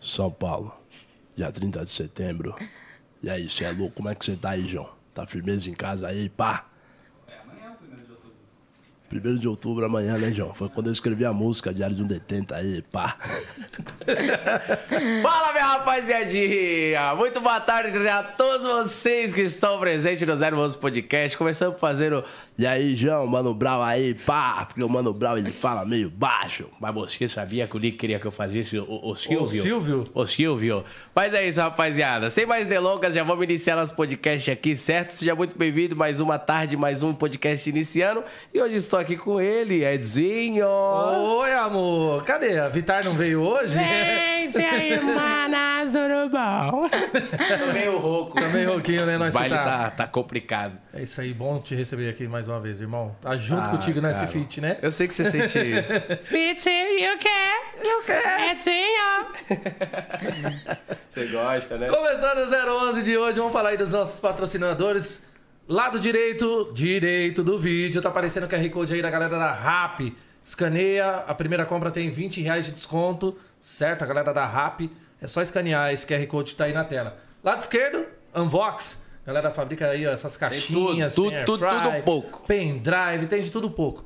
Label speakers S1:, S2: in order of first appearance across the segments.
S1: São Paulo, dia 30 de setembro. E aí, você é louco? Como é que você tá aí, João? Tá firmeza em casa aí, pá?
S2: É,
S1: Primeiro de outubro amanhã, né, João? Foi quando eu escrevi a música Diário de um Detento aí, pá.
S2: Fala, minha rapaziadinha! Muito boa tarde a todos vocês que estão presentes no Zero Moço Podcast. Começamos fazendo
S1: E aí, João, Mano Brau aí, pá. Porque o Mano Brau, ele fala meio baixo. é
S2: Mas você sabia que o Nick queria que eu fazesse o, o, o Silvio?
S3: O Silvio?
S2: O Silvio. Mas é isso, rapaziada. Sem mais delongas, já vamos iniciar nosso podcast aqui, certo? Seja muito bem-vindo. Mais uma tarde, mais um podcast iniciando. E hoje estou aqui com ele, Edzinho.
S3: Oi, amor. Cadê? A Vitar não veio hoje?
S4: Gente, irmãs, tudo bom?
S2: Tô meio rouco.
S3: Também rouquinho, né?
S2: Esse
S3: Nós
S2: baile
S3: tá.
S2: tá, tá complicado.
S3: É isso aí, bom te receber aqui mais uma vez, irmão. Tá junto
S2: Ah,
S3: contigo nesse feat, né?
S2: Eu sei que você sente.
S4: Fit, e o quê? E o quê? Edinho.
S2: você gosta, né?
S3: Começando o 011 de hoje, vamos falar aí dos nossos patrocinadores. Lado direito, direito do vídeo, tá aparecendo o QR Code aí da galera da RAP. Escaneia, a primeira compra tem 20 reais de desconto, certo? A galera da RAP, é só escanear, esse QR Code tá aí na tela. Lado esquerdo, Unbox. A galera fabrica aí ó, essas caixinhas,
S2: tudo,
S3: tem air
S2: tudo, tudo
S3: fry,
S2: pouco.
S3: Pendrive, tem de tudo pouco.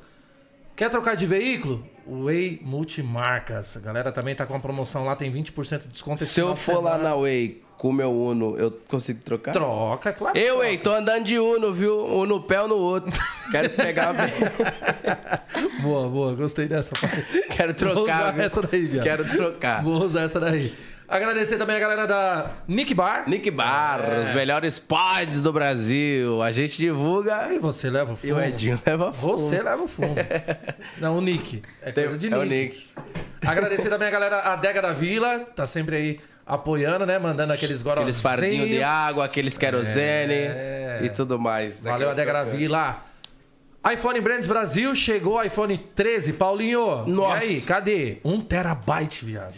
S3: Quer trocar de veículo? Way Multimarcas. A galera também tá com uma promoção lá, tem 20% de desconto. esse
S5: Se eu
S3: final de
S5: for lá
S3: semana.
S5: na Way com o meu Uno, eu consigo trocar?
S3: Troca, claro. que
S5: Eu,
S3: troca.
S5: ei, tô andando de Uno, viu? Um no pé, um no outro. Quero pegar bem.
S3: Boa, boa, gostei dessa.
S2: Quero
S3: Vou usar
S2: trocar. viu?
S3: essa daí, viado.
S2: Quero trocar.
S3: Vou usar essa daí. Ah. Agradecer também a galera da Nick Bar.
S2: Nick Bar, os melhores pods do Brasil. A gente divulga
S3: E você leva o fumo.
S2: e o Edinho leva fogo.
S3: Você leva o é fumo. Não, o Nick. É
S2: Tem-
S3: coisa de
S2: é
S3: Nick.
S2: o Nick.
S3: Agradecer também a galera a Adega da Vila, tá sempre aí apoiando, né? Mandando
S2: Aqueles
S3: aqueles gorozinhos.
S2: fardinhos de água, aqueles querosene e tudo mais.
S3: É.
S2: né?
S3: Valeu,
S2: Daquelas
S3: Adega da
S2: coisas.
S3: Vila. iPhone Brands Brasil, chegou o iPhone 13, Paulinho.
S2: Nossa.
S3: E aí, cadê? Um terabyte, viado.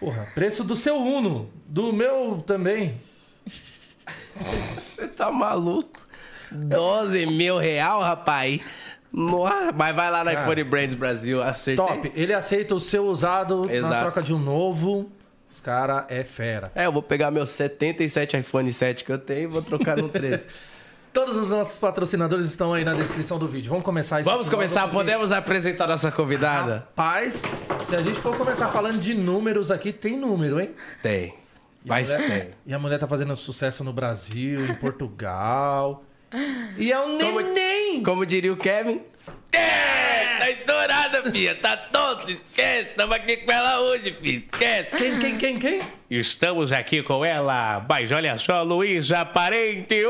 S3: Porra, preço do seu Uno, do meu também.
S2: Você tá maluco? 12 mil real, rapaz. Nossa, mas vai lá na iPhone Brands Brasil, acertei.
S3: Top, ele aceita o seu usado na
S2: Exato.
S3: troca de um novo. Os cara é fera.
S2: É, eu vou pegar meu 77 iPhone 7 que eu tenho e vou trocar no 13.
S3: Todos os nossos patrocinadores estão aí na descrição do vídeo. Vamos começar isso.
S2: Vamos começar, podemos apresentar nossa convidada?
S3: Rapaz, se a gente for começar falando de números aqui, tem número, hein?
S2: Tem. Mas é. tem.
S3: E a mulher tá fazendo sucesso no Brasil, em Portugal. E é um
S2: Então,
S3: neném!
S2: Como diria o Kevin. É, tá estourada, filha. Tá tonto, esquece. Estamos aqui com ela hoje, filha. Esquece.
S3: Quem, quem, quem, quem?
S6: Estamos aqui com ela, mas olha só, Luísa Parente, oi!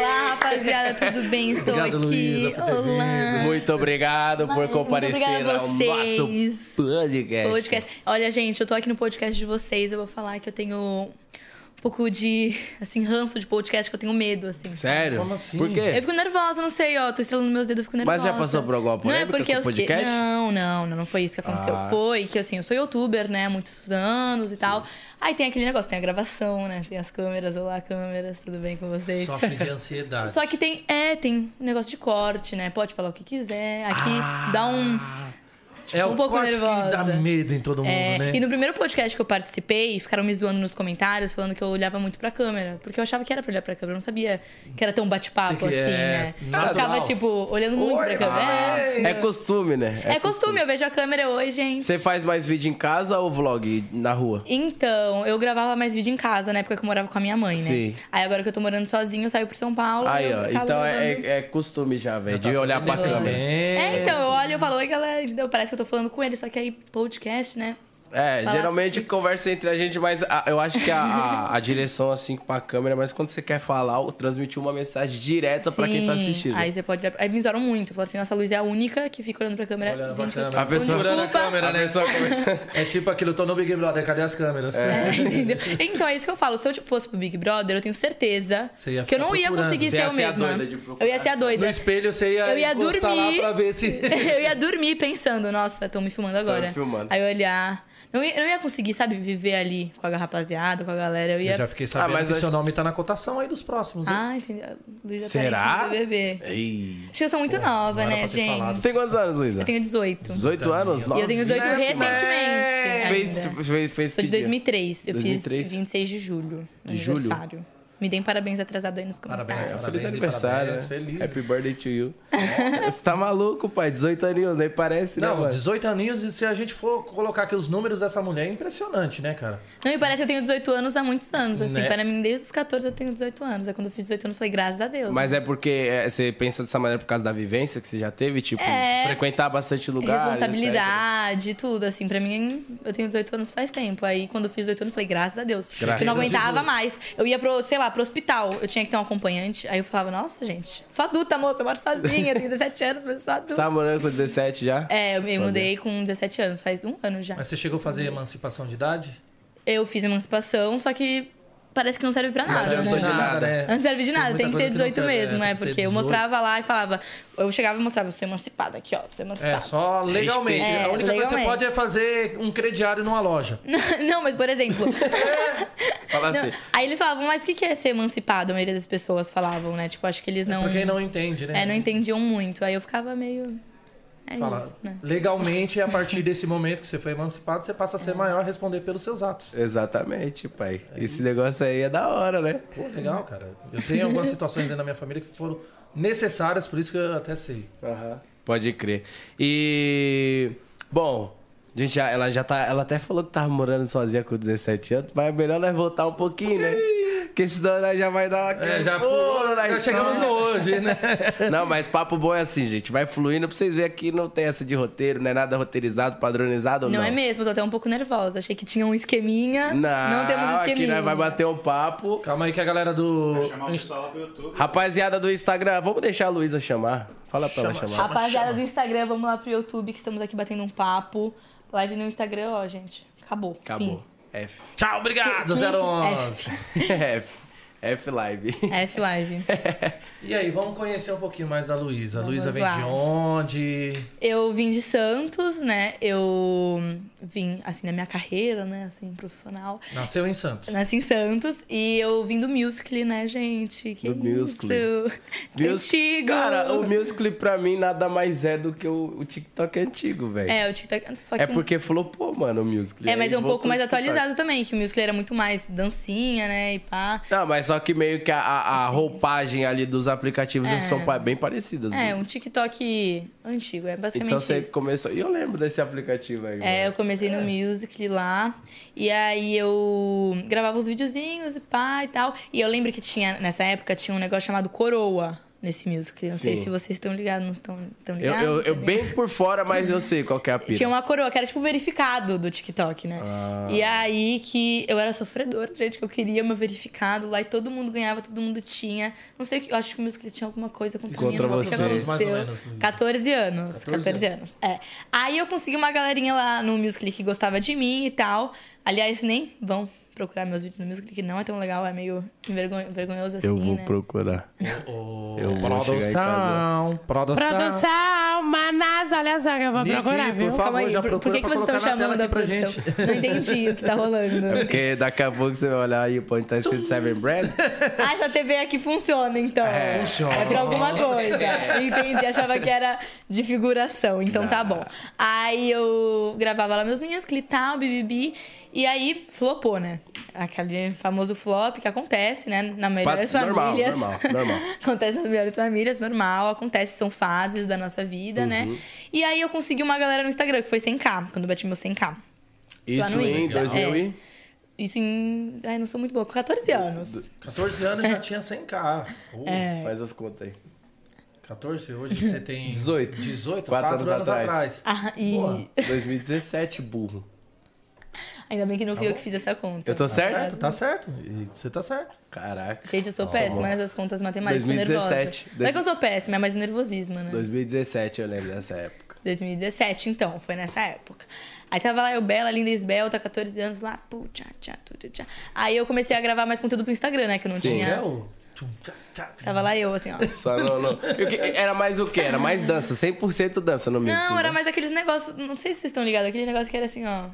S7: Olá, rapaziada, tudo bem? Estou
S3: Obrigado,
S7: aqui.
S3: Luísa, por ter
S7: Olá.
S2: Muito obrigado por
S7: Muito
S2: comparecer
S7: obrigada a
S2: ao nosso
S7: vocês.
S2: podcast.
S7: Podcast. Olha, gente, eu tô aqui no podcast de vocês. Eu vou falar que eu tenho um pouco de, assim, ranço de podcast, que eu tenho medo, assim.
S2: Sério?
S3: Como assim?
S2: Por
S7: Eu
S2: quê?
S7: fico nervosa, não sei, ó. Tô estrelando meus dedos, eu fico nervosa.
S2: Mas já passou por alguma
S7: Não é
S2: polêmica
S7: porque
S2: com
S7: eu
S2: o podcast? Ah.
S7: Não, não, não, não foi isso que aconteceu. Foi que, assim, eu sou youtuber, né, há muitos anos e tal. Aí tem aquele negócio, tem a gravação, né, tem as câmeras. Olá, câmeras, tudo bem com vocês?
S3: Sofre de ansiedade.
S7: Só que tem, é, tem um negócio de corte, né? Pode falar o que quiser. Aqui dá um.
S3: é
S7: um
S3: o
S7: pouco
S3: corte que
S7: nervosa.
S3: dá medo em todo mundo,
S7: é,
S3: né?
S7: E no primeiro podcast que eu participei, ficaram me zoando nos comentários, falando que eu olhava muito pra câmera. Porque eu achava que era pra olhar pra câmera, eu não sabia que era tão bate-papo
S3: Tem que-
S7: assim,
S3: é,
S7: né? Eu
S3: natural.
S7: ficava, tipo, olhando muito pra câmera. É,
S2: É costume, né?
S7: é costume, eu vejo a câmera hoje, gente.
S2: Você faz mais vídeo em casa ou vlog na rua?
S7: Então, eu gravava mais vídeo em casa, na época que eu morava com a minha mãe, né?
S2: Sim.
S7: Aí agora que eu tô morando sozinho, eu saio pro São Paulo.
S2: Aí,
S7: eu
S2: ó.
S7: acabo
S2: Então é,
S7: gravando.
S2: é- é costume já, velho, de
S3: tá
S2: olhar pra
S3: tudo bem.
S2: câmera.
S7: É, então, eu olho e falo, oi, galera. entendeu? Parece que eu tô falando com ele, só que aí podcast, né?
S2: É,
S7: Falar-
S2: geralmente conversa entre a gente, mas a- eu acho que a, a- a direção assim pra câmera, mas quando você quer falar, ou transmitir uma mensagem direta pra quem tá
S7: Sim.
S2: assistindo.
S7: Aí você pode. olhar- Aí me zoaram muito. Falaram assim: nossa, a luz é a única que fica olhando pra câmera.
S3: Olhando pra
S7: Gente, eu tô-
S3: câmera.
S2: A pessoa-
S7: com
S3: Segurando a
S7: desculpa.
S3: câmera,
S2: A
S3: né?
S2: pessoa começa-
S3: É tipo aquilo, tô no Big Brother, cadê as câmeras?
S7: É, entendeu? Então é isso que eu falo. Se eu tipo, fosse pro Big Brother, eu tenho certeza
S3: Você ia
S7: que eu não
S3: ficar
S7: ia
S3: procurando.
S7: conseguir
S2: Você
S7: ser
S2: ia
S7: eu
S2: ser a
S7: mesma.
S2: doida de procurar.
S7: Eu
S3: No
S7: ia ser a doida.
S3: espelho você ia,
S7: É. Eu ia
S3: encostar
S7: dormir.
S3: lá pra ver se.
S7: eu ia dormir pensando, nossa, estão me filmando agora.
S2: Tão me filmando.
S7: Aí eu ia olhar. Não ia, eu não ia conseguir, sabe, viver ali com a rapaziada, com a galera. Eu ia.
S3: Eu já fiquei sabendo
S2: Ah, mas
S3: que
S2: eu
S3: seu
S2: acho-
S3: nome tá na cotação aí dos próximos, hein?
S7: Ah, entendi. A Luísa
S2: Será?
S7: Parente do BBB.
S2: Ei.
S7: Acho que eu sou muito nova,
S3: não era
S7: né,
S3: pra ter
S7: gente?
S3: falado.
S2: Você tem quantos anos, Luísa?
S7: Eu tenho 18.
S3: Tá
S2: 18 anos?
S7: E eu tenho 18
S2: Novinha,
S7: recentemente.
S2: mas- Fez,
S7: ainda.
S2: fez, fez
S7: Sou de
S2: que dia?
S7: 2003. Eu
S2: 2003.
S7: fiz 26 de julho.
S2: De julho?
S7: aniversário. Me deem parabéns atrasado aí nos
S3: Parabéns,
S7: comentários.
S2: Feliz
S3: Parabéns e
S2: aniversário. né?
S3: parabéns, feliz.
S2: Happy birthday to you. Você tá maluco, pai? 18 aninhos, nem parece, né,
S3: Não,
S2: mano?
S3: 18 aninhos, e se a gente for colocar aqui os números dessa mulher, é impressionante, né, cara?
S7: Não, me parece que eu tenho 18 anos há muitos anos, assim.
S3: Né?
S7: Para mim, desde os 14 eu tenho 18 anos. Aí quando eu fiz 18 anos, eu falei, graças a Deus.
S2: Mas é porque é, você pensa dessa maneira por causa da vivência que você já teve? Tipo,
S7: É.
S2: frequentar bastante lugar.
S7: Responsabilidade, tudo, assim. Pra mim, eu tenho 18 anos faz tempo. Aí, quando eu fiz 18 anos, eu falei, graças a Deus. eu não aguentava mais. Eu ia pro, sei lá, pro hospital. Eu tinha que ter um acompanhante. Aí eu falava, nossa, gente, sou adulta, moça. Eu moro sozinha, tenho 17 anos, mas eu sou
S2: Você
S7: adulta.
S2: tá morando com 17 já?
S7: É, eu me mudei com 17 anos, faz um ano já.
S3: Mas você chegou a fazer emancipação de idade?
S7: Eu fiz emancipação, só que parece que não serve pra nada,
S2: serve
S7: né?
S2: tô de nada.
S3: né?
S7: Não serve de nada,
S3: muita
S7: tem que ter
S3: coisa que não
S7: 18
S3: serve,
S7: mesmo,
S3: é,
S7: é,
S3: tem que ter
S7: porque eu
S3: 18.
S7: mostrava lá e falava, eu chegava e mostrava, sou emancipada aqui, ó, sou emancipada.
S3: É, só legalmente.
S7: Tá. É,
S3: a única coisa que você
S7: legalmente.
S3: pode é fazer um crediário numa loja. É,
S7: Não, mas por exemplo.
S2: Fala
S7: não,
S2: assim.
S7: Aí eles falavam, mas o que que é ser emancipado? A maioria das pessoas falavam, né? Tipo, acho que eles não.
S3: Pra quem É não entende, né?
S7: É, não entendiam muito. Aí eu ficava meio. É
S3: Fala,
S7: isso, né?
S3: legalmente, a partir desse momento que você foi emancipado, você passa a
S7: É.
S3: ser maior e responder pelos seus atos.
S2: Exatamente, pai. Esse negócio aí é da hora, né?
S3: Pô, legal, cara. Eu tenho algumas situações dentro da minha família que foram necessárias, por isso que eu até sei.
S2: Pode crer. E. Bom, a gente já, ela já tá. Ela até falou que tava morando sozinha com 17 anos, mas é melhor nós voltar um pouquinho, né? Porque senão nós já vai dar uma.
S3: É, já,
S2: pulo na
S3: já chegamos no hoje, né?
S2: Não, mas papo bom é assim, gente. Vai fluindo pra vocês verem aqui, não tem essa de roteiro, não é nada roteirizado, padronizado ou não.
S7: Não é mesmo, eu tô até um pouco nervosa. Achei que tinha um esqueminha.
S2: Não,
S7: Não, temos
S2: aqui
S7: esqueminha.
S2: nós vai bater um papo.
S3: Calma aí que a galera do...
S8: Chamar o pessoal lá pro YouTube.
S2: Rapaziada do Instagram, vamos deixar a Luísa chamar. Fala pra ela chamar.
S7: Rapaziada do Instagram, vamos lá pro YouTube que estamos aqui batendo um papo. Live no Instagram, ó, gente. Acabou.
S2: Acabou.
S7: Fim.
S2: F.
S3: Tchau, obrigado, 011.
S7: F.
S2: F. F live.
S7: F live.
S3: E aí, vamos conhecer um pouquinho mais da Luísa. A
S7: Vamos
S3: Luísa vem
S7: lá.
S3: de onde?
S7: Eu vim de Santos, né? Eu vim, assim, na minha carreira, né? Assim, profissional.
S3: Nasceu em Santos.
S7: Eu Nasci em Santos e eu vim do Musical.ly, né, gente? Que
S2: Do
S7: isso?
S2: Musical.ly. Music-
S7: Antigo!
S2: Cara, o Musical.ly pra mim nada mais é do que o, o TikTok antigo, velho. É,
S7: É, o TikTok... Só que um-
S2: porque falou, pô, mano, o Musical.ly.
S7: É, mas
S2: Aí
S7: é um pouco
S2: voltou
S7: mais
S2: o TikTok.
S7: atualizado também, que o Musical.ly era muito mais dancinha, né? E pá...
S2: Não, mas só que meio que a, a- a roupagem ali dos aplicativos eles são pa- bem parecidas. né?
S7: É, um TikTok antigo, é basicamente
S2: Então você
S7: isso.
S2: começou. E eu lembro desse aplicativo aí.
S7: É,
S2: mano.
S7: eu comecei no Musical.ly lá. E aí eu gravava os videozinhos e pá e tal. E eu lembro que tinha, nessa época, tinha um negócio chamado Coroa nesse Musical.ly. Não sei
S2: Sim.
S7: se vocês estão ligados, não estão tão né?
S2: Eu,
S7: ligados.
S2: eu, eu
S7: também.
S2: bem por fora, mas eu sei qual que é a pira. Ah.
S7: Tinha uma coroa que era tipo verificado do TikTok, né? E aí que eu era sofredora, gente, que eu queria meu verificado lá e todo mundo ganhava, todo mundo tinha. Não sei, o que- eu acho que o Musical.ly tinha alguma coisa contra, mim,
S2: Contra
S7: não sei o que
S2: você.
S3: Mais ou menos.
S7: aconteceu. 14 anos, 14,
S3: 14
S7: anos. É. Aí eu consegui uma galerinha lá no Musical.ly que gostava de mim e tal. Aliás, nem vão procurar meus vídeos no Musical.ly, que não é tão legal, é meio envergon- vergonhoso assim,
S1: Eu vou
S7: né?
S1: procurar.
S3: Ô,
S2: Eu vou chegar em casa.
S3: Produção, produção.
S4: Produção, Manás, olha só que eu vou
S3: Nick,
S4: procurar, viu?
S3: por
S7: Calma
S3: favor,
S7: aí,
S3: já
S7: por, por
S3: procura
S7: que, que
S3: pra
S7: vocês
S3: colocar
S7: estão
S3: na tela
S7: chamando da
S3: aqui pra
S7: produção?
S3: gente.
S7: Não entendi o que tá rolando.
S2: Porque daqui a pouco você vai olhar aí o Point tá sendo Seven Bread.
S7: Ah, essa TV aqui funciona, então. É,
S3: funciona.
S7: É pra alguma coisa. Entendi, achava que era de figuração, então tá bom. Aí eu gravava lá meus meninos, clital, bibibi. E aí, flopou, né? Aquele famoso flop que acontece, né? Na maioria
S2: Pat-
S7: das
S2: normal,
S7: famílias.
S2: normal, normal.
S7: acontece nas melhores famílias, normal. Acontece, são fases da nossa vida, né? E aí eu consegui uma galera no Instagram, que foi 100k, quando eu bati meu 100k.
S2: Isso
S7: no
S2: em
S7: Insta. É.
S2: 2000 e...
S7: Isso em... Ai, não sou muito boa, com 14 anos.
S3: 14 anos já tinha 100k. Uh,
S7: É.
S2: Faz as contas aí.
S3: 14, hoje você tem...
S2: 18.
S3: 18,
S2: Quatro
S3: 4
S2: anos
S3: anos, atrás.
S2: atrás.
S7: Ah, e...
S3: Boa.
S2: 2017, burro.
S7: Ainda bem que não fui eu que fiz essa conta.
S2: Tá Eu tô certo?
S3: Certo, tá certo. E você tá certo.
S2: Caraca.
S7: Gente, eu sou péssima nessas contas matemáticas, tô
S2: 2017.
S7: nervosa. Não é que eu sou péssima, é mais o nervosismo, né?
S2: 2017 eu lembro dessa época.
S7: 2017, então, foi nessa época. Aí tava lá eu, Bela, linda e esbelta, 14 anos lá, pu, tchá, tchá, tu, tu, tchá. Aí eu comecei a gravar mais conteúdo pro Instagram, né? Que eu não
S3: É
S7: tinha.
S3: o... tchum, tchá, tchá, tchum.
S7: Tava lá eu, assim, ó.
S2: Só não, não. E o que- Era mais o quê? Era mais dança. 100% dança no Musical.
S7: Não,
S2: né?
S7: era mais aqueles negócios. Não sei se vocês estão ligados, aquele negócio que era assim, ó.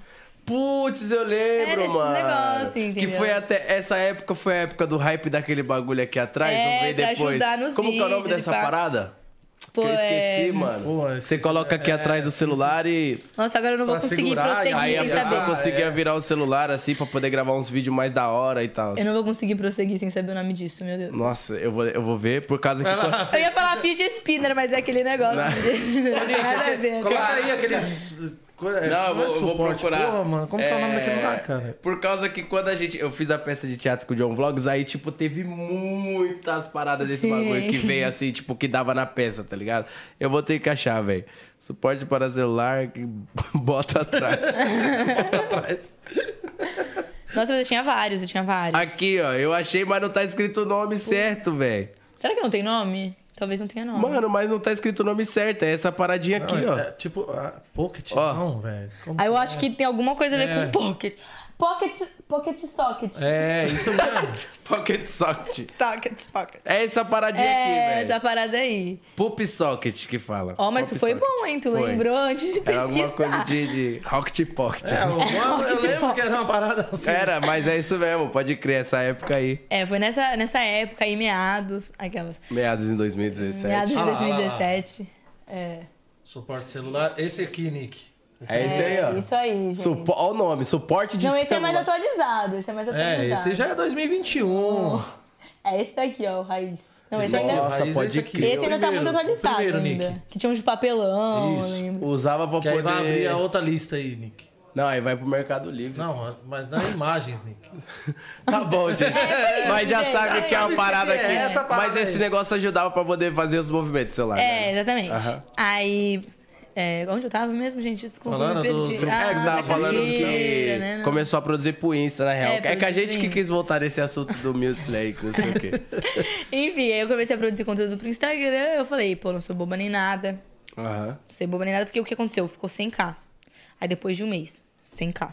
S2: Putz, eu lembro,
S7: Era esse
S2: mano.
S7: negócio,
S2: que
S7: entendeu?
S2: foi até. Essa época foi a época do hype daquele bagulho aqui atrás.
S7: É,
S2: Vamos ver
S7: pra
S2: depois.
S7: ajudar nos
S2: Como que é o nome
S7: vídeos e
S2: dessa
S7: pá.
S2: parada?
S7: Pô,
S2: que eu esqueci,
S7: é-
S2: mano.
S3: Porra, eu
S2: Você
S3: esqueci.
S2: coloca aqui atrás do celular e.
S7: Nossa, agora eu não vou
S3: Pra
S7: conseguir
S3: segurar, e
S7: prosseguir
S2: Aí a
S7: sem
S3: Ah,
S2: pessoa
S7: saber.
S2: conseguia
S3: é.
S2: virar o celular assim pra poder gravar uns vídeos mais da hora e tal.
S7: Eu não vou conseguir prosseguir sem saber o nome disso, meu Deus.
S2: Nossa, eu vou, eu vou ver por causa que.
S7: Eu ia falar ficha spinner, mas é aquele negócio. Nada a ver.
S3: Coloca aí aqueles. é, Não,
S2: Não, eu vou, eu vou procurar.
S3: Porra, mano, como que é o nome daquele lá, cara?
S2: Por causa que quando a gente. Eu fiz a peça de teatro com o John Vlogs, aí, tipo, teve muitas paradas desse
S7: Sim.
S2: bagulho que veio assim, tipo, que dava na peça, tá ligado? Eu vou ter que achar, velho. Suporte para celular que bota atrás.
S7: Nossa, mas eu tinha vários, eu tinha vários.
S2: Aqui, ó, eu achei, mas não tá escrito o nome certo, velho.
S7: Será que não tem nome? Talvez não tenha nome.
S2: Mano, mas não tá escrito o nome certo. É essa paradinha aqui, ó.
S3: É, tipo, ah, Pocket,
S2: Ó.
S3: não, velho. Como-
S7: Aí Ah, eu acho que tem alguma coisa a ver
S3: É.
S7: com pocket. Pocket, pocket socket.
S3: É, isso mesmo.
S2: Pocket Socket.
S7: Socket, pocket.
S2: É essa paradinha
S7: É,
S2: aqui, velho.
S7: essa parada aí.
S2: Poop Socket que fala.
S7: Ó, mas
S2: Poop
S7: tu foi
S2: Socket.
S7: bom, hein? Tu
S2: Foi.
S7: lembrou antes de
S2: Era
S7: pesquisar.
S2: alguma coisa de, de Rocket Pocket.
S3: É, o mano, eu lembro que era uma parada assim.
S2: Era, mas é isso mesmo, pode crer, essa época aí,
S7: É, foi nessa, nessa época aí, meados. Aquelas.
S2: meados em 2017.
S7: Meados de
S3: Ah lá, lá, lá.
S7: 2017. É.
S3: Suporte celular. Esse aqui, Nick.
S2: É isso aí,
S7: É,
S2: ó.
S7: Isso aí, gente.
S2: Supo... Ó o nome, suporte de
S7: Não, esse é mais
S2: celular.
S7: atualizado. Esse é mais atualizado.
S3: É, esse já é 2021.
S7: É esse daqui, ó, o raiz. Não, esse ainda.
S2: Nossa,
S3: Raiz,
S2: pode
S3: esse aqui. é
S2: crer.
S7: Esse ainda tá
S3: Primeiro,
S7: muito atualizado
S3: primeiro,
S7: ainda.
S3: Nick.
S7: Que tinha uns de papelão, né?
S3: Isso.
S7: eu lembro.
S2: Usava pra
S3: Que aí
S2: poder...
S3: vai abrir a outra lista aí, Nick.
S2: Não, aí vai pro Mercado Livre.
S3: Não, mas dá imagens, Nick.
S2: Tá bom, gente. mas já
S7: É gente.
S2: sabe que é uma parada
S3: que
S2: aqui.
S3: é essa parada
S2: mas esse
S3: aí.
S2: negócio ajudava pra poder fazer os movimentos do celular. né?
S7: É, exatamente. Aí. é, onde eu tava mesmo, gente? Desculpa,
S3: Falando
S7: me perdi.
S3: do- do-
S2: É que você tava
S7: da
S2: falando que
S7: carreira, né? Não.
S2: começou a produzir pro Insta, na real.
S7: É,
S2: É, que a
S7: produzir
S2: gente
S7: pro
S2: que
S7: Insta.
S2: quis voltar nesse assunto do Music Play, que não sei o quê.
S7: Enfim, aí eu comecei a produzir conteúdo pro Instagram. Eu falei, pô, não sou boba nem nada.
S2: Aham.
S7: Não sei boba nem nada, porque o que aconteceu? Ficou 100k. Aí depois de um mês, 100k.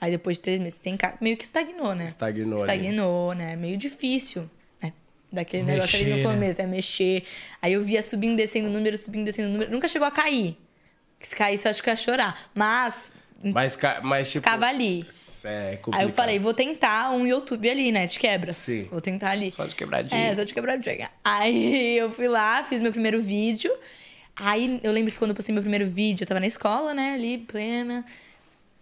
S7: Aí depois de três meses, 100k. Meio que estagnou, né?
S2: Estagnou ali.
S7: Estagnou, né? Meio difícil. Né? Daquele negócio ali
S3: Mexer,
S7: no
S3: né?
S7: começo, é mexer. Aí eu via subindo, descendo número, subindo, descendo número. Nunca chegou a cair. Se caísse, eu acho que eu ia chorar. Mas
S2: Mas, ca- mas, tipo...
S7: ficava ali.
S2: É
S7: Aí eu
S2: complicado.
S7: falei, vou tentar um YouTube ali, né? De quebra.
S2: Sim.
S7: Vou tentar ali.
S2: Só de quebradinha.
S7: É, só de quebradinha. Aí eu fui lá, fiz meu primeiro vídeo. Aí eu lembro que quando eu postei meu primeiro vídeo, eu tava na escola, né? Ali, plena.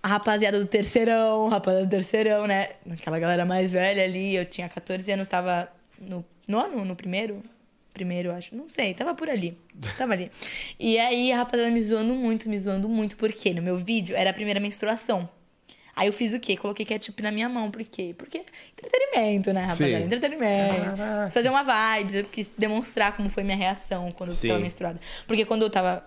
S7: A rapaziada do terceirão, a rapaziada do terceirão, né? Aquela galera mais velha ali. Eu tinha 14 anos, tava no nono, no primeiro? Primeiro, eu acho. Não sei, tava por ali. Tava ali. E aí a rapaziada me zoando muito, me zoando muito, porque no meu vídeo era a primeira menstruação. Aí eu fiz o quê? Coloquei ketchup na minha mão. Por quê? Porque entretenimento, né, rapaziada?
S2: Sim.
S7: Entretenimento. Fazer uma vibe. Eu quis demonstrar como foi minha reação quando eu
S2: Sim.
S7: tava menstruada. Porque quando eu tava.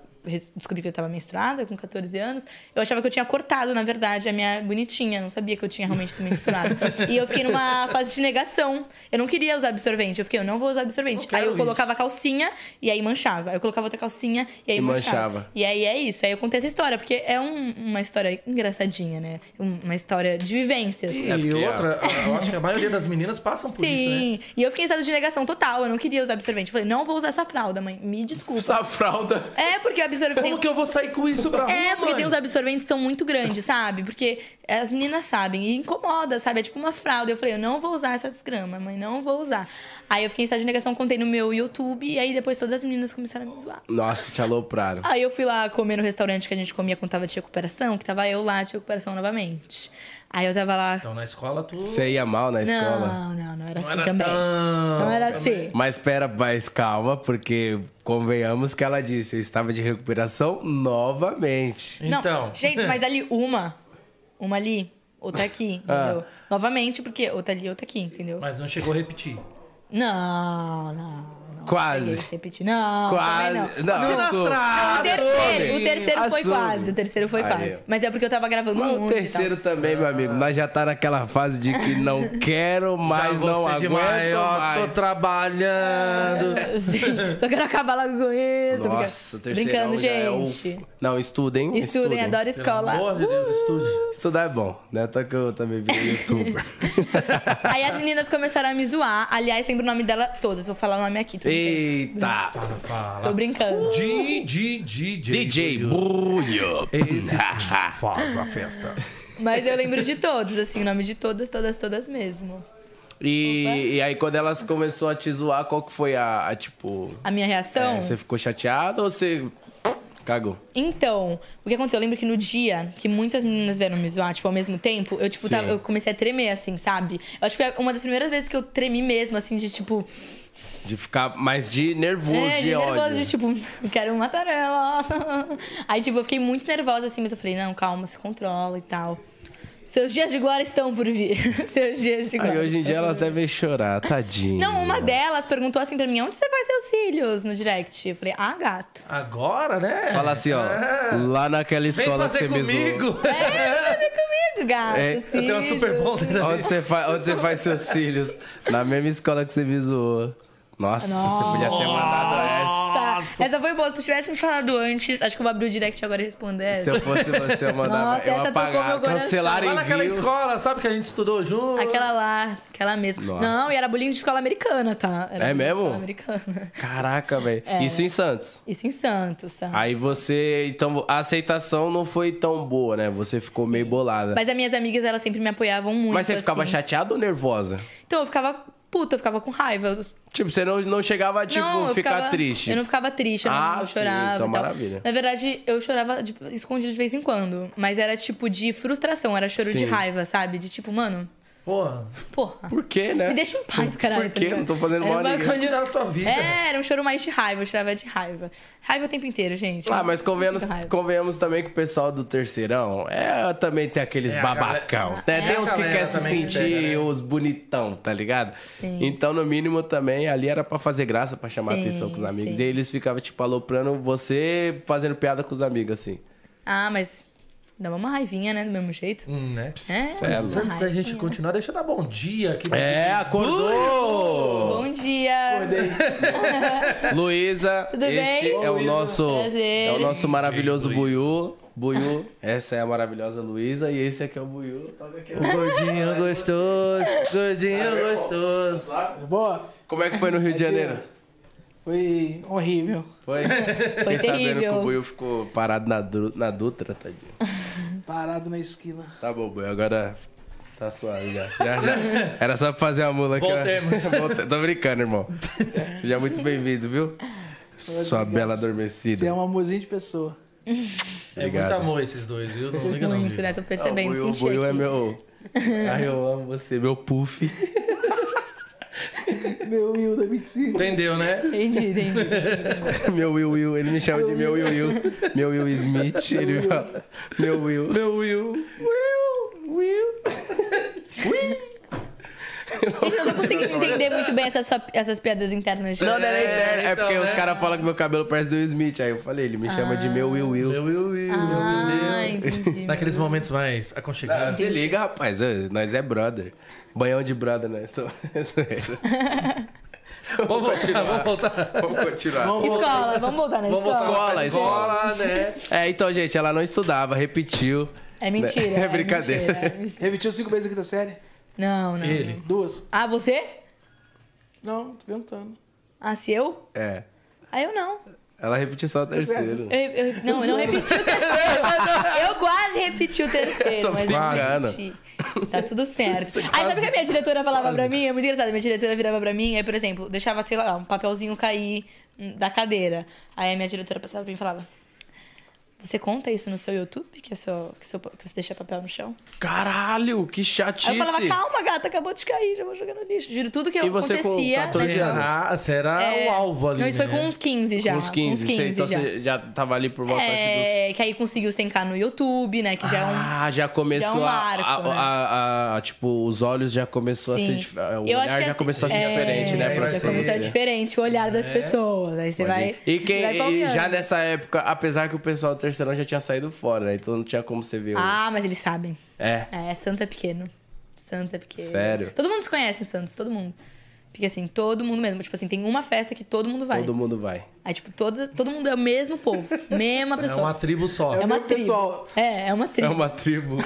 S7: Descobri que eu tava menstruada com 14 anos, eu achava que eu tinha cortado, na verdade, a minha bonitinha. Não sabia que eu tinha realmente se menstruado. e eu fiquei numa fase de negação. Eu não queria usar absorvente. Eu fiquei, eu não vou usar absorvente.
S3: Não
S7: Aí
S2: é
S7: eu
S3: quero
S7: colocava a calcinha e aí manchava. Aí eu colocava outra calcinha e aí
S2: E
S7: manchava.
S2: manchava.
S7: E aí é isso. Aí eu contei essa história, porque é um- uma história engraçadinha, né? Um- Uma história de vivências.
S3: E
S2: É porque, ó.
S3: outra, eu acho que a maioria das meninas passam por isso, né?
S7: Sim. E eu fiquei em estado de negação total. Eu não queria usar absorvente. Eu falei, não vou usar essa fralda, mãe. Me desculpa.
S2: Essa fralda...
S7: É, porque absorvente.
S3: Como que eu vou sair com isso pra rua,
S7: É, porque
S3: mãe?
S7: tem os absorventes que são muito grandes, sabe? Porque as meninas sabem. E incomoda, sabe? É tipo uma fralda. Eu falei, eu não vou usar essa desgrama, mãe. Não vou usar. Aí eu fiquei em estado de negação, contei no meu YouTube. E aí depois todas as meninas começaram a me zoar.
S2: Nossa, te alopraram.
S7: Aí eu fui lá comer no restaurante que a gente comia quando tava de recuperação, que tava eu lá de recuperação novamente. Aí eu tava lá.
S3: Então na escola tu...
S2: Você ia mal na escola.
S7: não, não, não era assim
S3: era
S7: também.
S3: tão-
S7: Não era assim.
S2: Mas pera, mas calma, porque convenhamos que ela disse, eu estava de recuperação novamente.
S7: Não,
S3: Então.
S7: gente, mas ali uma. Uma ali, outra aqui,
S2: Ah.
S7: entendeu? Novamente, porque outra ali, outra aqui, entendeu?
S3: Mas não chegou a repetir.
S7: Não, não, não.
S2: Quase.
S7: Cheguei a Repetir. Não,
S2: Quase.
S7: também
S2: Não,
S3: Tira
S2: assume.
S3: atrás.
S7: O terceiro,
S2: Assume.
S7: o terceiro foi
S2: Assume.
S7: quase, o terceiro foi
S2: Aí.
S7: quase. Mas é porque eu tava gravando
S2: Mas o
S7: muito. e tal.
S2: terceiro também, meu amigo. Nós já tá naquela fase de que não quero mais,
S3: Já
S2: não
S3: você
S2: aguento
S3: demais, ó,
S2: mais.
S3: Tô trabalhando.
S7: Sim, só quero acabar logo com isso.
S2: Nossa, o
S7: brinca-
S2: terceirão
S7: Brincando,
S2: já é o-
S7: gente.
S2: Não, estudem,
S7: Estudem,
S2: estudem.
S7: adoro
S3: Pelo
S7: escola. Uh!
S3: amor de Deus, estude.
S2: Estudar é bom, né? Até que eu também virei youtuber.
S7: Aí as meninas começaram a me zoar. Aliás, lembro o nome dela todas. Vou falar o nome aqui. Tô brincando.
S2: Eita!
S3: Fala,
S7: Tô
S3: fala.
S7: brincando.
S3: DJ, DJ,
S2: DJ Bulho.
S3: Esse sim faz a festa.
S7: Mas eu lembro de todos, assim, o nome de todas, todas, todas mesmo.
S2: E, e aí, quando elas começaram a te zoar, qual que foi a, a, tipo...
S7: A minha reação?
S2: é, você ficou chateado ou você... Cagou?
S7: Então, o que aconteceu? Eu lembro que no dia que muitas meninas vieram me zoar, tipo, ao mesmo tempo, eu, tipo, tava-
S2: Sim.
S7: eu comecei a tremer, assim, sabe? Eu acho que foi uma das primeiras vezes que eu tremi mesmo, assim, de tipo.
S2: De ficar mais de nervoso,
S7: é,
S2: de,
S7: de nervoso,
S2: ódio.
S7: de tipo, quero matar ela. Aí, tipo, eu fiquei muito nervosa, assim, mas eu falei, não, calma, se controla e tal. Seus dias de glória estão por vir. Seus dias de glória.
S2: Aí hoje em dia
S7: estão por
S2: elas devem chorar, tadinha.
S7: Não, uma delas perguntou assim pra mim, onde você faz seus cílios no direct? Eu falei, ah, gato.
S3: Agora, né?
S2: Fala assim, ó. Lá naquela
S3: Vem
S2: escola que
S3: fazer
S2: você me zoou.
S3: comigo.
S7: É, Comigo, gato. assim, né?
S2: É, eu
S3: Eu tenho uma
S7: cílios."
S3: super né? bonder.
S2: Onde você, faz, onde você faz seus cílios? Na mesma escola que você me zoou. Nossa, você podia ter mandado essa.
S7: Nossa. Essa foi boa. Se tu tivesse me falado antes, acho que eu vou abrir o direct agora e responder
S2: Se
S7: essa.
S2: eu fosse você, eu mandava.
S7: Nossa,
S2: eu
S7: essa tocou meu
S2: apagava,
S7: coração.
S2: cancelar
S3: Lá naquela
S2: envio.
S3: escola, sabe que a gente estudou junto?
S7: Aquela lá, aquela mesma.
S2: Nossa.
S7: Não, e era bullying de escola americana, tá? Era
S2: É
S7: bullying de
S2: mesmo?
S7: Escola americana.
S2: Caraca, velho.
S7: É.
S2: Isso em Santos.
S7: Isso em Santos, tá? sabe?
S2: Aí você. Então, a aceitação não foi tão boa, né? Você ficou meio bolada. Mas,
S7: Mas as minhas amigas, elas sempre me apoiavam muito.
S2: você ficava
S7: assim.
S2: chateada ou nervosa?
S7: Então eu ficava puta, eu ficava com raiva. Eu-
S2: Tipo, você não, não chegava, tipo,
S7: não, eu
S2: ficar
S7: ficava-
S2: triste.
S7: Eu não ficava triste, eu
S2: Ah,
S7: não
S2: sim,
S7: chorava.
S2: então
S7: e tal.
S2: maravilha.
S7: Na verdade, eu chorava tipo, escondido de vez em quando. Mas era tipo de frustração, era choro
S2: Sim.
S7: de raiva, sabe? De tipo, mano,
S3: Porra,
S7: porra.
S2: Por quê, né?
S7: Me deixa em paz, caralho.
S2: Por quê?
S7: tá
S2: Não tô
S7: ligado?
S2: fazendo
S7: Era
S2: mal a
S7: um
S2: ninguém.
S7: bagulho-
S3: cuidar da tua vida.
S2: Então.
S7: É, era um choro mais de raiva, eu chorava de raiva. Raiva o tempo inteiro, gente.
S2: Ah, mas convenhamos,
S7: Muita raiva.
S2: convenhamos também que o pessoal do terceirão é, também tem aqueles
S3: É, a
S2: babacão.
S3: galera-
S2: né?
S3: é,
S2: tem
S3: a
S2: uns que
S3: galera
S2: querem se
S3: também que
S2: sentir
S3: pega, né?
S2: os bonitão, tá ligado?
S7: Sim.
S2: Então, no mínimo, também ali era pra fazer graça, pra chamar
S7: Sim,
S2: atenção com os amigos.
S7: sim.
S2: E aí eles ficavam, tipo, aloprando você, fazendo piada com os amigos, assim.
S7: Ah, mas dava uma raivinha, né? Do mesmo jeito.
S3: Hum, né?
S7: É,
S2: é
S7: uma
S3: Antes da
S7: raiva.
S3: gente continuar, deixa eu dar bom dia aqui.
S2: É, acordou!
S7: Bom dia!
S2: Luísa,
S7: Tudo
S2: este
S7: bem?
S2: é o
S7: Luísa.
S2: nosso
S7: Prazer.
S2: é o nosso maravilhoso
S6: Ei,
S2: Buiú. Buiú, essa é a maravilhosa Luísa e esse aqui é o Buiú. Toca aqui.
S3: Gordinho gostoso, gordinho gostoso.
S5: Boa.
S2: Como é que foi no Rio de Janeiro?
S5: Foi horrível.
S2: Foi? Fiquei sabendo que
S7: terrível.
S2: o Buiu é ficou parado na, Dru- na Dutra, tadinho.
S5: Parado na esquina.
S2: Tá bom, Buiu, agora tá suave já. Já, já. Era só pra fazer a mula aqui. ó.
S3: Voltemos.
S2: Volte- Tô brincando, irmão. Seja muito bem-vindo, viu? Sua bela adormecida.
S5: Você é um amorzinho de pessoa.
S3: É muito
S2: Obrigado.
S3: amor esses dois, viu? Não liga não.
S7: Muito,
S3: viu?
S7: né? Tô
S2: Ah, o
S7: percebendo,
S2: Buiu- o
S7: senti
S2: Buiu
S7: aqui.
S2: é meu... Ai, eu amo você, meu puff.
S5: Meu Hilda, 25.
S3: Entendeu, né?
S2: É,
S7: Entendi, entendi.
S2: Meu Will Will. Ele me chama de meu Will Will. Meu Will Smith. Ele me fala, meu Will. Meu Will. Will. Will.
S7: Gente, eu não tô conseguindo entender muito bem essas, sua- essas piadas internas. De...
S2: Não, não era interno. É
S3: então,
S2: porque os
S3: né?
S2: caras falam que meu cabelo parece do Will Smith. Aí eu falei, ele me chama de meu Will Will.
S3: Meu, eu, eu,
S7: Ah,
S3: entendeu?
S7: entendi.
S3: Naqueles momentos mais
S2: Ah,
S3: aconchegantes.
S2: se liga, rapaz. Ô, Nós é brother. Banhão de brother, nós. Então,
S3: vamos voltar, vamos voltar.
S2: Vamos continuar.
S7: Escola, vamos voltar na
S3: Vamos
S7: escola.
S3: voltar pra
S2: Escola,
S3: escola, né?
S2: É, então, gente, ela não estudava, repetiu.
S7: É mentira.
S2: É brincadeira.
S7: mentira, é mentira.
S5: Repetiu cinco vezes aqui da série?
S7: Não, não.
S3: Ele.
S5: Duas?
S7: Ah, você?
S5: Não, tô perguntando.
S7: Ah, se eu?
S2: É.
S7: Ah, eu não.
S2: Ela repetiu só o terceiro.
S7: Eu, eu- não, eu não repeti o terceiro. Eu quase repeti o terceiro, mas eu não
S2: brincando.
S7: repeti. Tá tudo certo. Aí sabe o que a minha diretora falava pra mim? É muito engraçado. Minha diretora virava pra mim, aí, por exemplo, deixava, sei lá, um papelzinho cair hum, da cadeira. Aí a minha diretora passava pra mim e falava. Você conta isso no seu YouTube? Que, é só, que, seu- que você deixa papel no chão?
S2: Caralho, que chatice.
S7: Aí eu falava, calma, gata, acabou de cair, já vou jogar no lixo. Juro, tudo que
S2: E você com
S7: acontecia.
S2: 14
S7: né?
S2: anos?
S3: Ah, será
S7: É,
S3: o alvo ali,
S7: Não, isso foi
S3: né?
S7: com um uns 15 já.
S2: Com uns 15,
S7: com uns
S2: sei, então
S7: já.
S2: você já tava ali por volta acho que dos
S7: É, que aí conseguiu 100k no YouTube, né? Que já é um.
S2: Ah, já começou
S7: já é um
S2: a-
S7: marco,
S2: a,
S7: né?
S2: a- a- a- Tipo, os olhos já começou
S7: Sim.
S2: a ser. dif- tipo, O
S7: Eu
S2: olhar
S7: acho que
S2: já
S7: assim-
S2: começou a ser
S7: é,
S2: diferente, né? Pra
S3: já
S7: Você
S2: você.
S7: começou a
S2: Pode
S7: diferente o olhar das pessoas. Aí você
S2: ir.
S7: vai.
S2: e,
S7: você vai
S2: quem, e
S7: palmeando.
S2: já nessa época, apesar que o pessoal do terceirão já tinha saído fora, né? Então não tinha como você ver o.
S7: Ah, mas eles sabem.
S2: É.
S7: É, Santos é pequeno. Santos é pequeno.
S2: Sério?
S7: Todo mundo se conhece em Santos, todo mundo. Porque assim, todo mundo mesmo. Tipo assim, tem uma festa que todo mundo vai.
S2: Todo mundo vai.
S7: Aí, tipo, todo, todo mundo é o mesmo povo. mesma
S3: É uma
S7: pessoa.
S3: tribo só.
S7: É uma,
S5: Meu
S7: tribo.
S5: pessoal.
S7: É, é uma
S2: É
S7: tribo.
S2: uma tribo.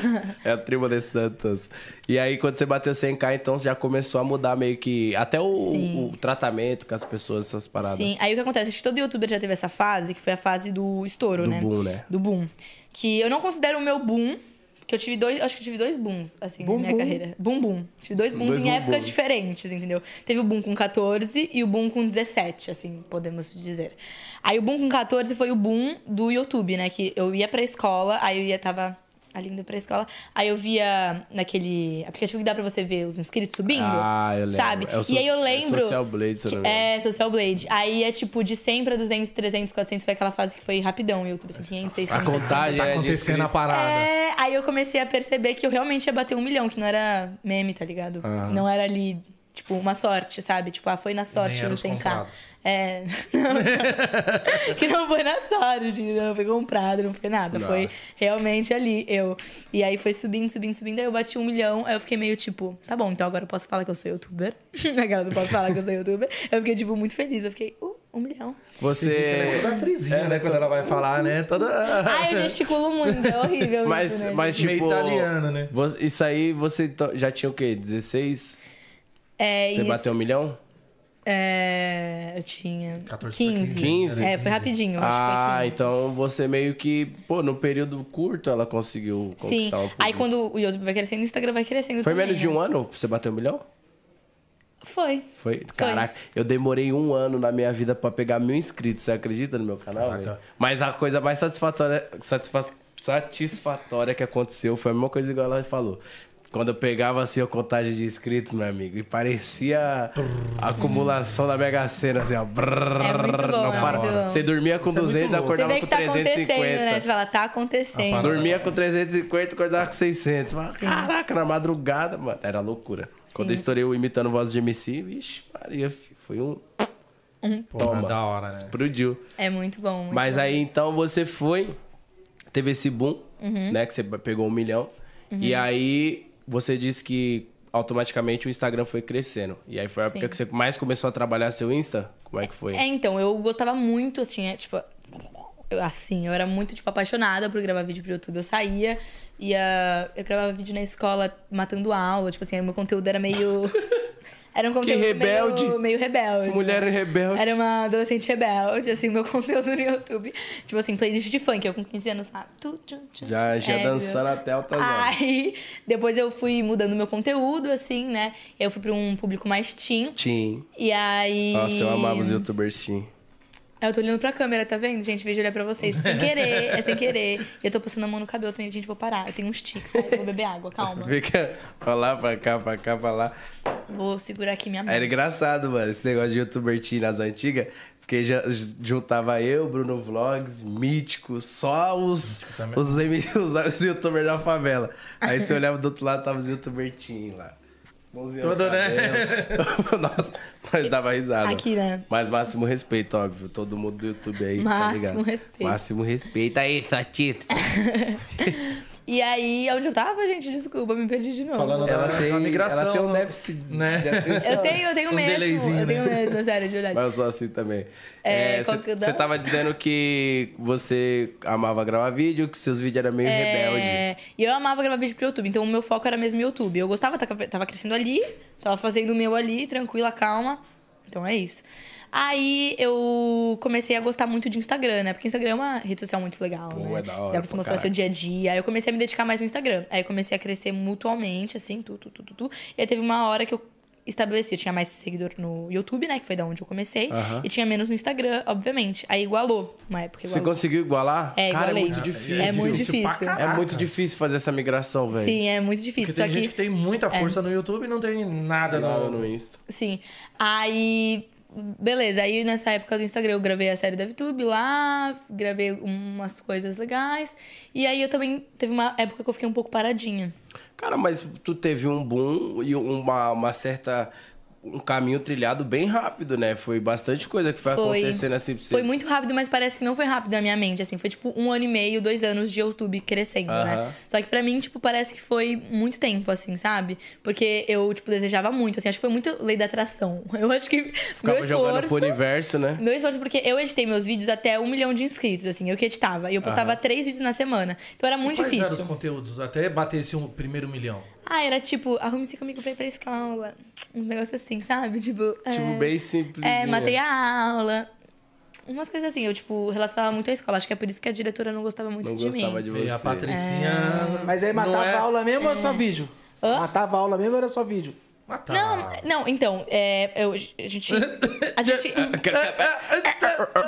S2: é a tribo de Santos. E aí, quando você bateu 100k, então você já começou a mudar meio que. Até o,
S7: Sim.
S2: o tratamento com as pessoas, essas paradas.
S7: Sim, aí o que acontece? Acho que todo youtuber já teve essa fase, que foi a fase do estouro,
S2: Do
S7: né?
S2: boom, né?
S7: Do boom. Que eu não considero o meu boom, Porque eu tive dois, acho que eu tive dois booms, assim, na minha carreira. Boom, boom. Tive dois booms em épocas diferentes, entendeu? Teve o boom com 14 e o boom com 17, assim, podemos dizer. Aí o boom com 14 foi o boom do YouTube, né? Que eu ia pra escola, aí eu ia, tava ali indo pra escola. Aí eu via naquele aplicativo que dá pra você ver os inscritos subindo.
S2: Ah, eu lembro.
S7: Sabe?
S2: É o so-
S7: e aí eu
S2: é
S7: lembro.
S2: Social Blade, se eu não me
S7: É, Social Blade. Aí é tipo de 100 pra 200, 300, 400. Foi aquela fase que foi rapidão. YouTube, assim, 500, 600.
S2: A
S7: 700.
S2: contagem é
S3: Tá
S2: de
S3: acontecendo a
S2: inscritos.
S3: parada.
S7: É, aí eu comecei a perceber que eu realmente ia bater um milhão, que não era meme, tá ligado? Não era ali, tipo, uma sorte, sabe? Tipo, ah, foi na sorte
S3: Nem era
S7: no
S3: os
S7: 100k.
S3: comprados.
S7: É. não, que não foi na sorte, não foi comprado, não foi nada. Foi realmente ali, eu. E aí foi subindo, subindo, subindo, aí eu bati um milhão, aí eu fiquei meio tipo, tá bom, então agora eu posso falar que eu sou youtuber. Naquela, eu posso falar que eu sou youtuber. Eu fiquei, tipo, muito feliz. Eu fiquei, uh, um milhão.
S3: É
S2: Você.
S3: toda atrizinha, né? Quando ela vai falar, né? Toda.
S7: Ai, eu gesticulo muito, é horrível.
S2: Mas,
S7: isso, né,
S2: mas
S3: Meio
S2: tipo.
S3: italiana, né?
S2: vo- Isso aí você to- já tinha o quê? 16?
S7: É
S2: Você
S7: isso.
S2: bateu um milhão?
S7: É, eu tinha
S3: 14 pra
S7: 15.
S2: 15?
S7: É, foi rapidinho, acho
S2: Ah,
S7: que foi 15.
S2: então você meio que, pô, num período curto ela conseguiu conquistar
S7: Sim,
S2: um público.
S7: aí quando o YouTube vai crescendo, o Instagram vai crescendo
S2: Foi
S7: também,
S2: menos de
S7: né?
S2: um ano pra você bater um milhão?
S7: Foi.
S2: Foi? Caraca, eu demorei um ano na minha vida pra pegar mil inscritos, você acredita no meu canal? velho? Mas a coisa mais satisfatória, satisfa- satisfatória que aconteceu foi a mesma coisa igual ela falou. Quando eu pegava assim a contagem de inscritos, meu amigo, e parecia a acumulação da Mega Sena, assim, ó.
S7: É muito bom,
S2: não
S7: é
S2: para.
S7: muito bom.
S2: Você dormia com 200,
S7: Você
S2: acordava
S7: vê
S2: com
S7: que tá acontecendo,
S2: 350.
S7: né? Você fala, tá acontecendo.
S2: Dormia com 350, acordava com 600. Falava, Caraca, na madrugada, mano. Era loucura. Quando eu estourei o imitando voz de MC, vixe, Maria, fi, foi um.
S3: Porra,
S2: Toma.
S3: da hora, né?
S2: Explodiu.
S7: É muito bom. muito
S2: Mas
S7: bom.
S2: aí então você foi, teve esse boom,
S7: Uhum.
S2: né? Que você pegou um milhão. E aí você disse que automaticamente o Instagram foi crescendo. E aí foi a época
S7: Sim.
S2: que você mais começou a trabalhar seu Insta? Como é que foi?
S7: É, então, eu gostava muito, tinha, tipo. eu- assim, eu era muito, tipo, apaixonada por gravar vídeo pro YouTube. Eu saía, ia. Eu gravava vídeo na escola matando aula, tipo assim, meu conteúdo era meio. Era um conteúdo
S2: rebelde.
S7: Meio, meio rebelde.
S2: Mulher
S7: né?
S2: rebelde.
S7: Era uma adolescente rebelde, assim, meu conteúdo no YouTube. Tipo assim, playlist de funk, eu com 15 anos, sabe? Tu, tu, tu,
S2: Já,
S7: tu.
S2: já
S7: É,
S2: dançando até altas horas.
S7: Aí, depois eu fui mudando meu conteúdo, assim, né? Eu fui pra um público mais teen.
S2: Tim.
S7: E aí.
S2: Nossa, eu amava os youtubers Tim.
S7: Aí Eu tô olhando pra câmera, tá vendo, gente? Vejo olhar pra vocês. Sem querer, é sem querer. E eu tô passando a mão no cabelo também. Gente, vou parar. Eu tenho uns tiques, sabe? Eu Vou beber água, calma.
S2: Fica é pra lá, pra cá, pra cá, pra lá.
S7: Vou segurar aqui minha mão.
S2: Era engraçado, mano, esse negócio de youtuber teen nas antigas. Porque já j- juntava eu, Bruno Vlogs, Mítico, só os, os, M- os, os youtubers da favela. Aí você olhava do outro lado, tava os youtuber teen lá. Mãozinha no
S3: Todo, né?
S2: cabelo. Nossa, mas dava risada.
S7: Aqui, né?
S2: Mas máximo respeito, óbvio. Todo mundo do YouTube aí, tá
S7: Máximo
S2: ligado?
S7: respeito.
S2: Máximo respeito. Aí, tá Satista.
S7: E aí, onde eu tava, gente? Desculpa, me perdi de novo.
S3: Falando
S2: Ela
S3: da,
S2: tem,
S3: da É, migração.
S2: ela tem um
S3: né?
S2: déficit
S3: né?
S2: de atenção.
S7: Eu tenho, eu tenho
S3: Um
S7: mesmo.
S3: delayzinho,
S7: Eu tenho
S3: né?
S7: mesmo, é sério, de verdade.
S2: Mas eu sou assim também.
S7: É, qual que eu
S2: Você
S7: dou?
S2: tava dizendo que você amava gravar vídeo, que seus vídeos eram meio rebelde.
S7: É, E eu amava gravar vídeo pro YouTube, então o meu foco era mesmo YouTube. Eu gostava, tava tava crescendo ali, tava fazendo o meu ali, tranquila, calma. Então é isso. Aí eu comecei a gostar muito de Instagram, né? Porque Instagram é uma rede social muito legal, né?
S2: é da hora
S7: Dá pra você
S2: pra
S7: mostrar seu dia a dia. Aí eu comecei a me dedicar mais no Instagram. Aí eu comecei a crescer mutualmente, assim, tudo, tudo, tudo. Tu. E aí teve uma hora que eu estabeleci, eu tinha mais seguidor no YouTube, né? Que foi da onde eu comecei. E tinha menos no Instagram, obviamente. Aí igualou uma época.
S2: Você
S7: Igualou.
S2: conseguiu igualar?
S7: É,
S2: Cara, é
S7: igualei.
S2: muito difícil.
S7: É muito difícil.
S2: É muito difícil fazer essa migração, velho.
S7: Sim, é muito
S3: Porque
S7: difícil.
S3: tem
S7: só
S3: gente
S7: que...
S3: que tem muita força no YouTube e não tem nada
S2: Lá
S3: no,
S2: no Insta.
S7: Sim. Aí. Beleza, aí nessa época do Instagram eu gravei a série da VTube lá, gravei umas coisas legais. E aí eu também teve uma época que eu fiquei um pouco paradinha.
S2: Cara, mas tu teve um boom e uma, uma certa. Um caminho trilhado bem rápido, né? Foi bastante coisa que foi, acontecendo assim pra você.
S7: Foi muito rápido, mas parece que não foi rápido na minha mente, assim. Foi tipo um ano e meio, dois anos de YouTube crescendo,
S2: Aham.
S7: né? Só que pra mim, tipo, parece que foi muito tempo, assim, sabe? Porque eu, tipo, desejava muito, assim. Acho que foi muita lei da atração. Eu acho que
S2: Ficava
S7: meu
S2: jogando
S7: esforço...
S2: pro universo, né?
S7: Meu esforço, porque eu editei meus vídeos até um milhão de inscritos, assim, eu que editava. E eu postava três vídeos na semana. Então era muito
S3: Quais eram os
S7: difícil.
S3: conteúdos até bater esse um- primeiro milhão?
S7: Ah, era tipo, arrume-se comigo pra ir pra escola. Uns negócios assim, sabe? Tipo.
S2: Tipo,
S7: é,
S2: bem simples.
S7: É, matei a aula. umas coisas assim. Eu, tipo, relacionava muito à escola. Acho que é por isso que a diretora não gostava muito
S2: Não
S7: de
S2: gostava
S7: mim.
S2: de
S3: E
S2: você.
S3: a Patricinha.
S8: Mas aí
S3: não
S8: matava
S3: é-
S8: a aula mesmo ou era só
S2: Hum.
S8: vídeo?
S7: Hã?
S8: Matava a aula mesmo ou era só vídeo?
S3: Matava.
S7: Não, não, então, é, eu- a gente. A gente.
S3: é,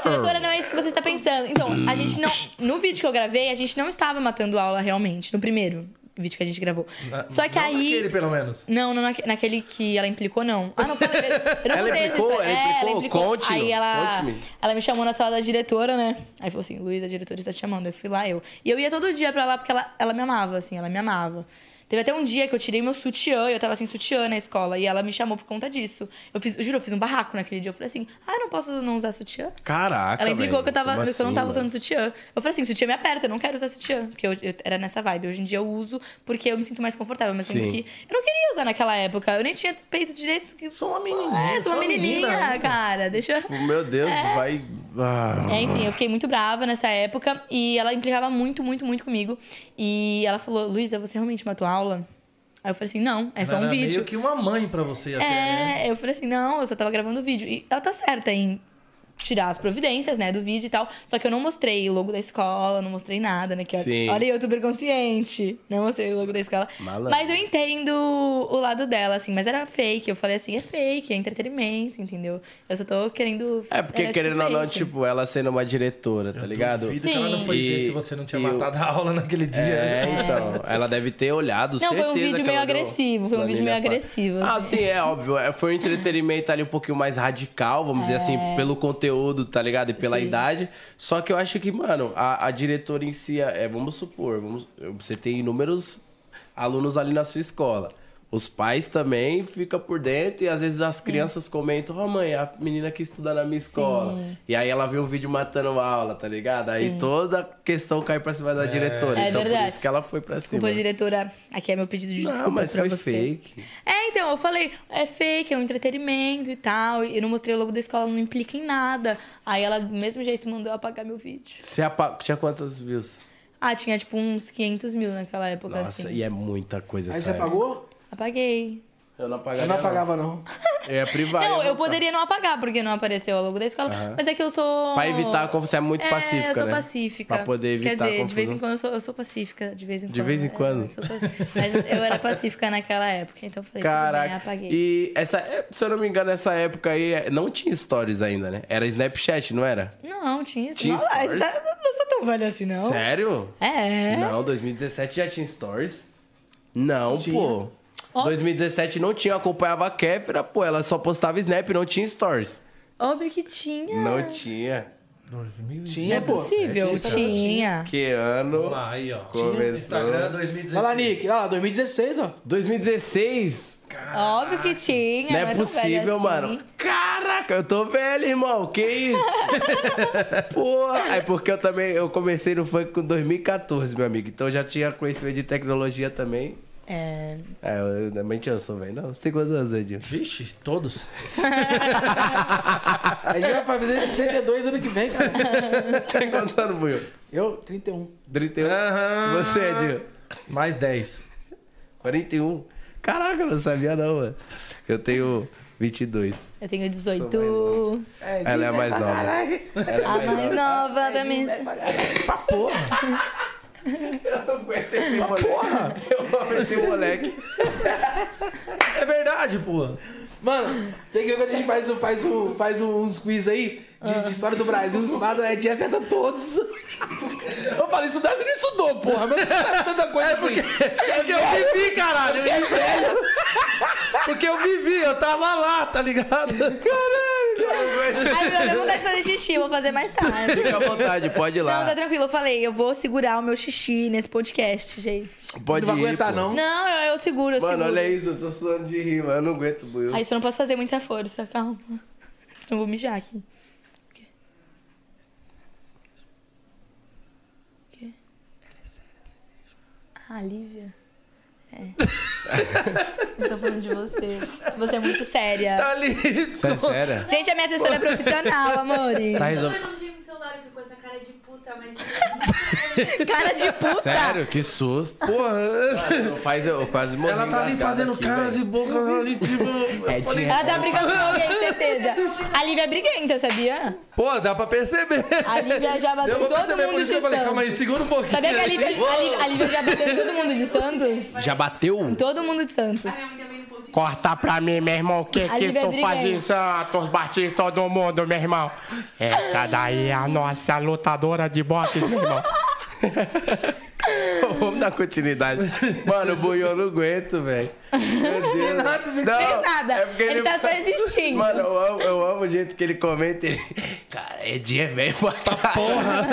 S7: diretora, não é isso que você está pensando. Então, a gente não. No vídeo que eu gravei, a gente não estava matando aula realmente, no primeiro vídeo que a gente gravou. Só que
S3: Não
S7: aí.
S3: naquele, pelo menos.
S7: Não, não naque- naquele que ela implicou, não. Ah, não, falei. Eu não
S2: Ela
S7: contei essa
S2: implicou?
S7: história.
S2: Ela
S7: É,
S2: implicou? Conte,
S7: Aí ela,
S2: conte-me.
S7: ela me chamou na sala da diretora, né? Aí falou assim, Luiz, a diretora está te chamando. Eu fui lá, eu. E eu ia todo dia pra lá porque ela, ela me amava, assim, ela me amava. Teve até um dia que eu tirei meu sutiã, e eu tava sem sutiã na escola, e ela me chamou por conta disso. Eu fiz, eu juro, eu fiz um barraco naquele dia. Eu falei assim, ah, eu não posso não usar sutiã?
S2: Caraca,
S7: Ela implicou
S2: velho,
S7: que eu, tava,
S2: como
S7: que eu não
S2: assim,
S7: tava
S2: mano?
S7: usando sutiã. Eu falei assim, sutiã me aperta, eu não quero usar sutiã. Porque eu, eu era nessa vibe. Hoje em dia eu uso porque eu me sinto mais confortável. Mas sendo
S2: Sim.
S7: que eu não queria usar naquela época. Eu nem tinha peito direito. Que...
S3: Sou uma menininha.
S7: É, sou uma menininha,
S3: menina, né?
S7: cara. Deixa eu...
S2: Tipo, Meu Deus, vai... Ah.
S7: É, enfim, eu fiquei muito brava nessa época. E ela implicava muito, muito, muito comigo. E ela falou, Luísa, você realmente matou a aula? Aí eu falei assim, não, é só
S3: Ela
S7: um
S3: era
S7: vídeo.
S3: meio que uma mãe pra você até, né?
S7: É, eu falei assim, não, eu só tava gravando o vídeo. E ela tá certa em tirar as providências, né, do vídeo e tal. Só que eu não mostrei o logo da escola, não mostrei nada, né? Que
S2: Sim.
S7: Olha eu, super consciente. Não mostrei o logo da escola. Mas eu entendo o lado dela, assim. Mas era fake. Eu falei assim, é fake, é entretenimento, entendeu? Eu só tô querendo...
S2: É, porque
S7: era,
S2: querendo ou não,
S7: fake.
S2: tipo, ela sendo uma diretora, tá ligado?
S3: Duvido que ela não
S7: Sim.
S3: foi ver
S2: E-
S3: se você não tinha
S2: e eu-
S3: matado a aula naquele dia.
S2: É,
S3: né?
S2: então. Ela deve ter olhado,
S7: Não, foi um
S2: certeza
S7: vídeo
S2: que
S7: meio
S2: ela olhou
S7: agressivo, foi um vídeo meio
S2: planilha
S7: agressivo, assim.
S2: Ah, sim, é óbvio. É, Foi um entretenimento ali um pouquinho mais radical, vamos dizer assim,
S7: É.
S2: pelo conteúdo, tá ligado? E pela idade. Só que eu acho que, mano, a, a diretora em si, é, vamos supor, vamos- você tem inúmeros alunos ali na sua escola. Os pais também ficam por dentro e às vezes as crianças comentam: Ó, mãe, a menina que estuda na minha escola. E aí ela vê um vídeo matando a aula, tá ligado? Aí toda a questão cai pra cima da diretora.
S7: É
S2: então por
S7: verdade.
S2: isso que ela foi pra
S7: Desculpa,
S2: cima.
S7: diretora. Aqui é meu pedido de desculpa
S2: Não, mas
S7: pra
S2: foi
S7: você.
S2: fake.
S7: É, então, eu falei, é fake, é um entretenimento e tal. e Eu não mostrei o logo da escola, não implica em nada. Aí ela, do mesmo jeito, mandou eu apagar meu vídeo.
S2: Você apa- tinha quantos views?
S7: Ah, tinha tipo uns 500 mil naquela época,
S2: Nossa,
S7: assim.
S2: e é muita coisa
S8: Aí
S2: essa
S8: você
S2: época.
S8: apagou?
S7: Apaguei.
S2: Eu não apagava.
S8: Eu não apagava, não.
S2: Ah, Eu ia privar.
S7: não,
S2: ia
S7: eu
S2: voltar.
S7: poderia não apagar, porque não apareceu o logo da escola. Mas é que eu sou.
S2: Pra evitar, como você é muito
S7: É,
S2: pacífica,
S7: eu sou
S2: né?
S7: pacífica.
S2: Pra poder
S7: Quer
S2: evitar
S7: dizer,
S2: a confusão.
S7: de vez em quando eu sou, eu sou pacífica, de vez em quando.
S2: vez em
S7: É,
S2: quando?
S7: eu sou pacífica. Mas eu era pacífica naquela época, então eu falei, tudo bem,
S2: Caraca,
S7: apaguei.
S2: e essa, é- se eu não me engano, essa época aí é, não tinha stories ainda, né? Era Snapchat, não era?
S7: Não, tinha isso.
S2: Tinha
S7: Nossa,
S2: stories?
S7: você tá- eu sou tão velha assim, não?
S2: Sério?
S7: É.
S2: Não, 2017 já tinha stories? Não, pô.
S7: Ó.
S2: 2017 não tinha, eu acompanhava a Kéfera, pô, ela só postava Snap, não tinha stories.
S7: Óbvio que tinha.
S2: Não tinha.
S8: Tinha,
S7: É
S8: pô.
S7: possível, tinha.
S2: Que ano?
S3: Vamos lá, aí, ó.
S2: Começou.
S3: Instagram 2016.
S8: Vai lá, Nick. Vai lá, 2016, ó.
S2: 2016?
S7: Óbvio que tinha.
S2: Não
S7: é
S2: é
S7: tão velha
S2: possível,
S7: assim.
S2: mano. Caraca, eu tô velho, irmão. Que isso? Porra. É porque eu também eu comecei no funk com 2014, meu amigo. Então eu já tinha conhecimento de tecnologia também.
S7: É.
S2: É, eu, eu também tinha, eu sou velho. Não, você tem quantos anos, Edinho?
S3: Vixe, todos.
S8: Aí a gente vai fazer 62 ano que vem, cara.
S2: Tem quantos anos, Tá Buiu?
S8: Eu, 31.
S2: 31. Você, Edinho?
S3: Mais 10.
S2: 41. Caraca, eu não sabia não, mano. Eu tenho 22.
S7: Eu tenho 18.
S8: É,
S2: Ela é a mais nova. Ela é
S7: A mais nova também.
S2: Eu não aguento esse moleque. Eu amo esse moleque.
S3: É verdade, pô.
S8: Mano, tem que ver quando a gente faz, o- faz, o- faz o- uns quiz aí de, de história do Brasil. Os nada é de acerta todos. Eu falei, estudar você não estudou, porra. Mas não sabe tanta coisa assim.
S3: Porque eu vivi, caralho. Eu vivi. Porque eu vivi, eu tava lá, tá ligado?
S7: Ai, meu, deu vontade de fazer xixi, vou fazer mais tarde.
S2: Fica à vontade, pode ir lá.
S7: Não, tá tranquilo, eu falei, eu vou segurar o meu xixi nesse podcast, gente.
S2: Pode
S8: Não vai
S2: ir,
S8: aguentar,
S2: pô.
S8: não.
S7: Não, eu, eu seguro, eu
S2: Mano,
S7: seguro.
S2: olha isso, eu tô suando de rir, mano. Eu não aguento, Buiu.
S7: Aí isso eu não posso fazer muita força, calma. Não vou mijar aqui. O quê? Ah, Lívia? É. Eu tô falando de você. Você é muito séria.
S3: Tá ali.
S2: Tá séria?
S7: Gente, a minha assessora é profissional, amores.
S2: Tá
S9: Eu
S2: resolvido.
S9: não tinha no celular e ficou essa cara de puta, mas.
S7: Cara de puta.
S2: Sério, que susto.
S5: Cara, não faz, eu quase morri.
S3: Ela tá ali
S5: engasgado
S3: fazendo
S5: aqui,
S3: caras
S5: velho.
S3: e bocas ali, tipo. eu falei,
S7: Ela tá brigando com alguém, certeza. A Lívia é briguenta, sabia?
S3: Pô, dá pra perceber.
S7: A Lívia já bateu
S3: Eu
S7: em
S3: vou
S7: todo
S3: perceber, por
S7: mundo
S3: isso que
S7: de
S3: eu falei, calma
S7: Santos.
S3: aí, segura um pouquinho.
S7: Sabia que a Lívia, a Lívia- a Lívia já bateu em todo mundo de Santos?
S2: Já bateu?
S7: Todo mundo de Santos.
S6: Corta pra mim, meu irmão. O que
S7: A
S6: que
S7: Lívia
S6: tu
S7: é
S6: faz
S7: briguenta.
S6: em Santos? Bati em todo mundo, meu irmão. Essa daí é a nossa lutadora de boxe, meu irmão.
S2: Vamos dar continuidade. Mano, o Bunhão eu não aguento, velho. Meu Deus. Não,
S7: fez nada.
S2: é porque
S7: Ele tá só existindo.
S2: Mano, eu amo, eu amo o jeito que ele comenta. Ele... Cara, é dia velho pra
S3: Tá
S2: porra.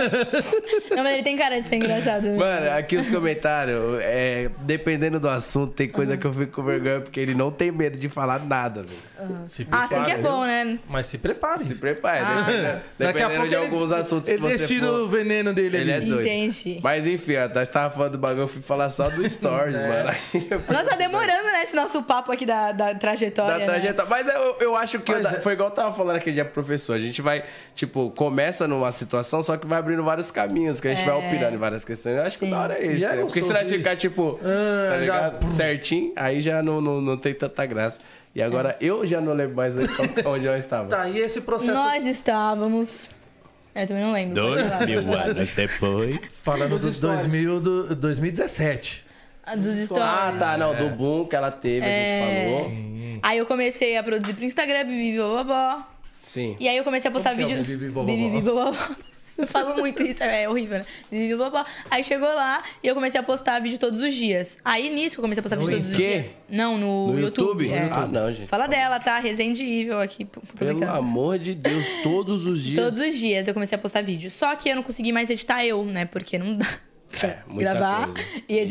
S7: Não, mas ele tem cara de ser engraçado. né?
S2: Mano, aqui os comentários, é, dependendo do assunto, tem
S3: Uhum.
S2: coisa que eu fico com vergonha, porque ele não tem medo de falar nada, velho.
S3: Se
S7: Ah, assim que é
S3: prepare,
S7: bom, né?
S3: Mas se prepare.
S2: Se prepara,
S3: Ah,
S2: dependendo, né? dependendo de alguns assuntos
S3: ele
S2: que você
S3: destila
S2: for.
S3: o veneno dele
S2: Ele é
S3: ali.
S2: doido.
S7: Entendi.
S2: Mas enfim, ó, nós tava falando do bagulho, eu fui falar só do Stories,
S3: É.
S2: mano. Aí eu fui
S7: Nossa, tá demorando, né, esse nosso papo aqui da, da trajetória.
S2: da
S7: né?
S2: trajetória. Mas eu, eu acho que eu
S3: Mas
S2: da-
S3: é-
S2: foi igual eu tava falando aquele dia pro professor. A gente vai, tipo, começa numa situação, só que vai abrindo vários caminhos, que a gente vai opinando em várias questões. Eu acho que
S7: É. Sim.
S2: da hora é isso.
S3: Já
S2: né?
S3: eu
S2: Porque
S3: sou
S2: se nós
S3: disso.
S2: ficar, tipo,
S3: Ah,
S2: tá
S3: já-
S2: ligado? Certinho, aí já não, não, não tem tanta graça. E
S7: É.
S2: agora eu já não lembro mais onde eu estava.
S3: Tá, e esse processo.
S7: Nós estávamos... É, Eu também não lembro. pode falar.
S6: anos depois.
S3: Falando
S8: Dos
S3: dos
S8: stories.
S3: 2000, do, 2017.
S7: Ah, Dos
S2: Ah,
S7: stories.
S2: tá, não,
S3: É.
S2: do boom que ela teve, a
S7: É.
S2: gente falou.
S7: Aí eu comecei a produzir pro Instagram, bibi, bobó.
S2: Sim.
S7: E aí eu comecei a postar
S3: Como que é
S7: vídeo.
S3: o bibi, bobó, bobó?
S7: Bibi, bibi, bobó. Eu falo muito isso, é horrível, né? Bibi, bobó. Aí chegou lá e eu comecei a postar vídeo todos os dias. Aí nisso que eu comecei a postar vídeo todos os
S2: quê?
S7: dias. Não, no,
S2: No YouTube?
S7: é.
S2: Ah, não, gente.
S7: Fala dela, tá? Resendível aqui. p-
S2: Pelo
S7: publicando.
S2: amor de Deus, todos os dias.
S7: Todos os dias eu comecei a postar vídeo. Só que eu não consegui mais editar eu, né? Porque não dá. pra
S2: É, muita
S7: gravar
S2: coisa.
S7: e editar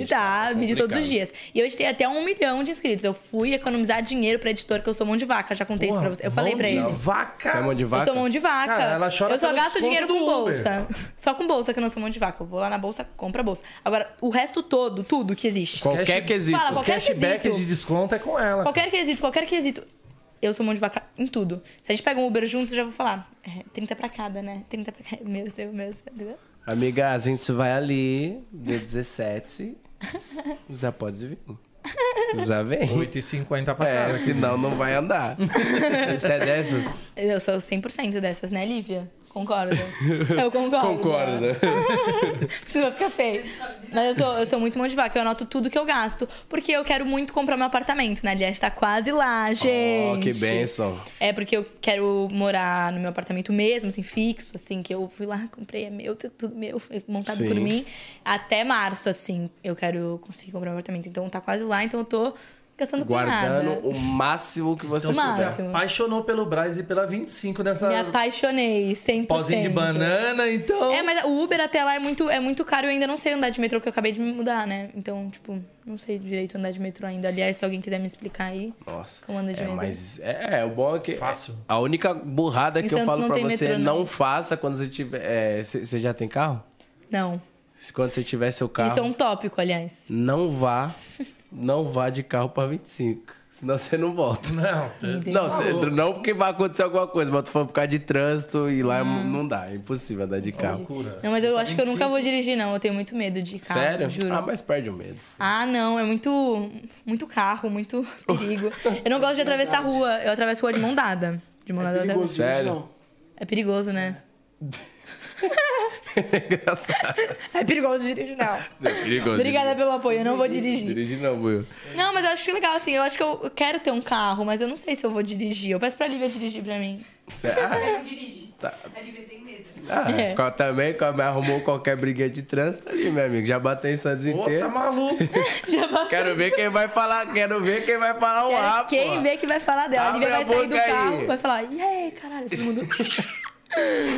S2: Editar,
S7: vídeo todos
S2: complicado.
S7: os dias. E eu editei até um milhão de inscritos. Eu fui economizar dinheiro pra editor, que eu sou mão de vaca. Já contei isso pra você. Eu falei pra ele.
S3: Vaca.
S2: Você é mão de
S7: Eu
S2: vaca?
S7: sou mão de vaca.
S3: Cara, ela chora
S7: eu só
S3: pelo
S7: gasto
S3: desconto
S7: dinheiro
S3: do
S7: com
S3: Uber.
S7: bolsa. Só com bolsa que eu não sou mão de vaca. Eu vou lá na bolsa, compro a bolsa. Agora, o resto todo, tudo que existe.
S2: Qualquer
S3: Cash-
S2: quesito.
S7: Fala,
S3: Os
S7: qualquer
S3: cashback
S7: quesito.
S3: de desconto é com ela.
S7: Qualquer quesito, qualquer quesito. Eu sou mão de vaca em tudo. Se a gente pega um Uber juntos, eu já vou falar. É, 30 pra cada, né? 30 pra cada. Meu, seu, meu, seu. entendeu?
S2: Amiga, a gente vai ali, dia 17. Já pode vir. Já vem.
S3: 8,50 pra
S2: É,
S3: cada.
S2: senão não vai andar. Você é dessas?
S7: Eu sou 100% dessas, né, Lívia? Concordo. Eu concordo.
S2: Concorda.
S7: Precisa ficar feio. Mas eu sou, eu sou muito mão de vaca. Eu anoto tudo que eu gasto. Porque eu quero muito comprar meu apartamento, né? Aliás, tá quase lá, gente.
S2: Oh, que benção.
S7: É porque eu quero morar no meu apartamento mesmo, assim, fixo, assim, que eu fui lá, comprei, é meu, tá tudo meu, foi montado por
S2: Sim.
S7: mim. Até março, assim, eu quero conseguir comprar um apartamento. Então tá quase lá, então eu tô gastando com nada.
S2: Guardando o máximo que você
S7: O
S2: quiser.
S7: máximo.
S3: Apaixonou pelo Braz e pela 25 nessa
S7: Me apaixonei, 100%.
S3: Tipo pozinho de banana, então.
S7: assim. É, mas o Uber até lá é muito, é muito caro. Eu ainda não sei andar de metrô, porque eu acabei de me mudar, né? Então, tipo, não sei direito andar de metrô ainda. Aliás, se alguém quiser me explicar aí.
S2: Nossa.
S7: Como anda de
S2: é,
S7: medo.
S2: mas é, é, o bom é que.
S3: Fácil.
S2: A única burrada
S7: Em
S2: que eu
S7: Santos
S2: falo
S7: não
S2: pra
S7: tem
S2: você é
S7: metrô,
S2: não.
S7: não.
S2: faça quando você tiver. é, Você você já tem carro?
S7: Não.
S2: Se Quando você tiver seu carro.
S7: Isso é um tópico, aliás.
S2: Não vá. Não vá de carro pra 25. Senão você não volta.
S3: Não,
S2: Não, cê- não porque vai acontecer alguma coisa, mas tu for por causa de trânsito e lá é mu- não dá, é impossível andar de carro.
S3: loucura.
S7: Não, mas eu acho que eu nunca vou dirigir, não. Eu tenho muito medo de carro.
S2: Sério?
S7: Juro.
S2: Ah, mas perde o medo.
S7: Ah, não, é muito, muito carro, muito perigo. Eu não gosto de atravessar a rua. Eu atravesso a rua de mão dada. De
S2: É
S7: mão dada eu atravesso.
S8: Perigoso,
S2: Sério?
S8: gente, não.
S7: É perigoso, né?
S2: É engraçado.
S7: É perigoso dirigir, não.
S2: É perigoso.
S7: Obrigada pelo apoio, eu não vou dirigir.
S2: Dirigir não, Will.
S7: Não, mas eu acho legal, assim, eu acho que eu eu quero ter um carro, mas eu não sei se eu vou dirigir. Eu peço pra Lívia dirigir pra mim.
S2: Cê- ah,
S9: Não dirige.
S2: Tá.
S9: A Lívia tem medo.
S2: ah,
S7: É.
S2: qual- também qual- me arrumou qualquer briguinha de trânsito ali, meu amigo. Já bateu em Santos
S3: Pô, tá
S2: inteiro.
S3: maluco.
S7: Já vai-
S2: Quero ver quem vai falar, quero ver quem vai falar um
S7: Quero-
S2: rabo.
S7: Quem vê que vai falar dela? A
S2: Abre
S7: Lívia vai
S2: a
S7: sair do
S2: boca aí.
S7: carro, vai falar, e aí, caralho, todo mundo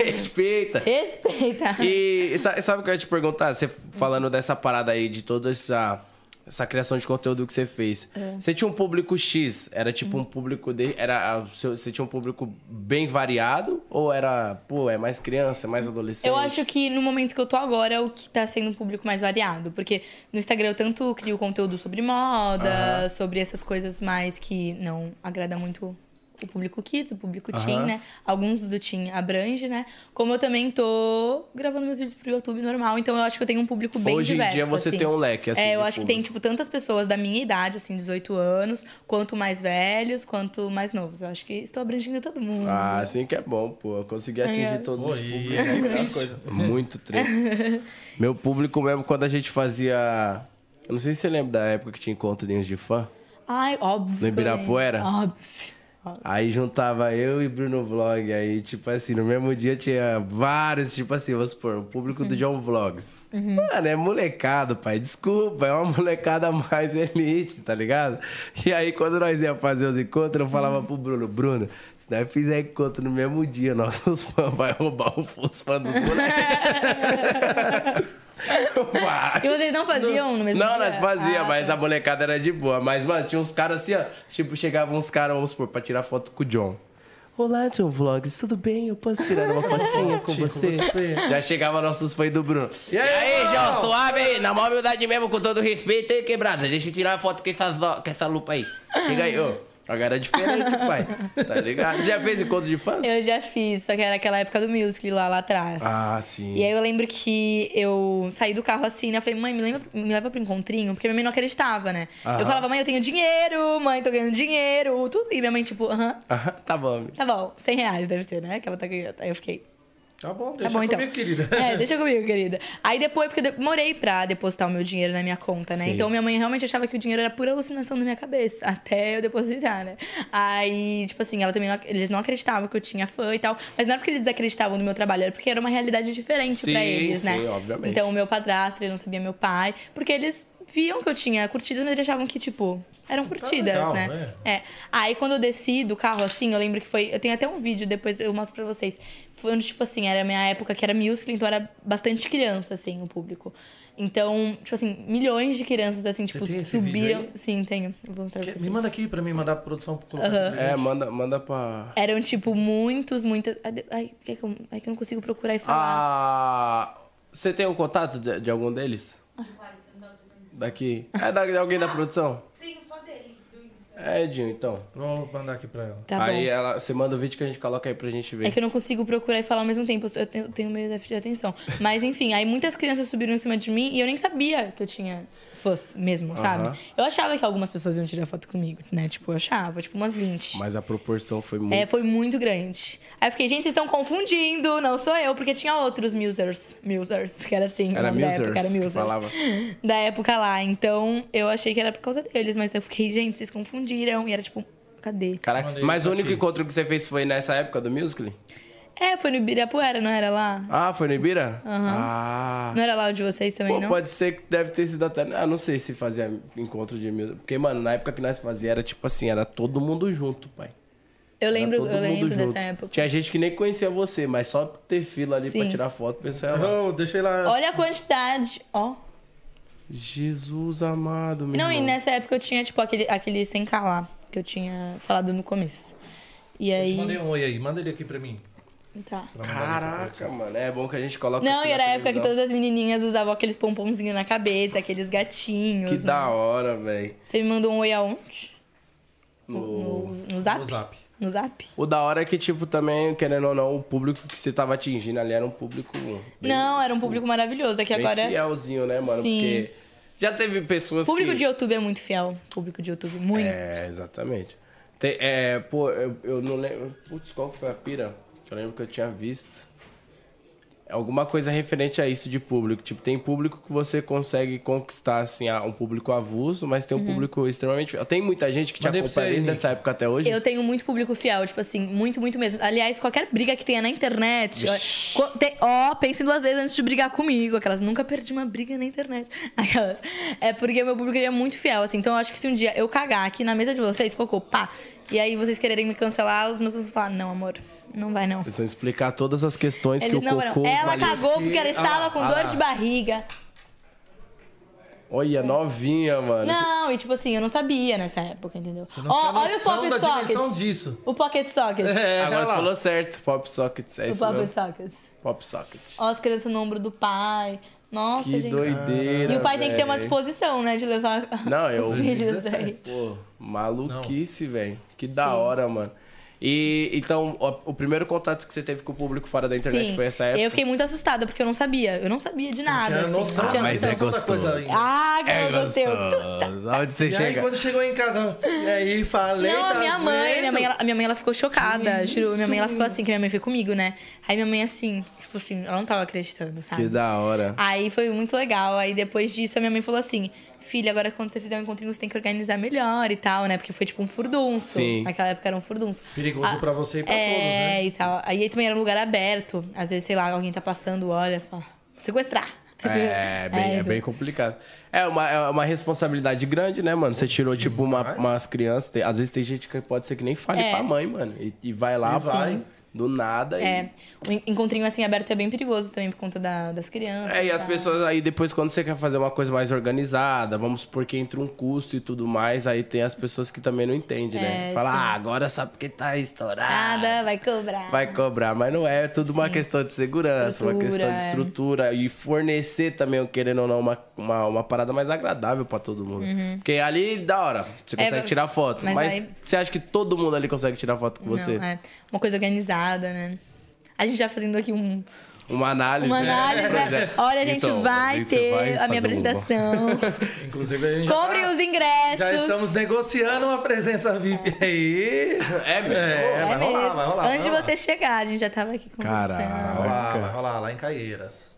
S2: Respeita.
S7: respeita.
S2: E sa- sabe o que eu ia te perguntar? Você falando dessa parada aí, de toda essa, essa criação de conteúdo que você fez.
S7: É.
S2: Você tinha um público X? Era tipo um público. De, era, a- o seu- você tinha um público bem variado? Ou era, pô, é mais criança, é mais adolescente?
S7: Eu acho que no momento que eu tô agora é o que tá sendo um público mais variado. Porque no Instagram eu tanto crio conteúdo sobre moda, sobre essas coisas mais que não agrada muito o público Kids, o público Teen, né? Alguns do Teen abrange, né? Como eu também tô gravando meus vídeos pro YouTube normal, então eu acho que eu tenho um público bem
S2: Hoje em
S7: diverso.
S2: dia você
S7: assim.
S2: tem um leque, assim,
S7: É, eu
S2: de
S7: acho que tem, tipo, tantas pessoas da minha idade, assim, 18 anos, quanto mais velhos, quanto mais novos. Eu acho que estou abrangendo todo mundo.
S2: Ah, assim que é bom, pô. Eu consegui atingir todos os públicos. É difícil. Muito treta. Meu público mesmo, quando a gente fazia... Eu não sei se você lembra da época que tinha encontrinhos de fã.
S7: Ai, óbvio.
S2: No
S7: que eu lembro.
S2: Ibirapuera?
S7: Óbvio.
S2: Aí juntava eu e Bruno Vlog. Aí, tipo assim, no mesmo dia tinha vários, tipo assim, vamos supor, o público do John Vlogs. Mano, é molecado, pai. Desculpa, é uma molecada mais elite, tá ligado? E aí, quando nós ia fazer os encontros, eu falava pro Bruno, Bruno, se nós fizer encontro no mesmo dia, nossos fãs vai roubar o- os fãs do moleque. Vai.
S7: E vocês não faziam no mesmo
S2: Não,
S7: dia?
S2: nós fazia,
S7: Ah,
S2: mas
S7: tá.
S2: a molecada era de boa. Mas, mano, tinha uns caras assim, ó. Tipo, chegavam uns caras, vamos supor, pra tirar foto com o John. Olá, John Vlogs, tudo bem? Eu posso tirar uma fotinha com
S7: Tipo,
S2: você? Já chegava nossos fãs do Bruno.
S5: E aí, João, suave aí, na maior humildade mesmo, com todo respeito aí, quebrada. Deixa eu tirar a foto com, essas, ó- com essa lupa aí.
S2: Chega aí, ô. Agora é diferente, pai. Tá ligado? Você já fez encontro de fãs?
S7: Eu já fiz, só que era aquela época do music lá, lá atrás.
S2: Ah, sim.
S7: E aí eu lembro que eu saí do carro assim, né? Eu falei, mãe, me, lembra, me leva pro encontrinho, porque minha mãe não acreditava, né? Eu falava, mãe, eu tenho dinheiro, mãe, tô ganhando dinheiro, tudo. E minha mãe, tipo, aham,
S2: Ah, tá bom. amigo.
S7: tá bom, 100 reais deve ser, né? Que ela tá ganhando. Aí eu fiquei,
S3: Tá bom,
S7: tá
S3: deixa
S7: bom então.
S3: comigo, querida.
S7: É, deixa comigo, querida. Aí depois, porque eu demorei pra depositar o meu dinheiro na minha conta, né? Então minha mãe realmente achava que o dinheiro era pura alucinação da minha cabeça, até eu depositar, né? Aí, tipo assim, ela também não ac- eles não acreditavam que eu tinha fã e tal, mas não era porque eles acreditavam no meu trabalho, era porque era uma realidade diferente
S2: Sim,
S7: pra eles,
S2: sim,
S7: né?
S2: obviamente.
S7: Então o meu padrasto, ele não sabia meu pai, porque eles viam que eu tinha curtidas, mas eles achavam que, tipo, eram curtidas,
S3: legal,
S7: né?
S3: né?
S7: É. Aí quando eu desci do carro, assim, eu lembro que foi. Eu tenho até um vídeo, depois eu mostro pra vocês. Foi onde, tipo assim, era a minha época que era musical, então era bastante criança, assim, o público. Então, tipo assim, milhões de crianças, assim, tipo,
S3: tem esse
S7: subiram.
S3: vídeo
S7: Sim, tenho. Eu Vou mostrar pra
S3: Que-
S7: vocês.
S3: Me manda aqui pra mim mandar pra produção colocar aqui pra
S2: É,
S3: gente.
S2: manda, manda pra.
S7: Eram, tipo, muitos, muitas. Ai, de- Ai, que que eu... Ai, que eu não consigo procurar e falar.
S2: Ah. Você tem um contato de, de algum deles? Daqui. É da, de alguém da produção?
S4: Tenho só dele.
S2: É, Edinho, então.
S3: Vou mandar aqui pra ela.
S7: tá bom.
S2: aí ela, você manda o vídeo que a gente coloca aí pra gente ver.
S7: É que eu não consigo procurar e falar ao mesmo tempo. Eu tenho, eu tenho meio déficit de atenção. Mas enfim, aí muitas crianças subiram em cima de mim e eu nem sabia que eu tinha fãs mesmo, sabe? Eu achava que algumas pessoas iam tirar foto comigo, né? Tipo, eu achava, tipo, umas 20.
S2: Mas a proporção foi muito.
S7: É, foi muito grande. Aí eu fiquei, gente, vocês estão confundindo, não sou eu, porque tinha outros musers. Musers, que era assim. o
S2: Era
S7: nome da época,
S2: musers
S7: era
S2: que
S7: musers.
S2: falava.
S7: Da época lá. Então eu achei que era por causa deles, mas eu fiquei, gente, vocês confundiram. E era tipo, cadê?
S2: Caraca,
S3: Mandei
S2: mas o
S3: pra
S2: único
S3: ti.
S2: encontro que você fez foi nessa época do musical?
S7: É, foi no Ibirapuera, não era lá?
S2: Ah, foi no Ibira? Ah.
S7: Não era lá o de vocês também,
S2: Pô,
S7: não?
S2: pode ser que deve ter sido até. Ah, não sei se fazia encontro de musical. Porque, mano, na época que nós fazia era tipo assim, era todo mundo junto, pai.
S7: Eu
S2: Era
S7: lembro,
S2: todo
S7: eu
S2: mundo
S7: lembro
S2: junto.
S7: dessa época.
S2: Tinha gente que nem conhecia você, mas só ter fila ali pra
S7: Sim.
S2: tirar foto, pensou, ela.
S3: Não, Tá deixei lá.
S7: Olha a quantidade, ó.
S2: Jesus amado, meu
S7: Não, e
S2: irmão.
S7: nessa época eu tinha, tipo, aquele, aquele sem calar que eu tinha falado no começo. E
S3: Eu te
S7: aí.
S3: mandei um oi aí. Manda ele aqui pra mim.
S7: Tá.
S3: pra mandar ali pra
S2: Caraca, mano. É bom que a gente coloca.
S7: Não,
S2: aqui
S7: e
S2: na
S7: era a época que
S2: televisão.
S7: todas as menininhas usavam aqueles pomponzinhos na cabeça, aqueles gatinhos.
S2: Que
S7: né?
S2: da hora, velho.
S7: Você me mandou um oi aonde?
S2: No-
S7: No, no zap?
S3: No zap.
S7: No zap?
S2: O da hora é que, tipo, também, querendo ou não, o público que você tava atingindo ali era um público. bem- tipo,
S7: não, era um público maravilhoso. É que
S2: bem
S7: agora.
S2: fielzinho, né, mano?
S7: Sim.
S2: Porque já teve pessoas
S7: Público
S2: que...
S7: de YouTube é muito fiel. Público de YouTube, muito.
S2: É, exatamente. Tem- é, pô, eu, eu não lembro. Putz, qual que foi a pira? Que Eu lembro que eu tinha visto. Alguma coisa referente a isso de público. Tipo, tem público que você consegue conquistar, assim, ah, um público avulso, mas
S7: Uhum.
S2: tem um público extremamente. fiel. Tem muita gente que te
S3: Mandei pra
S2: acompanha
S3: você aí,
S2: desde
S3: Nick.
S2: essa época até hoje.
S7: Eu tenho muito público fiel, tipo assim, muito, muito mesmo. Aliás, qualquer briga que tenha na internet. ó, co- te- Ó, pensem duas vezes antes de brigar comigo. Aquelas, nunca perdi uma briga na internet. Aquelas. É porque o meu público ele é muito fiel, assim. Então eu acho que se um dia eu cagar aqui na mesa de vocês, cocô, pá, e aí vocês quererem me cancelar, os meus fãs vão falar: não, amor, não vai não.
S2: Eles vão explicar todas as questões que
S7: Eles
S2: o
S7: não É.
S2: cocô.
S7: não. Ela
S2: valeu. Ah.
S7: cagou porque ela estava com dor de barriga.
S2: Olha, novinha, mano.
S7: Não, e tipo assim, eu não sabia nessa época, entendeu?
S3: Não
S7: Ó,
S3: tem
S7: olha o
S3: noção
S7: Pocket
S3: da dimensão
S7: Sockets.
S3: disso.
S7: O Pocket Sockets.
S2: Agora
S3: É, olha
S2: você
S3: lá.
S2: falou certo. Pop Sockets. É
S7: O
S2: isso
S7: Pocket
S2: mesmo.
S7: Sockets.
S2: Pop Sockets.
S7: Ó, as crianças no ombro do pai. Nossa,
S2: Que
S7: gente.
S2: doideira.
S7: E o pai tem que ter uma
S2: véi.
S7: disposição, né? De levar
S2: Não, eu-
S7: os filhos
S3: 17.
S7: aí.
S2: Pô, maluquice, velho. Que da hora, mano. E então, o, o primeiro contato que você teve com o público fora da internet
S7: Sim.
S2: foi essa época?
S7: Eu fiquei muito assustada, porque eu não sabia. Eu não sabia de nada.
S3: Tinha
S7: assim,
S3: noção,
S7: não tinha
S2: mas é
S7: noção.
S3: da coisa
S2: gostoso.
S3: ainda.
S7: Ah, que
S2: É
S7: eu gostei.
S2: gostoso. Aonde você
S3: E aí,
S2: chega?
S3: quando chegou em casa, e aí falei.
S7: Não, a
S3: tá
S7: minha mãe,
S3: vendo?
S7: minha mãe, ela, a minha mãe, ela ficou chocada, juro. Minha mãe, ela ficou assim, que minha mãe foi comigo, né? Aí minha mãe, assim, tipo assim, ela não tava acreditando, sabe?
S2: Que da hora.
S7: Aí foi muito legal. Aí depois disso, a minha mãe falou assim: Filha, agora quando você fizer um encontrinho, você tem que organizar melhor e tal, né? Porque foi tipo um furdunço.
S2: Sim.
S7: Naquela época era um furdunço.
S3: Perigoso pra você e pra
S7: é,
S3: todos, né?
S7: e tal. Aí também era um lugar aberto. Às vezes, sei lá, alguém tá passando, olha, fala: Vou sequestrar.
S2: É, bem, é,
S7: então.
S2: bem complicado. É uma, é uma responsabilidade grande, né, mano? Você tirou, tipo, uma, umas crianças. tem- às vezes tem gente que pode ser que nem fale
S7: É.
S2: pra mãe, mano. E, e vai lá,
S3: E vai.
S2: vai, do nada.
S7: É. Um en- encontrinho assim aberto é bem perigoso também por conta da- das
S2: E,
S7: crianças.
S2: é, e as
S7: tal.
S2: pessoas aí, depois, quando você quer fazer uma coisa mais organizada, vamos supor que entra um custo e tudo mais, aí tem as pessoas que também não entendem, né?
S7: É,
S2: Fala,
S7: sim.
S2: ah, agora só porque tá estourado.
S7: Nada, vai cobrar.
S2: Vai cobrar, mas não é, é tudo uma questão de segurança, uma
S7: Estrutura,
S2: questão de
S7: é.
S2: estrutura e fornecer também, querendo ou não, uma, uma, uma parada mais agradável pra todo mundo. Porque ali, da hora, você
S7: Uhum. É,
S2: consegue
S7: mas-
S2: tirar foto, mas,
S7: mas aí-
S2: você acha que todo mundo ali consegue tirar foto com
S7: Não,
S2: você?
S7: é. Uma coisa organizada, né? A gente já fazendo aqui um,
S2: Uma análise.
S7: uma
S2: né?
S7: análise.
S2: Pois é.
S7: né? Olha, a gente
S2: Então,
S7: vai
S2: gente
S7: ter
S2: vai
S7: a minha
S2: fazer um-
S7: apresentação.
S3: né? Inclusive, a gente tá
S7: Comprem
S3: já-
S7: os ingressos.
S3: Já estamos negociando uma presença VIP aí.
S2: É mesmo?
S3: É,
S7: É
S3: vai
S7: mesmo.
S3: rolar, vai rolar.
S7: Antes de
S3: vai rolar.
S7: você chegar, a gente já tava aqui conversando.
S2: Caralho.
S3: Vai rolar, vai rolar lá em Caieiras.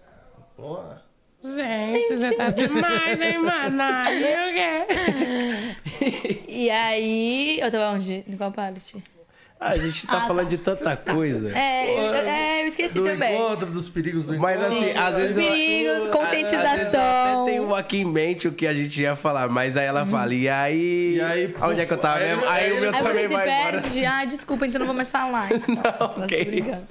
S3: Boa.
S4: Gente, você tá demais, hein, mano? Ai, Eu quero.
S7: E aí. Eu tava onde? Em qual parte?
S2: Ah, a gente tá
S7: Ah, tá.
S2: falando de tanta coisa.
S7: É, eu, é, eu esqueci
S3: Do
S7: também.
S3: encontro, dos perigos do
S2: Mas
S3: encontro.
S2: assim, às vezes. eu-
S7: Perigos,
S2: Às vezes eu até
S7: conscientização.
S2: tenho um aqui em mente o que a gente ia falar, mas aí ela
S7: Uhum.
S2: fala, e aí?
S3: E aí, puf,
S2: onde é que eu tava
S3: aí
S2: mesmo?
S3: ele-
S2: Aí o
S3: aí
S2: meu
S3: ele-
S7: Aí
S2: também
S7: você se
S2: vai embora.
S7: perde de, ah, desculpa, então não vou mais falar. Então, Nossa,
S2: ok.
S7: tô brincando.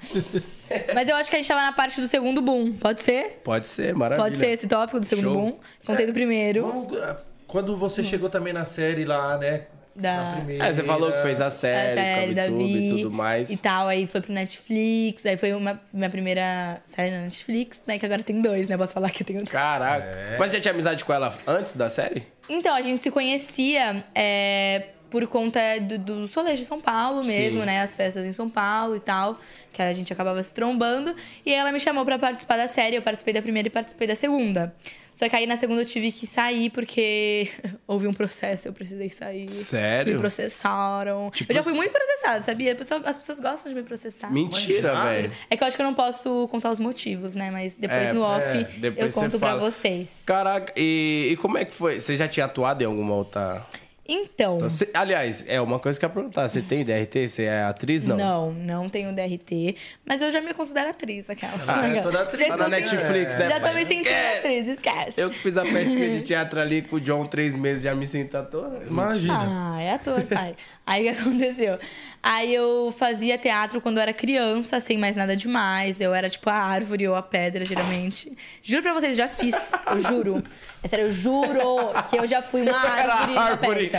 S7: Mas eu acho que a gente tava na parte do segundo boom. Pode ser?
S2: Pode ser, maravilha.
S7: Pode ser esse tópico do segundo
S2: Show.
S7: boom. Contei do primeiro.
S3: Vamos- eh, Quando você chegou também na série lá, né?
S7: Hum. Da-
S3: Na primeira.
S2: É, você falou que fez a
S7: A
S2: série,
S7: série
S2: com o
S7: da
S2: YouTube
S7: É, Vi
S2: e tudo mais.
S7: E tal, aí foi pro Netflix, aí foi uma, minha primeira série na Netflix, né? Que agora tem dois, né? Posso falar que eu tenho
S2: Caraca. Mas você tinha amizade com ela antes da série?
S7: Então, a gente se conhecia é, por conta do, do Soleil de São Paulo mesmo,
S2: Sim.
S7: né? As festas em São Paulo e tal, que a gente acabava se trombando. E ela me chamou pra participar da série. Eu participei da primeira e participei da segunda. Só que aí na segunda eu tive que sair porque houve um processo, eu precisei sair.
S2: Sério?
S7: Me processaram.
S2: Tipo
S7: eu já fui
S2: assim-
S7: muito processada, sabia? A pessoa- as pessoas gostam de me processar.
S2: Mentira, velho.
S7: É que eu acho que eu não posso contar os motivos, né? Mas depois
S2: É,
S7: no off
S2: é, depois
S7: eu
S2: você
S7: conto pra
S2: fala.
S7: vocês.
S2: Caraca, e, e como é que foi? Você já tinha atuado em alguma outra
S7: Então.
S2: situação? Você- aliás, é uma coisa que eu ia perguntar. Você tem DRT? Você é atriz? Não.
S7: Não, não tenho DRT, mas eu já me considero atriz, aquela.
S3: Ah, é toda atriz.
S7: já
S2: Tá
S7: estou
S2: na Netflix, né,
S7: sentindo- Já tô
S2: pai?
S7: me sentindo
S2: É.
S7: atriz, esquece.
S2: Eu que fiz a pecinha de teatro ali com o John três meses, já me sinto ator.
S3: Imagina.
S7: Ah, é ator, pai. Aí o que aconteceu? Aí eu fazia teatro quando eu era criança, sem mais nada demais. Eu era tipo a árvore ou a pedra, geralmente. Juro pra vocês, já fiz. Eu juro. É sério, eu juro que eu já fui uma
S2: era a
S7: árvore, na
S2: árvore.
S7: peça.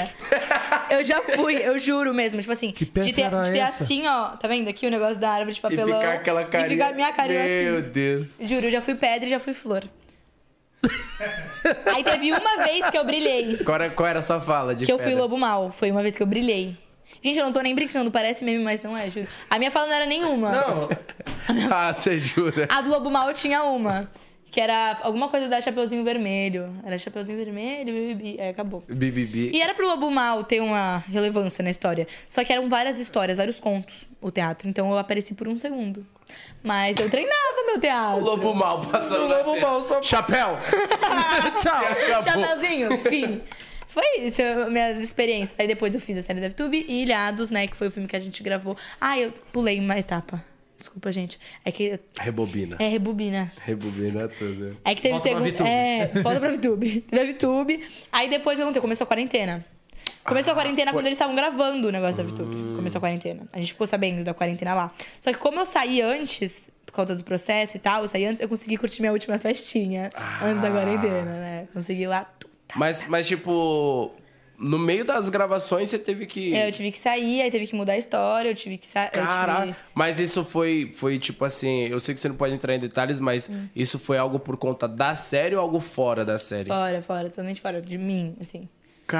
S7: Eu já fui, eu juro mesmo. Tipo assim,
S3: peça
S7: de ter,
S3: era
S7: de ter
S3: essa?
S7: assim, ó. Tá vendo aqui o negócio da árvore de
S2: E
S7: papelão?
S2: ficar aquela carinha.
S7: E ficar minha carinha assim.
S2: Meu Deus.
S7: Juro, eu já fui pedra e já fui flor. Aí teve uma vez que eu brilhei.
S2: Qual era, qual era a sua fala de
S7: Que eu fui
S2: pedra?
S7: lobo mal. Foi uma vez que eu brilhei. Gente, eu não tô nem brincando, parece meme, mas não é, juro. A minha fala não era nenhuma.
S3: Não,
S2: Ah, você jura?
S7: A do lobo mal tinha uma. Que era alguma coisa da Chapeuzinho Vermelho. Era Chapeuzinho Vermelho, bibibi. Aí acabou.
S2: BBB.
S7: E era pro Lobo Mal ter uma relevância na história. Só que eram várias histórias, vários contos, o teatro. Então eu apareci por um segundo. Mas eu treinava meu teatro.
S2: Lobo mal passando na
S3: lobo
S2: cena.
S3: mal, só
S2: Chapéu! Tchau! Acabou.
S7: Chapeuzinho, fim. Foi isso, eu- minhas experiências. Aí depois eu fiz a série da VTube e Ilhados, né? Que foi o filme que a gente gravou. Ah, eu pulei uma etapa. Desculpa, gente. É que. eu-
S2: Rebobina.
S7: É rebobina.
S2: Rebobina tudo.
S7: É que teve o
S3: Volta pra
S7: segundo.
S3: VTube.
S7: É, volta pra VTube. Teve a VTube. Aí depois eu não começou a quarentena.
S3: Ah,
S7: Começou a quarentena quando eles estavam gravando o negócio da
S3: Hum.
S7: VTube. Começou a quarentena. A gente ficou sabendo da quarentena lá. Só que como eu saí antes, por conta do processo e tal, eu saí antes, eu consegui curtir minha última festinha antes
S3: Ah.
S7: da quarentena, né? Consegui lá tudo.
S2: Mas, mas, tipo, no meio das gravações você teve que.
S7: É, eu tive que sair, aí teve que mudar a história, eu tive que sair.
S2: Caraca, mas isso foi, foi tipo assim, eu sei que você não pode entrar em detalhes, mas
S7: Hum.
S2: isso foi algo por conta da série ou algo fora da série?
S7: Fora, fora, totalmente fora de mim, assim.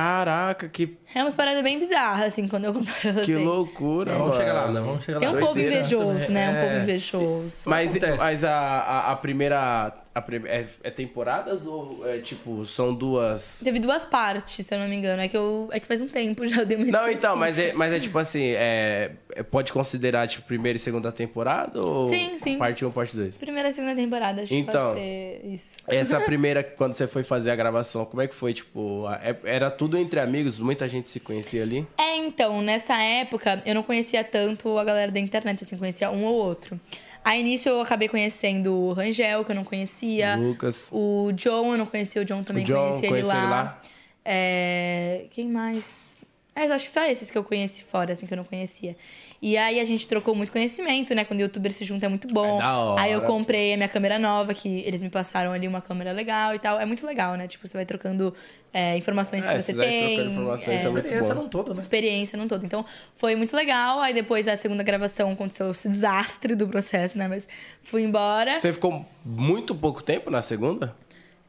S2: Caraca, que,
S7: É umas paradas bem bizarras, assim, quando eu comparo pra vocês.
S2: que loucura, mano.
S3: Vamos chegar lá, né? Vamos chegar
S7: Ah. Tem um
S3: lá.
S7: povo invejoso, né? Um
S3: É.
S7: povo invejoso. Assim,
S2: Mas,
S3: Acontece.
S2: mas a, a, a primeira. A prim- é, é temporadas ou é tipo, são duas.
S7: Teve duas partes, se eu não me engano. É que, eu, é que faz um tempo já eu dei uma
S2: Não,
S7: esquecida.
S2: então, mas é, mas é tipo assim, é, é- pode considerar tipo primeira e segunda temporada ou
S7: Sim, sim.
S2: parte 1, parte 2?
S7: Primeira e segunda temporada, acho
S2: Então.
S7: que pode ser isso.
S2: Essa primeira, quando você foi fazer a gravação, como é que foi? Tipo, a- é- era tudo entre amigos, muita gente se conhecia ali.
S7: É, então, nessa época, eu não conhecia tanto a galera da internet, assim, conhecia um ou outro. Aí, nisso, eu acabei conhecendo o Rangel, que eu não conhecia.
S2: Lucas.
S7: O John, eu não conhecia o John também,
S2: O John,
S7: conhecia,
S2: conheceu ele
S7: ele
S2: lá.
S7: lá. É, Quem mais? É, eu acho que só esses que eu conheci fora, assim, que eu não conhecia. E aí a gente trocou muito conhecimento, né? Quando o youtuber se junta é muito bom.
S2: É da hora.
S7: Aí eu comprei a minha câmera nova, que eles me passaram ali uma câmera legal e tal. É muito legal, né? Tipo, você vai trocando é, informações
S2: É,
S7: que você
S2: vocês aí
S7: tem.
S2: trocando informações, isso é
S3: A
S2: muito
S3: experiência
S2: bom.
S3: não todo, né?
S7: Experiência não todo. Então, foi muito legal. Aí depois a segunda gravação aconteceu esse desastre do processo, né? Mas fui embora.
S2: Você ficou muito pouco tempo na segunda?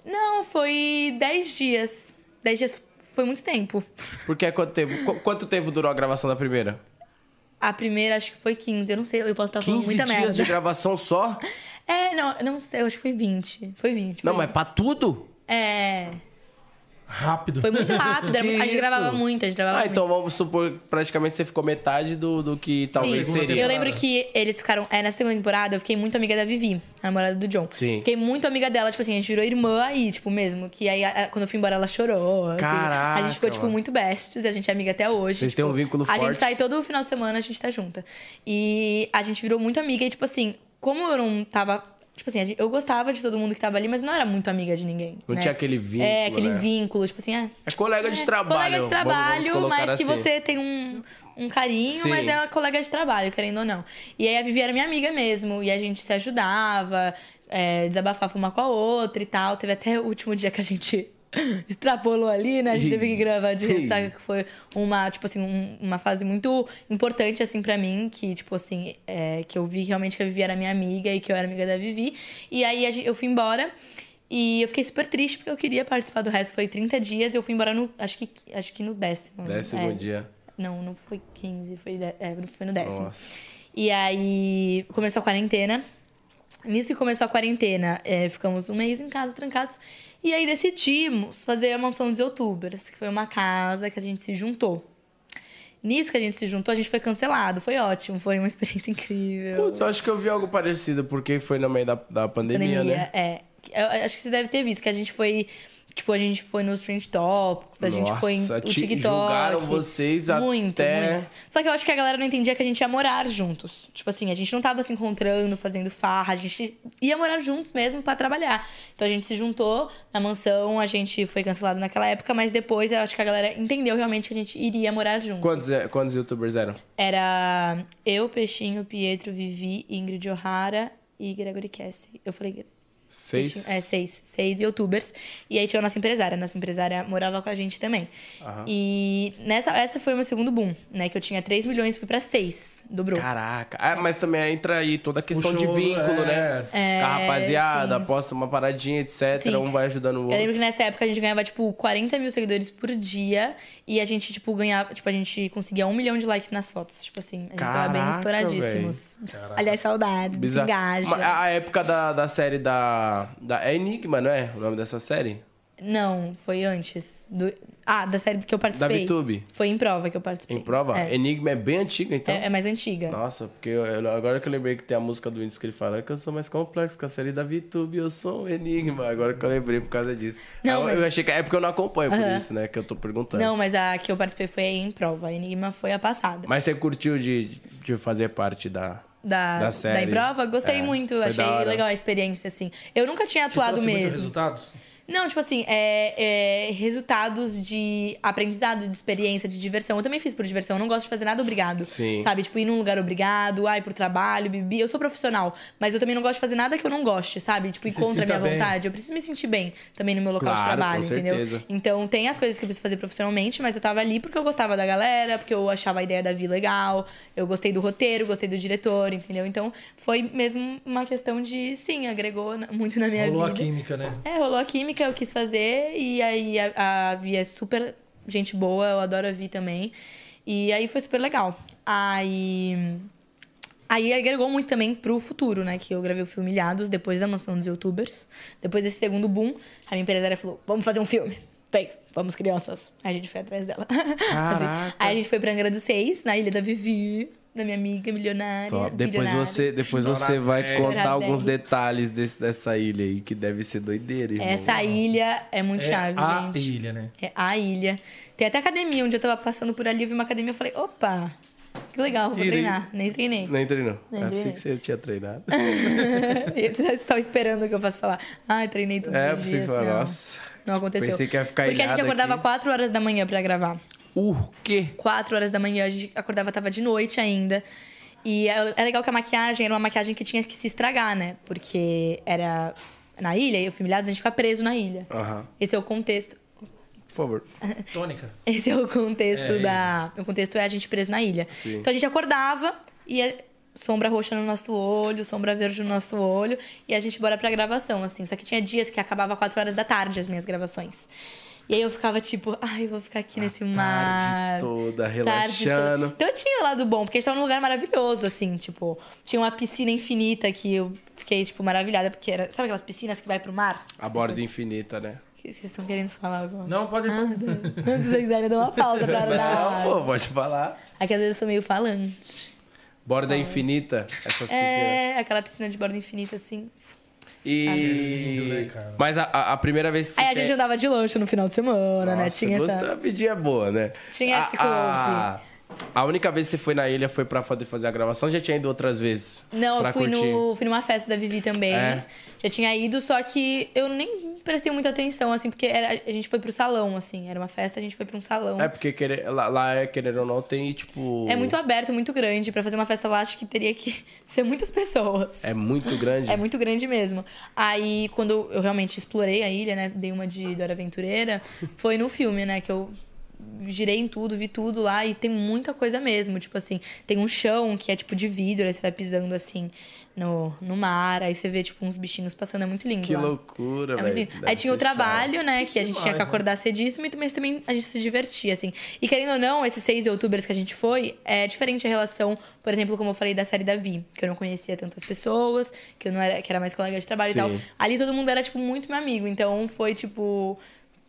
S7: Não, foi 10 dias. 10 dias foi muito tempo.
S2: Porque é quanto tempo? Qu- quanto tempo durou a gravação da primeira?
S7: A primeira acho que foi 15, eu não sei, eu posso estar falando
S2: 15
S7: muita
S2: dias
S7: merda.
S2: de gravação só?
S7: É, não, eu não sei, eu acho que foi 20. Foi 20.
S2: Não,
S7: foi
S2: mas pra tudo?
S7: É.
S3: Rápido.
S7: Foi muito rápido, era
S2: Que
S7: muito- a gente
S2: isso?
S7: gravava muito, a gente gravava
S2: Ah, então vamos supor que praticamente você ficou metade do, do que
S7: Sim,
S2: talvez seria.
S7: eu lembro que eles ficaram. É, na segunda temporada eu fiquei muito amiga da Vivi, a namorada do John.
S2: Sim.
S7: Fiquei muito amiga dela, tipo assim, a gente virou irmã aí, tipo, mesmo. Que aí, a- a- quando eu fui embora, ela chorou. assim.
S2: Caraca,
S7: A gente ficou, tipo,
S2: mano.
S7: muito bestes, a gente é amiga até hoje.
S2: Vocês
S7: tipo,
S2: têm um vínculo
S7: A
S2: forte.
S7: gente sai todo final de semana, a gente tá junta. E a gente virou muito amiga e, tipo assim, como eu não tava. Tipo assim, a gente- eu gostava de todo mundo que tava ali, mas não era muito amiga de ninguém.
S2: Não
S7: né?
S2: tinha aquele vínculo,
S7: É, aquele
S2: né?
S7: vínculo, tipo assim, é,
S2: É colega de trabalho.
S7: Colega de
S2: vamos- vamos
S7: trabalho,
S2: colocar
S7: mas que
S2: assim.
S7: você tem um, um carinho,
S2: Sim.
S7: mas é uma colega de trabalho, querendo ou não. E aí a Vivi era minha amiga mesmo, e a gente se ajudava, é, desabafava uma com a outra e tal. Teve até o último dia que a gente extrapolou ali, né? A gente teve que gravar de ressaca, que foi uma, tipo assim, um- uma fase muito importante, assim, pra mim, que, tipo assim, é, que eu vi realmente que a Vivi era minha amiga e que eu era amiga da Vivi. E aí a gente- eu fui embora. E eu fiquei super triste porque eu queria participar do resto. Foi 30 dias e eu fui embora no. Acho que, acho que no décimo. né?
S2: Décimo
S7: É.
S2: dia.
S7: Não, não foi 15, foi, dé- é, foi no décimo.
S2: Nossa.
S7: E aí começou a quarentena. Nisso que começou a quarentena, é, ficamos um mês em casa, trancados. E aí decidimos fazer a mansão dos youtubers, que foi uma casa que a gente se juntou. Nisso que a gente se juntou, a gente foi cancelado. Foi ótimo, foi uma experiência incrível.
S2: Putz, eu acho que eu vi algo parecido, porque foi no meio da, da pandemia, né?
S7: É. Eu- eu acho que você deve ter visto que a gente foi. Tipo, a gente foi nos Trend Topics, a gente foi
S2: Nossa,
S7: no
S2: te-
S7: TikTok.
S2: julgaram vocês
S7: muito,
S2: até-
S7: Muito. Só que eu acho que a galera não entendia que a gente ia morar juntos. Tipo assim, a gente não tava se encontrando, fazendo farra, a gente ia morar juntos mesmo pra trabalhar. Então a gente se juntou na mansão, a gente foi cancelado naquela época, mas depois eu acho que a galera entendeu realmente que a gente iria morar junto.
S2: Quantos, é- quantos youtubers eram?
S7: Era eu, Peixinho, Pietro, Vivi, Ingrid O'Hara e Gregory Cassie. Eu falei
S2: Seis?
S7: é, seis. Seis youtubers. E aí tinha a nossa empresária. A nossa empresária morava com a gente também. E nessa, essa foi o meu segundo boom, né? Que eu tinha 3 milhões, fui pra 6. Dobrou.
S2: Caraca. Ah, mas também entra aí toda a questão
S3: O
S2: de
S3: show,
S2: vínculo,
S3: é.
S2: né? Com a rapaziada, posta uma paradinha, etc.
S7: Sim. é
S2: Um vai ajudando o
S7: Eu lembro
S2: outro.
S7: que nessa época a gente ganhava, tipo, 40 mil seguidores por dia. E a gente, tipo, ganhava... Tipo, a gente conseguia um milhão de likes nas fotos. Tipo assim, a gente tava bem
S2: Caraca,
S7: estouradíssimos. Aliás, saudades,
S2: Bizarro.
S7: desengaja.
S2: Mas A, a época da, da série da, da. É Enigma, não é? O nome dessa série?
S7: Não, foi antes. Do... Ah, da série que eu participei.
S2: VTube.
S7: Foi em prova que eu participei.
S2: Em prova?
S7: É,
S2: Enigma é bem antiga, então.
S7: é, é mais antiga.
S2: Nossa, porque eu- eu- agora que eu lembrei que tem a música do Índios que ele fala é que eu sou mais complexo que a série da VTube, eu sou um enigma. Agora que eu lembrei por causa disso.
S7: Não,
S2: Ah,
S7: mas-
S2: Eu achei que é porque eu não acompanho por
S7: Aham.
S2: isso, né? Que eu tô perguntando.
S7: Não, mas a que eu participei foi em prova. A Enigma foi a passada.
S2: Mas você curtiu de, de fazer parte da. da
S7: Da, da,
S2: série.
S7: em prova, gostei
S2: É,
S7: muito.
S2: foi
S7: Achei
S2: da hora.
S7: legal a experiência, assim. Eu nunca tinha atuado
S3: Trouxe muitos
S7: mesmo.
S3: resultados.
S7: Não, tipo assim, é, é, resultados de aprendizado, de experiência, de diversão. Eu também fiz por diversão, eu não gosto de fazer nada obrigado.
S2: Sim.
S7: Sabe? Tipo, ir num lugar obrigado, ai, por trabalho, bibi. Eu sou profissional, mas eu também não gosto de fazer nada que eu não goste, sabe? Tipo, ir
S3: se
S7: contra a minha
S3: sinta bem.
S7: vontade. Eu preciso me sentir bem também no meu local de
S2: Claro,
S7: trabalho,
S2: com
S7: entendeu?
S2: certeza.
S7: Então, tem as coisas que eu preciso fazer profissionalmente, mas eu tava ali porque eu gostava da galera, porque eu achava a ideia da Vi legal, eu gostei do roteiro, gostei do diretor, entendeu? Então, foi mesmo uma questão de, sim, agregou na- muito na minha
S3: Rolou a
S7: vida.
S3: química, né?
S7: É, rolou a química, eu quis fazer, e aí a, a Vi é super gente boa, eu adoro a Vi também. E aí foi super legal. Aí. Aí agregou muito também pro futuro, né? Que eu gravei o filme Ilhados, depois da Mansão dos Youtubers. Depois desse segundo boom, a minha empresária falou: vamos fazer um filme. Vem, vamos crianças. Aí a gente foi atrás dela. Assim. Aí a gente foi pra Angra dos Seis, na Ilha da Vivi, da minha amiga milionária.
S2: Top. Depois
S7: bilionária.
S2: você, depois você vai contar
S7: Dona
S2: alguns
S7: Bela.
S2: detalhes desse- dessa ilha aí, que deve ser doideira, irmão.
S7: Essa ilha é muito chave,
S3: a
S7: gente.
S3: ilha, né?
S7: É a ilha. Tem até academia. Um dia eu tava passando por ali, eu vi uma academia e falei, opa, que legal, vou
S2: Irei.
S7: treinar. Nem treinei.
S2: Não entrei, não.
S7: Não
S2: Eu pensei
S7: entrei.
S2: que você tinha treinado.
S7: E Você estava esperando que eu fosse falar. Ai, treinei todos
S2: É,
S7: os
S2: pensei
S7: dias.
S2: que falar,
S7: não,
S2: nossa.
S7: não aconteceu.
S2: Pensei que ia ficar
S7: Porque a gente
S2: ilhado
S7: acordava
S2: aqui.
S7: 4 horas da manhã pra gravar.
S2: O quê?
S7: 4 horas da manhã, a gente acordava, tava de noite ainda. E é é legal que a maquiagem era uma maquiagem que tinha que se estragar, né? Porque era na ilha, e o filme Ilhados, a gente fica preso na ilha.
S2: Aham.
S7: Esse é o contexto.
S2: Por favor.
S3: Tônica.
S7: Esse é o contexto
S3: É,
S7: da. O contexto é a gente preso na ilha.
S2: Sim.
S7: Então a gente acordava e é sombra roxa no nosso olho, sombra verde no nosso olho, e a gente bora pra gravação, assim. Só que tinha dias que acabava 4 horas da tarde as minhas gravações. E aí eu ficava tipo, ai, eu vou ficar aqui nesse mar.
S2: Tarde toda,
S7: Tarde toda.
S2: relaxando.
S7: Então tinha o lado bom, porque a gente tava num lugar maravilhoso, assim, tipo, tinha uma piscina infinita que eu fiquei, tipo, maravilhada, porque era. Sabe aquelas piscinas que vai pro mar?
S2: A borda infinita, né?
S7: Que Vocês estão querendo falar alguma coisa?
S3: Não, pode.
S7: Se vocês quiserem, eu dou uma pausa pra dar.
S2: Não, pô, pode falar.
S7: É que às vezes eu sou meio falante.
S2: Borda infinita, essas piscinas.
S7: É, aquela piscina de borda infinita, assim.
S2: E.
S3: Ah, é lindo, né, cara?
S2: Mas a, a- a primeira vez que você
S7: Aí a
S2: quer-
S7: gente andava de lancha no final de semana, né?
S2: Nossa,
S7: Tinha
S2: gostou,
S7: essa.
S2: a pedia boa, né?
S7: Tinha esse
S2: A, a única vez que você foi na ilha foi pra poder fazer a gravação, já tinha ido outras vezes.
S7: Não,
S2: pra
S7: eu fui,
S2: curtir.
S7: no, fui numa festa da Vivi também.
S2: É?
S7: Já tinha ido, só que eu nem prestei muita atenção, assim, porque era- a gente foi pro salão, assim. Era uma festa, a gente foi pra um salão.
S2: É, porque querer, lá, lá é, querendo ou não, tem tipo.
S7: É muito aberto, muito grande. Pra fazer uma festa lá, acho que teria que ser muitas pessoas.
S2: É muito grande.
S7: É muito grande mesmo. Aí, quando eu realmente explorei a ilha, né? Dei uma de Dora Aventureira. Foi no filme, né? Que eu girei em tudo, vi tudo lá. E tem muita coisa mesmo. Tipo assim, tem um chão que é tipo de vidro. Aí você vai pisando assim no, no mar. Aí você vê tipo uns bichinhos passando. É muito lindo
S2: Que
S7: lá.
S2: loucura,
S7: É muito
S2: velho.
S7: lindo.
S2: Deve
S7: Aí tinha o
S2: ser chato.
S7: trabalho, né? Que a gente tinha que acordar cedíssimo, e também- mas também a gente se divertia, assim. E querendo ou não, esses seis youtubers que a gente foi, é diferente a relação, por exemplo, como eu falei da série da Vi, que eu não conhecia tantas pessoas, que eu não era, que era mais colega de trabalho
S2: Sim.
S7: e tal. Ali todo mundo era, tipo, muito meu amigo. Então foi tipo.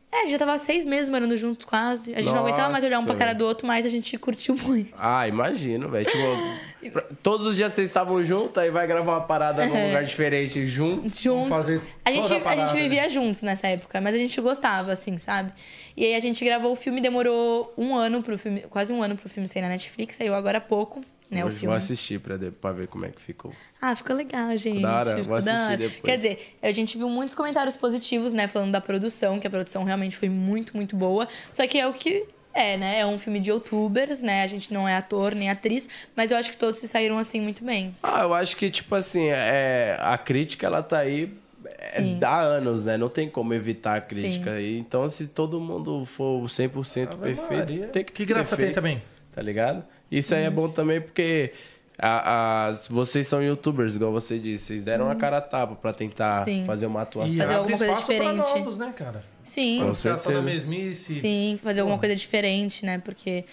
S7: É, a gente já tava seis meses morando juntos quase. A gente não aguentava mais olhar um pra
S2: Nossa,
S7: cara
S2: velho.
S7: do outro, mas a gente curtiu muito.
S2: Ah, imagino, velho. Tipo, pra- todos os dias vocês estavam juntos, aí vai gravar uma parada num lugar diferente junto.
S7: É. juntos.
S3: fazer
S7: a, gente,
S3: toda a
S7: a,
S3: parada, né?
S7: gente vivia juntos nessa época, mas a gente gostava, assim, sabe? E aí a gente gravou o filme, demorou um ano pro filme, quase um ano pro filme sair na Netflix, saiu agora há pouco, né? o
S2: Hoje vou
S7: filme.
S2: assistir pra, de- pra ver como é que ficou.
S7: Ah, ficou legal, gente.
S2: Da hora, vou
S7: ficou
S2: assistir depois.
S7: Quer dizer, a gente viu muitos comentários positivos, né? Falando da produção, que a produção realmente foi muito, muito boa. Só que é o que é, né? É um filme de youtubers, né? A gente não é ator nem atriz, mas eu acho que todos se saíram assim muito bem.
S2: Ah, eu acho que, tipo assim, é, a crítica, ela tá aí é,
S7: Sim.
S2: há anos, né? Não tem como evitar a crítica. E, então, se todo mundo for 100% perfeito, tem que
S3: Que
S2: ter
S3: graça tem
S2: defeito,
S3: também.
S2: Tá ligado? Isso aí é bom também porque a- as- vocês são youtubers, igual você disse. Vocês deram a cara a tapa pra tentar
S7: Uhum. Sim.
S2: fazer uma atuação.
S3: E
S7: Fazer
S3: abre
S7: alguma coisa
S3: espaço pra
S7: diferente.
S3: novos, né, cara?
S7: Sim.
S2: Com
S3: Os caras só da
S2: certeza.
S3: mesmice.
S7: Sim, fazer alguma coisa diferente, né? Porque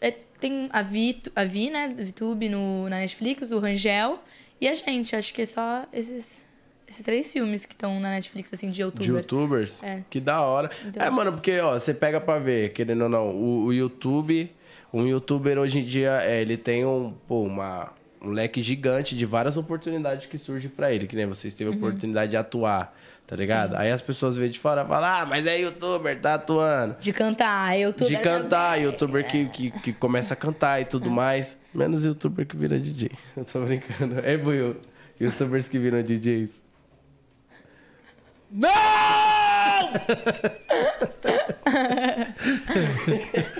S7: é- tem a Vi, a Vi né? VTube no, na Netflix, o Rangel e a gente. Acho que é só esses, esses três filmes que estão na Netflix, assim, de youtuber.
S2: De youtubers?
S7: É.
S2: Que da hora.
S7: Então-
S2: É, mano, porque, ó, você pega pra ver, querendo ou não, o, o YouTube, um youtuber hoje em dia, é, ele tem um, pô, uma, um leque gigante de várias oportunidades que surgem pra ele, que nem vocês teve a
S7: Uhum.
S2: oportunidade de atuar, tá ligado? Aí as pessoas veem de fora e falam, ah, mas é youtuber, tá atuando.
S7: De cantar, Ah, youtuber.
S2: de
S7: é,
S2: cantar, youtuber que, que, que começa a cantar e tudo mais. Menos youtuber que vira DJ. Eu tô brincando. É, Buiu? Youtubers que viram DJs.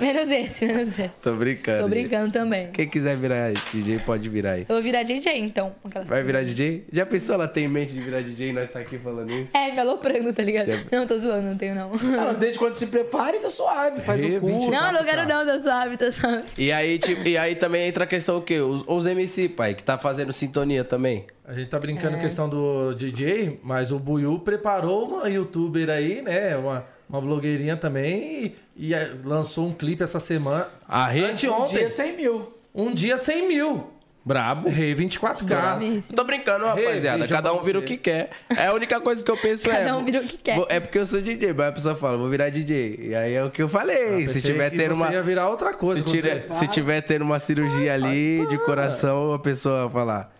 S7: Menos esse, menos esse.
S2: Tô brincando.
S7: Tô
S2: gente.
S7: brincando também.
S2: Quem quiser virar DJ, pode virar aí.
S7: Eu vou virar DJ, então. Aquelas...
S2: Vai virar DJ? Já pensou ela tem em mente de virar DJ e nós tá aqui falando isso?
S7: É, me aloprando, tá ligado?
S2: Quer-
S7: Não, tô zoando, não tenho não.
S8: Ela, desde quando se prepare, tá suave. Faz
S2: É,
S8: o curso.
S7: Não, não quero não, tá suave, tá suave.
S2: E aí, tipo, e aí também entra a questão o quê? Os, os MC, pai, que tá fazendo sintonia também.
S3: A gente tá
S7: É.
S3: brincando questão do DJ, mas o Buiu preparou uma youtuber aí, né? Uma, uma blogueirinha também. E E eh, lançou um clipe essa semana.
S2: A gente
S3: Anteontem.
S8: Um dia 100 mil.
S3: Um dia 100 mil.
S2: Brabo.
S3: Rei 24K.
S7: Isso.
S2: Tô brincando, rapaziada.
S3: Beijo
S2: Cada
S3: pra
S2: um vira o
S3: você.
S2: que quer. É a única coisa que eu penso é.
S7: Cada um vira o que quer.
S2: vou- É porque eu sou DJ, mas a pessoa fala, vou virar DJ. E aí é o que eu
S7: Ah,
S2: falei. se
S3: Pensei
S2: tiver
S3: que
S2: tendo
S3: você
S2: uma.
S3: ia virar outra coisa.
S2: Se,
S3: quando
S2: tira-
S3: você-
S2: se tiver tendo uma cirurgia ali de coração, a pessoa falar.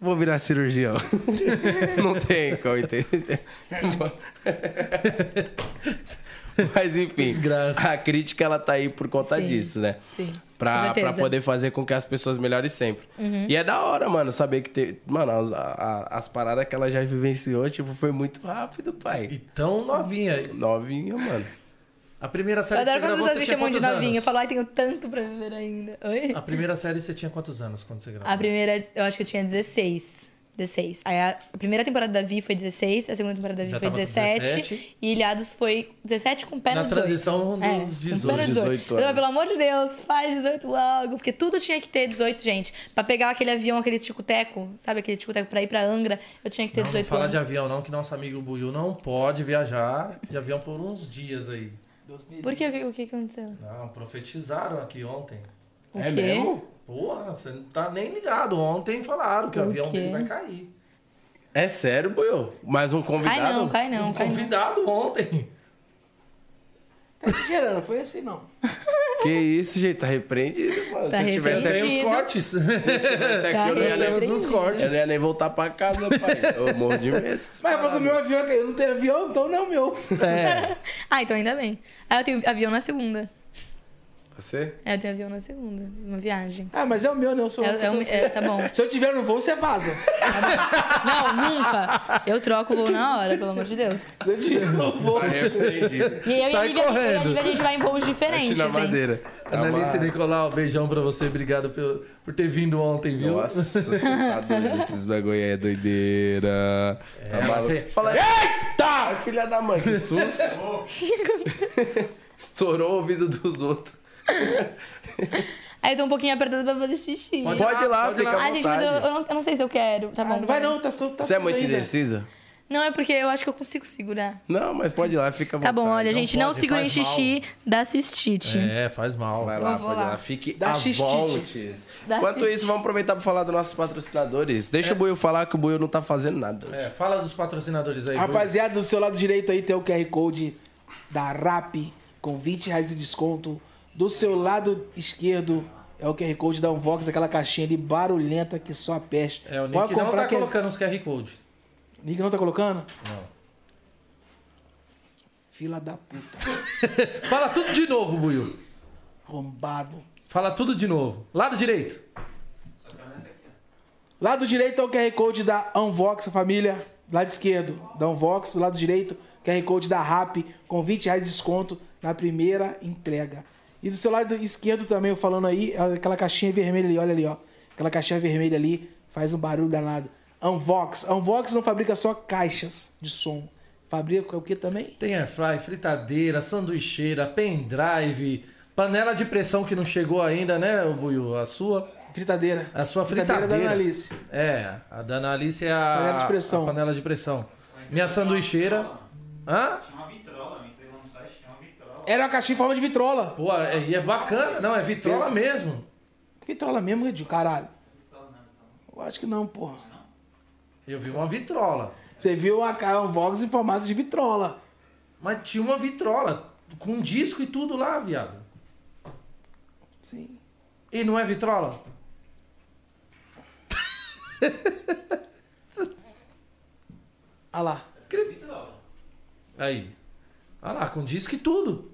S2: Vou virar cirurgião. Não tem como entender. Mas enfim,
S3: Graça.
S2: a crítica ela tá aí por conta
S7: Sim.
S2: disso, né?
S7: Sim. com
S2: Pra,
S7: certeza. Uhum.
S2: pra poder fazer com que as pessoas melhorem sempre. E é da hora, mano, saber que tem. Mano, as, a- a- as paradas que ela já vivenciou, tipo, foi muito rápido,
S3: E
S2: pai.
S3: tão novinha.
S2: Novinha, mano.
S3: A primeira
S7: Eu
S3: série Tá, você
S7: adoro quando as
S3: gravou,
S7: pessoas
S3: você
S7: me
S3: tinha
S7: chamam de
S3: quantos anos?
S7: novinha. Eu falo, ai, tenho tanto pra viver ainda. Oi?
S3: A primeira série você tinha quantos anos quando você gravou?
S7: A primeira, eu acho que eu tinha 16. 16. Aí a, a primeira temporada da Vi foi 16, a segunda temporada da Vi
S3: Já
S7: foi
S3: tava com
S7: 17,
S3: 17.
S7: E Ilhados foi 17 com o pé
S3: Na
S7: no 18.
S3: transição dos
S7: É, com o pé no
S3: 18.
S2: 18
S7: Eu tava,
S2: anos.
S7: pelo amor de Deus, faz 18 logo. Porque tudo tinha que ter 18, gente. Pra pegar aquele avião, aquele tico-teco, sabe? Aquele tico-teco pra ir pra Angra, eu tinha que ter
S3: Não, não
S7: 18
S3: fala
S7: anos.
S3: de avião não, que nosso amigo Buiu não pode viajar de avião por uns dias aí.
S7: Por que? O que, o que aconteceu?
S3: Não, profetizaram aqui ontem.
S7: O
S2: é
S7: quê?
S2: mesmo?
S3: Porra, você não tá nem ligado. Ontem falaram que o,
S7: O
S3: avião
S7: quê?
S3: dele vai cair.
S2: É sério, boiô? Mais um
S7: Cai
S2: convidado?
S7: não, cai não, cai não.
S3: Convidado ontem.
S8: Tá exagerando, foi assim não.
S2: Que isso, gente, tá repreendido, mano.
S7: Tá
S2: Se eu tivesse
S3: Tem
S2: aqui,
S7: Entendido.
S3: os cortes.
S2: se eu
S7: Tá
S2: tivesse Tá aqui, eu não ia nem.
S7: repreendido.
S3: Temos os cortes.
S2: Eu não ia nem voltar pra casa, pai. Eu morro de medo. dessas
S8: Mas eu
S2: paradas.
S8: vou meu avião, é que eu não tenho avião, então não é o meu.
S7: Ah, então ainda bem. Ah, eu tenho avião na segunda.
S2: Você?
S7: É, eu tenho avião na segunda. Uma viagem.
S8: Ah, mas é o meu, né? Eu sou.
S7: É- é um- é, tá bom.
S8: Se eu tiver no voo, você vaza.
S7: Não, nunca. Eu troco o voo na hora, pelo amor de Deus.
S8: Se eu tiver no voo.
S2: Tá repreendido.
S7: E eu e a
S3: Sai
S7: Lívia, eu e a
S3: correndo.
S7: Lívia, a gente vai em voos
S2: Mexe
S7: diferentes, assim.
S2: na
S7: hein?
S2: madeira.
S3: Analice
S2: Tá
S3: Nicolau, beijão pra você. Obrigado por, por ter vindo ontem, viu?
S2: Nossa, você tá doido, esses bagulho aí é doideira. tá
S3: ela
S2: maluco.
S3: tem-
S2: Fala, eita! Ai, filha da mãe, que susto. Estourou o ouvido dos outros.
S7: Aí eu tô um pouquinho apertada pra fazer xixi.
S2: Pode, ir lá,
S3: pode ir
S2: fica
S3: lá.
S2: à
S7: Ah,
S2: vontade.
S7: gente, mas eu, eu não, eu não sei se eu quero. Tá bom.
S8: Ah, não vai não, tá solto. Tá
S2: Você é
S8: solto
S2: muito
S8: ainda.
S2: indecisa?
S7: Não, é porque eu acho que eu consigo segurar.
S2: Não, mas pode ir lá, fica à
S7: Tá
S2: vontade.
S7: bom, olha, gente, não
S3: pode,
S7: segurem
S3: faz mal.
S7: xixi, dá cistite.
S3: É, faz mal.
S2: Vai
S7: Eu
S2: lá,
S7: vou
S2: pode ir
S7: lá.
S2: lá. Fique
S8: Dá
S2: à
S8: xistite.
S2: vontade.
S7: Dá
S2: Enquanto
S7: xistite.
S2: isso, vamos aproveitar pra falar dos nossos patrocinadores. Deixa o Buiu falar que o Buiu não tá fazendo nada.
S3: É, fala dos patrocinadores aí.
S8: Rapaziada, do seu lado direito aí tem o QR Code da RAP com 20 reais de desconto. Do seu lado esquerdo é o QR Code da Unvox, aquela caixinha ali barulhenta que só a peste.
S3: É, o Nick não tá colocando os QR Code.
S8: Nick não tá colocando? Não. Fila da puta.
S3: Fala tudo de novo, Buiu.
S8: Rombado.
S3: Fala tudo de novo. Lado direito.
S8: Lado direito é o QR Code da Unvox, família. Lado esquerdo da Unvox, do lado direito, QR Code da RAP, com 20 reais de desconto na primeira entrega. E do seu lado esquerdo também, eu falando aí, é aquela caixinha vermelha ali, olha ali, ó. Aquela caixinha vermelha ali faz um barulho danado. Unvox. Unvox não fabrica só caixas de som. Fabrica o que também?
S3: Tem air fry, fritadeira, sanduicheira, pendrive, panela de pressão que não chegou ainda, né, o Buiu? A sua?
S8: Fritadeira.
S3: A sua
S8: da
S3: fritadeira.
S8: Dona Alice.
S3: É, a da Ana Alice é a
S8: Panela de pressão.
S3: a panela de pressão. Minha sanduicheira. Hã?
S8: Era uma caixinha em forma de vitrola.
S3: Pô, é- e é, bacana, não, é vitrola mesmo.
S8: Vitrola mesmo, Edinho, caralho. Eu acho que não, porra.
S3: Eu vi uma vitrola.
S8: Você viu a Caio Vox em formato de vitrola.
S3: Mas tinha uma vitrola com disco e tudo lá, viado.
S8: Sim.
S3: E não é vitrola?
S8: Olha lá.
S3: Aí. Olha lá, com disco e tudo.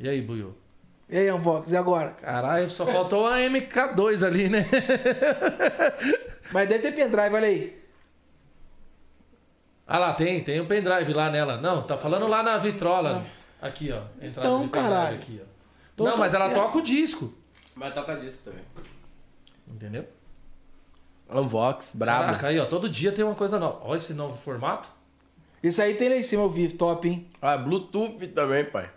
S3: E aí, Buiu?
S8: E aí, Unbox, e agora?
S3: Caralho, só faltou a MK2 ali, né?
S8: Mas deve ter pendrive, olha aí.
S3: Ah lá, tem, tem um pendrive lá nela. Não, tá falando lá na vitrola. Aqui, ó. Entrada
S8: Então,
S3: de pendrive
S8: caralho.
S3: Aqui, ó.
S8: Então
S3: não,
S8: tá
S3: mas ela
S8: certo.
S3: toca o disco.
S2: Mas toca disso também.
S3: Entendeu?
S2: Unbox, brabo.
S3: Caraca, aí, ó. Todo dia tem uma coisa nova. Olha esse novo formato.
S8: Isso aí tem lá em cima, eu vi, top, hein?
S2: Ah, Bluetooth também, pai.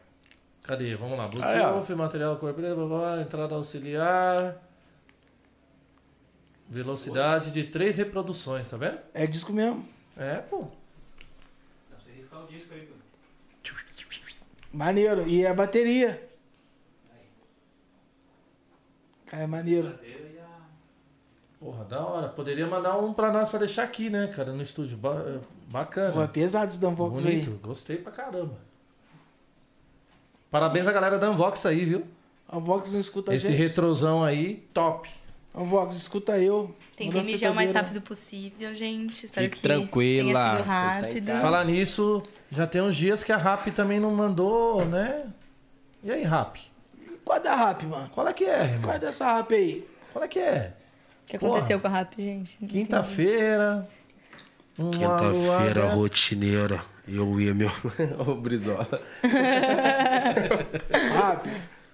S3: Cadê? Vamos lá.
S2: Aí, ó.
S3: Bluetooth, material corporativo, blá, blá, blá, entrada auxiliar. Velocidade de três reproduções, tá vendo?
S8: É disco mesmo.
S3: É, pô.
S8: Maneiro. E é bateria. Cara, é maneiro.
S3: Porra, da hora. Poderia mandar um pra nós pra deixar aqui, né, cara? No estúdio. Ba- eh, Bacana.
S8: Pô, é pesado esse Danvox aí.
S3: Bonito, gostei pra caramba. Parabéns à galera da Unbox aí, viu?
S8: Unbox É um não escuta
S3: Esse
S8: gente.
S3: retrosão aí, top.
S8: Unbox, escuta eu.
S7: Tentei
S8: Manda
S7: me mijar o mais
S8: fritadeira.
S7: rápido possível, gente. Espero
S2: Fique
S7: que
S2: tranquila,
S7: tenha sido
S2: vocês estão em
S7: rápido.
S2: casa.
S3: Falar nisso, já tem uns dias que a Rap também não mandou, né? E aí, Rap?
S8: Qual é da rap, mano?
S3: Qual é que é? irmão?
S8: Qual é dessa rap aí?
S3: Qual é que é?
S7: O que aconteceu com a Rap, gente?
S3: tá- Quinta-feira. Um uma
S9: Quinta-feira
S3: lua-
S9: rotineira. Eu ia meu.
S2: Ô, Brizola.
S8: Rap.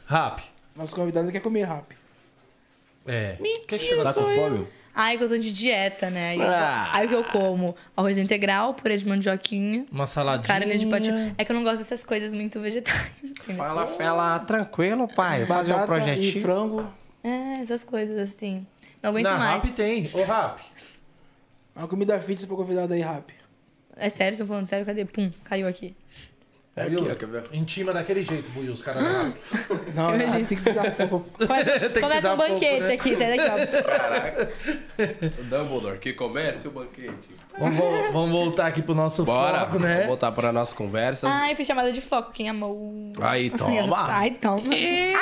S3: Rap.
S8: Nosso convidado quer comer rap.
S3: É.
S2: Tá com fome?
S7: Ai, que eu tô de dieta, né? Aí,
S2: Ah.
S7: aí o que eu como? Arroz integral, purê de mandioquinha,
S3: Uma saladinha.
S7: carne de patinho. É que eu não gosto dessas coisas muito vegetais. entendeu?
S6: Fala, fala, tranquilo, pai. Fazer um
S8: Batata
S6: projetinho.
S8: e frango.
S7: É, essas coisas assim. Não aguento
S3: Na
S7: mais.
S3: Rap tem. Ô, Rap.
S8: É Uma comida fitness pra convidado aí, rap.
S7: É sério, estão falando sério? Cadê? Pum, caiu aqui.
S2: É aqui, ó, quer ver?
S3: Intima daquele jeito, Buiu, os caras da Rap.
S8: Não, rap tem que pisar fofo.
S3: Tem que
S7: Começa
S3: pisar
S7: um
S3: fogo,
S7: banquete
S3: né?
S7: aqui, sai daqui, ó.
S2: O Dumbledore, que comece o banquete.
S3: Vamos, vol- vamos voltar aqui pro nosso
S2: Bora,
S3: foco, né?
S2: vamos voltar para nossas conversas.
S7: Ai, fui chamada de foco, quem amou?
S3: Ah.
S2: Aí, toma.
S7: Ai, toma.
S4: Ih,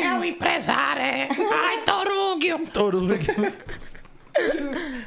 S4: é o empresário, é. Ai, Torúguio.
S3: Torugue.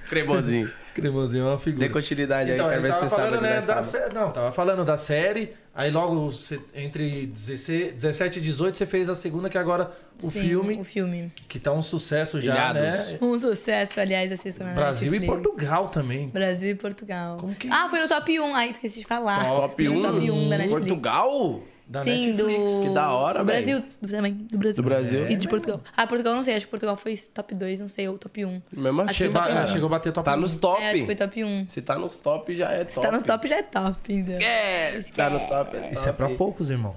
S2: Cremosinho.
S3: Cremosinho é uma figura.
S2: Dê continuidade
S3: Então,
S2: aí,
S3: ele
S2: quero ver se
S3: tava
S2: você sabe
S3: falando,
S2: onde
S3: né,
S2: nós
S3: da
S2: tava.
S3: sé... Não, tava falando da série, aí logo cê- entre 16 17 e 18 você fez a segunda, que agora o
S7: Sim,
S3: filme,
S7: O filme.
S3: que tá um sucesso já,
S2: Ilhados.
S3: né?
S7: Um sucesso, aliás, assistam na
S3: Brasil e
S7: Ah, Netflix.
S3: Portugal também.
S7: Brasil e Portugal.
S3: Como que é
S7: ah, foi no top 1. Ai, esqueci de falar.
S2: Top
S7: Foi no
S2: 1.
S7: top 1 da Netflix.
S2: Portugal?
S3: Da
S7: Sim,
S3: Netflix.
S7: do...
S2: Que da hora,
S7: do
S2: velho.
S7: Brasil também. Do Brasil.
S2: Do Brasil.
S7: E de Portugal. Ah, Portugal não sei. Acho que Portugal foi top 2, não sei. Ou top 1.
S2: Mesmo assim,
S3: Chegou,
S2: cara.
S3: chegou a bater top
S2: Tá nos top.
S7: É, acho que foi top 1.
S2: Se tá nos top, já é top.
S7: Se tá no top, já é top, entendeu?
S2: É, se tá no top, é top.
S3: Isso é pra poucos, irmão.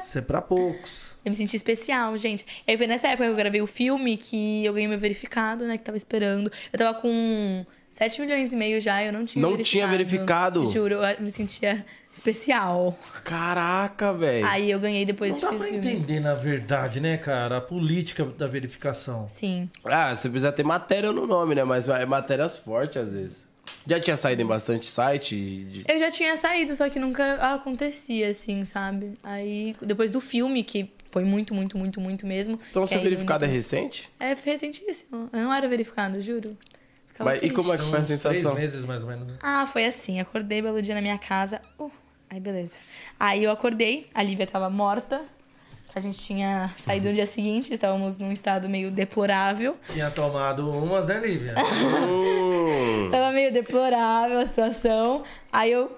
S3: Isso é pra poucos.
S7: Eu me senti especial, gente. E aí foi nessa época que eu gravei o filme que eu ganhei meu verificado, né? Que tava esperando. Eu tava com 7 milhões e meio já, eu não tinha
S2: Não tinha verificado?
S7: Juro, eu me sentia especial.
S2: Caraca, velho.
S7: Aí eu ganhei depois
S3: Não dá
S7: fiz o
S3: pra
S7: filme.
S3: entender, na verdade, né, cara? A política da verificação.
S7: Sim.
S2: Ah, você precisa ter matéria no nome, né? Mas é matérias fortes, às vezes. Já tinha saído em bastante site? de-
S7: Eu já tinha saído, só que nunca acontecia, assim, sabe? Aí, depois do filme, que foi muito, muito, muito, muito mesmo.
S2: Então,
S7: que
S2: ser
S7: aí
S2: verificado é
S7: eu-
S2: recente?
S7: É recentíssimo. Eu não era verificado, juro. Ficava
S2: Mas, e como é que
S7: triste.
S2: foi a
S3: Uns
S2: sensação?
S3: Três meses, mais ou menos. né?
S7: Ah, foi assim. Acordei belo dia na minha casa. Uh, aí, beleza. Aí eu acordei, a Lívia tava morta. A gente tinha saído no dia seguinte, estávamos num estado meio deplorável.
S3: Tinha tomado umas, né, Lívia?
S7: Tava meio deplorável a situação. Aí eu,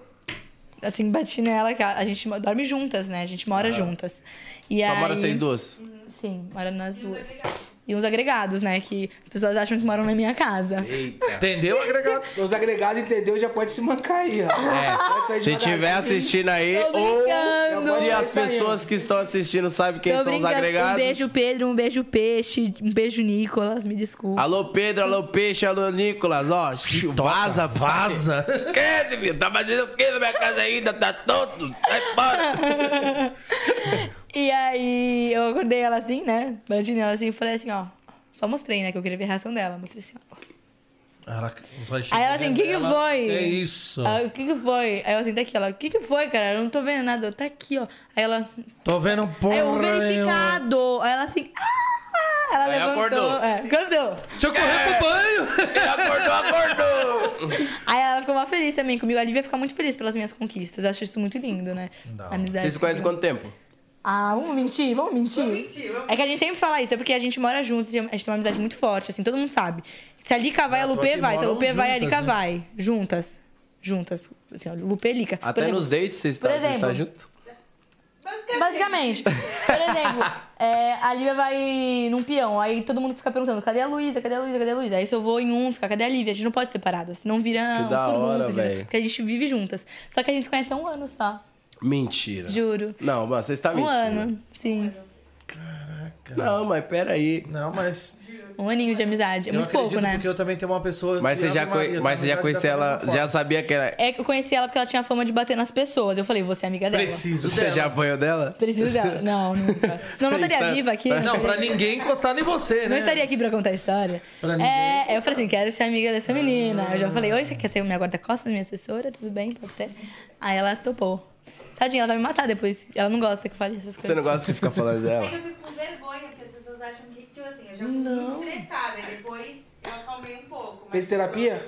S7: assim, bati nela, que a a gente mo- dorme juntas, né? A gente mora juntas. E
S2: Ah. Só
S7: aí...
S2: mora vocês duas?
S7: Sim, mora nós duas. E uns agregados, né? Que as pessoas acham que moram na minha casa.
S2: É.
S3: Entendeu, agregado?
S8: Os agregados entendeu, já pode se mancar aí, ó. Pode sair
S2: Se
S8: devagarzinho.
S2: tiver assistindo aí,
S7: assim. Tô
S2: ou
S7: brincando.
S2: se
S8: Não,
S2: as
S8: não.
S2: pessoas que estão assistindo sabem quem
S7: Tô
S2: são os
S7: brincando.
S2: agregados.
S7: Um beijo, Pedro. Um beijo, Peixe. Um beijo, Nicolas. Me desculpa.
S2: Alô, Pedro, alô, Peixe, alô, Nicolas, ó. vaza, vaza.
S3: Vaza.
S2: Esquece, filho. Tá fazendo o quê na minha casa ainda? Tá tonto? Sai fora.
S7: E aí eu acordei ela assim, né? Bati nela assim e falei assim, ó. Só mostrei, né? Que eu queria ver a reação dela. Mostrei assim, ó.
S3: Ela, os
S7: Aí ela assim, o que que
S3: dela,
S7: foi?
S3: É isso.
S7: Aí, Ah, o que que foi? Aí eu assim, tá aqui, ela, o que que foi, cara? Eu não tô vendo nada, tá aqui, ó. Aí ela,
S3: Tô vendo um porra
S7: é o
S3: nenhuma.
S7: verificado. Aí ela assim, ah! Ela
S2: Aí
S7: levantou.
S2: acordou.
S7: É, acordou.
S3: Deixa eu correr pro banho.
S2: Ele acordou, acordou.
S7: Aí ela ficou mais feliz também comigo. Ela devia ficar muito feliz pelas minhas conquistas. Eu acho isso muito lindo, né?
S3: Não.
S7: Amizade.
S2: Vocês se conhecem quanto tempo?
S7: Ah, vamos mentir? Vamos mentir? É que a gente sempre fala isso, é porque a gente mora juntos, a gente tem uma amizade muito forte, assim, todo mundo sabe. Se a Lica vai, a
S3: Ah,
S7: Lupê
S3: aqui
S7: vai. Se a
S3: moram
S7: Lupê vai, a
S3: juntas,
S7: Lica
S3: né?
S7: vai. Juntas. Juntas. Assim, ó, Lupê e Lica. Por
S2: Até
S7: exemplo,
S2: nos dates vocês
S7: por
S2: estão vocês
S7: exemplo.
S2: estão junto?
S7: Basicamente. Por exemplo, é, a Lívia vai num peão, aí todo mundo fica perguntando, cadê a Luísa, cadê a Luísa, cadê a Luísa? Aí se eu vou em um, fica, cadê a Lívia? A gente não pode ser separada, senão vira
S2: Que
S7: um
S2: da
S7: furdunço,
S2: hora,
S7: entendeu?
S2: velho.
S7: Porque a gente vive juntas. Só que a gente se conhece há um ano só,
S2: Mentira.
S7: juro.
S2: Não, mas vocês tá estão
S7: Um
S2: mentindo.
S7: ano, sim.
S2: Não, mas peraí.
S3: Não, mas
S7: Um aninho de amizade. É muito pouco,
S3: acredito
S7: né?
S3: Porque eu também tenho uma pessoa.
S2: Mas
S3: que
S2: você já,
S3: abre uma-
S2: conhe-
S3: eu
S2: mas
S3: tenho
S2: você já
S3: amizade
S2: conhecia
S3: dessa
S2: ela,
S3: mesma
S2: já
S3: forma.
S2: sabia que era.
S7: É que eu conheci ela porque ela tinha fama de bater nas pessoas. Eu falei, você é amiga dela.
S3: Preciso
S2: Você
S3: dela.
S2: já apanhou dela?
S7: Preciso dela. Não, nunca. Senão eu não estaria
S2: Isso é-
S7: viva aqui.
S3: Não, pra
S7: estaria-
S3: ninguém encostar em você, né?
S7: Não estaria aqui pra contar a história.
S3: Pra ninguém.
S7: É, eu falei assim, quero ser amiga dessa menina. Eu já falei, oi, você quer ser minha guarda-costas, minha assessora? Tudo bem, pode ser? Aí ela topou. Tadinha, ela vai me matar depois. Ela não gosta que eu fale essas coisas.
S2: Você não gosta de ficar falando
S10: É que
S2: dela?
S10: eu fico com vergonha, porque as pessoas acham que, tipo assim, eu já fico muito estressada. e Depois eu acalmei um pouco. mas
S8: Fez terapia?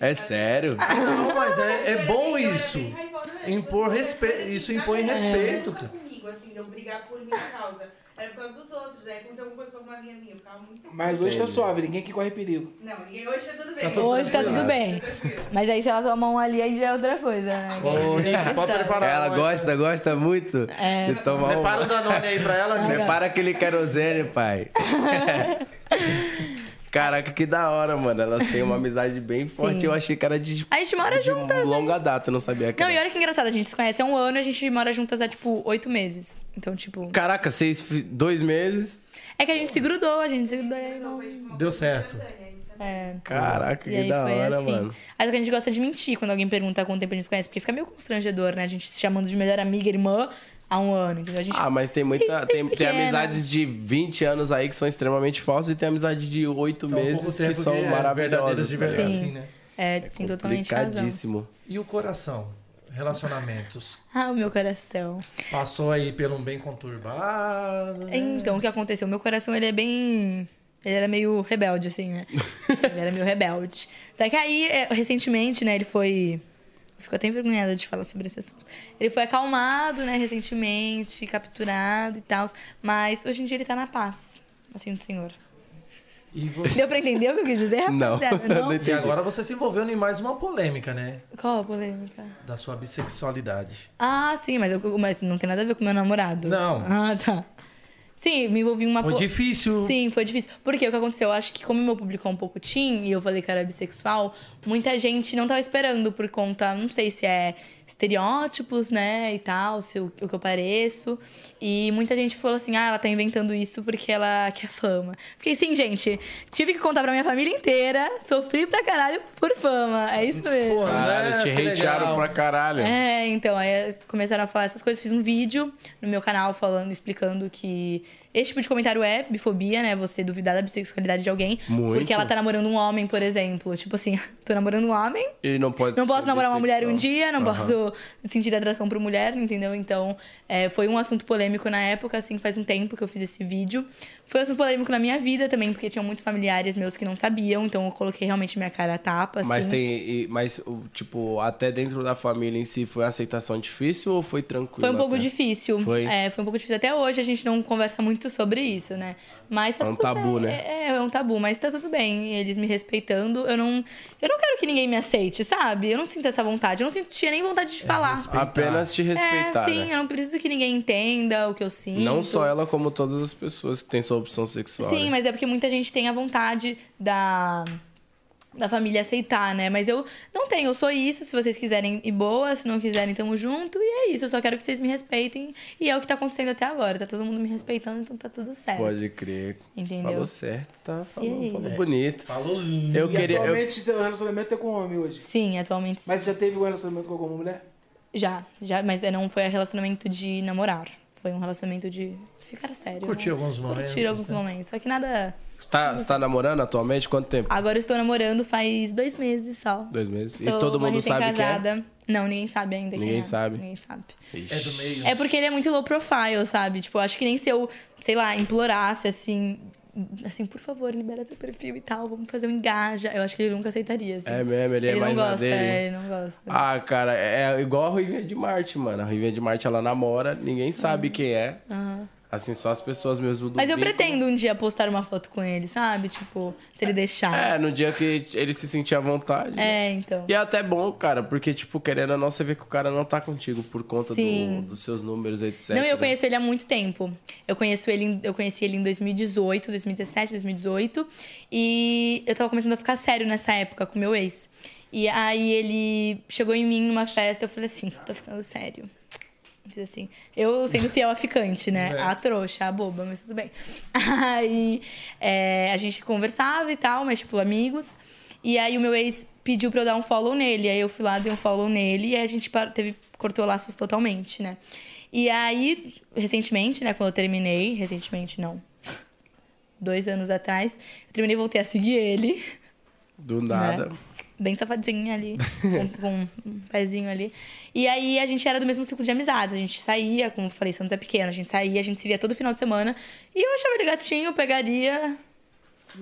S2: É sério?
S7: Ah,
S3: Não, mas
S10: Eu
S3: é, é
S10: era
S3: bom
S10: bem- eu era
S3: isso.
S10: bem raivosa mesmo,
S3: Impor
S10: tipo assim,
S3: respeito.
S10: coisas
S3: Isso
S10: que
S3: impõe
S7: É.
S10: nada
S3: respeito,
S10: tinha a ver
S3: cara.
S10: comigo, assim, de eu brigar por minha causa. Era por causa dos outros. Aí aconteceu alguma coisa com uma amiga minha. Eu ficava muito.
S8: Mas hoje tá suave, ninguém aqui corre perigo.
S10: Não, ninguém. Hoje tá tudo bem.
S3: Tá tudo
S7: Hoje tá
S3: tranquilo.
S7: tudo
S2: né?
S7: bem. Mas aí se ela tomar um ali, aí já é outra coisa, né?
S3: Ô, Nick, pode preparar.
S2: Ela
S3: um aí.
S2: gosta, gosta muito
S7: É.
S2: de tomar uma.
S3: Prepara um Danone aí pra ela. Nick.
S2: Prepara aquele querosene, pai. Caraca, que da hora, mano. Elas têm uma amizade bem forte. Eu achei que era de,
S7: A gente mora
S2: de
S7: juntas, né?
S2: longa data, eu não sabia que
S7: Não,
S2: era.
S7: e olha que engraçado, a gente se conhece há um ano e a gente mora juntas há, tipo, oito meses. Então, tipo...
S2: Caraca, seis, fi- dois meses.
S7: É que a gente se grudou, a gente se grudou. aí não-
S3: Deu certo. Então,
S7: É.
S2: Caraca,
S7: E
S2: que
S7: aí
S2: da
S7: foi
S2: hora,
S7: assim.
S2: mano.
S7: Aí só que a gente gosta de mentir quando alguém pergunta há quanto tempo a gente se conhece, porque fica meio constrangedor, né? A gente se chamando de melhor amiga, irmã, há um ano, entendeu? A gente...
S2: Ah, mas tem muita.
S7: Desde
S2: Tem, tem
S7: pequena.
S2: amizades de 20 anos aí que são extremamente falsas e tem amizade de 8
S3: Então, pouco
S2: meses que
S3: tempo
S2: são
S3: de- é, verdadeiras
S2: maravilhosas.
S3: de
S2: tá ligado?
S3: verdade,
S7: Sim.
S3: assim, né?
S7: é, tem totalmente razão.
S2: Complicadíssimo.
S3: E o coração? Relacionamentos.
S7: Ah, o meu coração.
S3: Passou aí pelo um bem conturbado. né?
S7: Então, o que aconteceu? Meu coração, ele é bem... Ele era meio rebelde, assim, né? Sim, ele era meio rebelde. Só que aí, é, recentemente, né, ele foi... Eu Fico até envergonhada de falar sobre esse assunto. Ele foi acalmado, né, recentemente, capturado e tal. Mas hoje em dia ele tá na paz, assim, do Senhor.
S3: E, você...
S7: Deu pra entender o que eu quis dizer,
S2: Não.
S7: rapaziada? Não?
S3: e agora você se envolveu em mais uma polêmica, né?
S7: Qual a polêmica?
S3: Da sua bissexualidade.
S7: Ah, sim, mas, eu, mas não tem nada a ver com meu namorado.
S3: Não.
S7: Ah, tá. Sim, me envolvi em uma...
S3: Foi
S7: po-
S3: difícil.
S7: Sim, foi difícil. Porque o que aconteceu? Eu acho que como meu público é um pouco teen e eu falei que era bissexual, muita gente não tava esperando por conta, não sei se é estereótipos, né, e tal, se o, o que eu pareço. E muita gente falou assim, ah, ela tá inventando isso porque ela quer fama. Fiquei assim, gente, tive que contar pra minha família inteira, sofri pra caralho por fama, é isso mesmo.
S3: Porra,
S2: Caralho,
S3: né?
S2: te
S3: Que
S2: hatearam
S3: legal.
S2: pra caralho.
S7: É, então, aí eles começaram a falar essas coisas. Fiz um vídeo no meu canal falando, explicando que esse tipo de comentário é bifobia, né? Você duvidar da bissexualidade de alguém.
S2: Muito.
S7: Porque ela tá namorando um homem, por exemplo. Tipo assim, tô namorando um homem,
S2: E não pode
S7: não
S2: ser
S7: posso namorar uma mulher um
S2: bissexual.
S7: dia, não
S2: Aham.
S7: posso sentir atração por mulher, entendeu? Então, é, foi um assunto polêmico na época, assim, faz um tempo que eu fiz esse vídeo. Foi um assunto polêmico na minha vida também, porque tinham muitos familiares meus que não sabiam, então eu coloquei realmente minha cara a tapa, assim.
S2: Mas tem. e- Mas, o- tipo, até dentro da família em si foi uma aceitação difícil ou foi tranquilo?
S7: Foi um pouco
S2: até?
S7: difícil.
S2: Foi?
S7: É, foi um pouco difícil. Até hoje a gente não conversa muito sobre isso, né? Mas tá
S2: É um
S7: tudo
S2: tabu,
S7: bem.
S2: né?
S7: É, é um tabu, mas tá tudo bem. Eles me respeitando. Eu não, eu não quero que ninguém me aceite, sabe? Eu não sinto essa vontade. Eu não sentia nem vontade de falar.
S2: Apenas te É, respeitar.
S7: é, sim, é
S2: né?
S7: eu não preciso que ninguém entenda o que eu sinto.
S2: Não só ela, como todas as pessoas que têm sua opção sexual.
S7: Sim,
S2: né?
S7: mas é porque muita gente tem a vontade da, da família aceitar, né? Mas eu não tenho, eu sou isso. Se vocês quiserem ir boa, se não quiserem, tamo junto. E é isso, eu só quero que vocês me respeitem. E é o que tá acontecendo até agora. Tá todo mundo me respeitando, então tá tudo certo.
S2: Pode crer.
S7: Entendeu?
S2: Falou certo, tá?
S7: E
S2: Falou,
S7: aí? É.
S2: falou bonito.
S3: Falou lindo.
S2: Eu
S8: e
S2: queria. eu-
S8: atualmente seu relacionamento é com homem hoje.
S7: Sim, atualmente sim.
S8: Mas você já teve um relacionamento com alguma mulher?
S7: já, já, mas é, não foi relacionamento de namorar. Foi um relacionamento de ficar sério.
S3: Curtir
S7: né?
S3: alguns momentos.
S7: Curtir alguns
S3: né?
S7: momentos. Só que nada.
S2: Tá, você tá namorando atualmente? Quanto tempo?
S7: Agora eu estou namorando faz dois meses só.
S2: Dois meses.
S7: Sou
S2: e todo
S7: uma
S2: mundo sabe quem é?
S7: recém-casada. Não, ninguém sabe ainda quem
S2: Ninguém
S7: é.
S2: sabe.
S7: Ninguém sabe.
S3: É do meio.
S7: É porque ele é muito low profile, sabe? Tipo, eu acho que nem se eu, sei lá, implorasse assim, assim, por favor, libera seu perfil e tal, vamos fazer um engaja. Eu acho que ele nunca aceitaria, assim.
S2: É mesmo, ele é mais
S7: não
S2: na
S7: gosta,
S2: dele?
S7: é, ele não gosta.
S2: Ah, cara, é igual a Ruivinha de Marte, mano. A Ruivinha de Marte, ela namora, ninguém sabe quem é. Assim, só as pessoas mesmo do
S7: Uhum. Mas eu
S2: vínculo.
S7: pretendo um dia postar uma foto com ele, sabe? Tipo, se ele deixar.
S2: É, no dia que ele se sentir à vontade.
S7: É, então.
S2: E é até bom, cara, porque, tipo, querendo ou não, você vê que o cara não tá contigo por conta do,
S7: Sim.
S2: dos seus números, etc.
S7: Não, eu conheço ele há muito tempo. Eu conheço ele, em- eu conheci ele em 2018, 2017, 2018. E eu tava começando a ficar sério nessa época com meu ex. E aí ele chegou em mim numa festa, eu falei assim, tô ficando sério. Fiz assim. Eu sendo fiel a ficante, né?
S4: É.
S7: A trouxa, a boba, mas tudo bem. Aí é, a gente conversava e tal, mas tipo, amigos. E aí o meu ex pediu pra eu dar um follow nele. Aí eu fui lá, dei um follow nele e aí a gente parou- teve, cortou laços totalmente, né? E aí, recentemente, né, quando eu terminei, recentemente não. Dois anos atrás, eu terminei e voltei a seguir ele. Né?
S2: Do nada.
S7: Bem safadinha ali, com, com um pezinho ali. E aí a gente era do mesmo ciclo de amizades. A gente saía, como eu falei, Santos é pequeno, a gente saía, a gente se via todo final de semana. E eu achava ele gatinho, pegaria.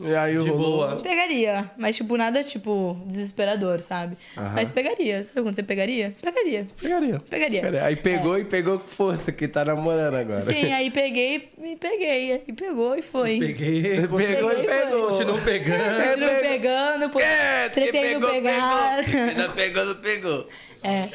S2: E aí rolou a...
S7: Pegaria. Mas, tipo, nada, tipo, desesperador, sabe?
S2: Aham.
S7: Mas pegaria. Sabe quando você pegaria? Pegaria.
S2: Pegaria.
S7: Pegaria.
S2: Pera, Aí pegou e pegou com força, que tá namorando agora.
S7: É. Sim, aí peguei e peguei. E pegou e foi.
S2: Peguei. Pegou e pegou.
S3: Continuou pegando.
S7: Continuo
S2: É,
S7: pegando, pô. pretendo pegar.
S2: Ainda pegou, não pegou.
S7: É.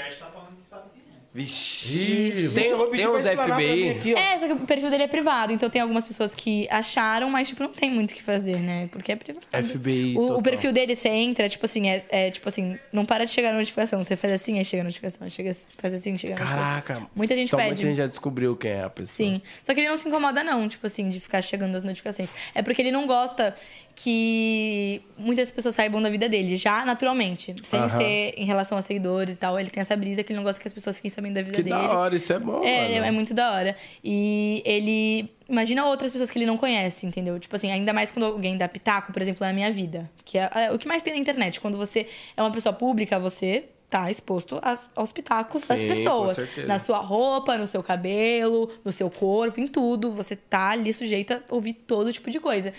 S2: Vixe.
S7: Ixi.
S2: Tem, tem uns FBI.
S7: É, só que o perfil dele é privado, então tem algumas pessoas que acharam, mas, tipo, não tem muito o que fazer, né? Porque é privado.
S2: FBI.
S7: O,
S2: total.
S7: o perfil dele, você entra, tipo assim, é, é, tipo assim, não para de chegar a notificação. Você faz assim, aí chega a notificação. Chega, assim, faz assim, chega a notificação.
S2: Caraca.
S7: Muita gente
S2: então,
S7: pede.
S2: Muita gente já descobriu quem é a pessoa.
S7: Sim. Só que ele não se incomoda, não, tipo assim, de ficar chegando as notificações. É porque ele não gosta que muitas pessoas saibam da vida dele, já naturalmente. Sem
S2: Aham.
S7: ser em relação a seguidores e tal. Ele tem essa brisa que ele não gosta que as pessoas fiquem sabendo da vida
S2: Que
S7: dele.
S2: da hora, isso é bom.
S7: É,
S2: mano.
S7: é muito da hora. E ele. Imagina outras pessoas que ele não conhece, entendeu? Tipo assim, ainda mais quando alguém dá pitaco, por exemplo, na minha vida. Que é, é o que mais tem na internet. Quando você é uma pessoa pública, você tá exposto às- aos pitacos das
S4: Sim,
S7: pessoas.
S4: com certeza.
S7: Na sua roupa, no seu cabelo, no seu corpo, em tudo. Você tá ali sujeito a ouvir todo tipo de coisa.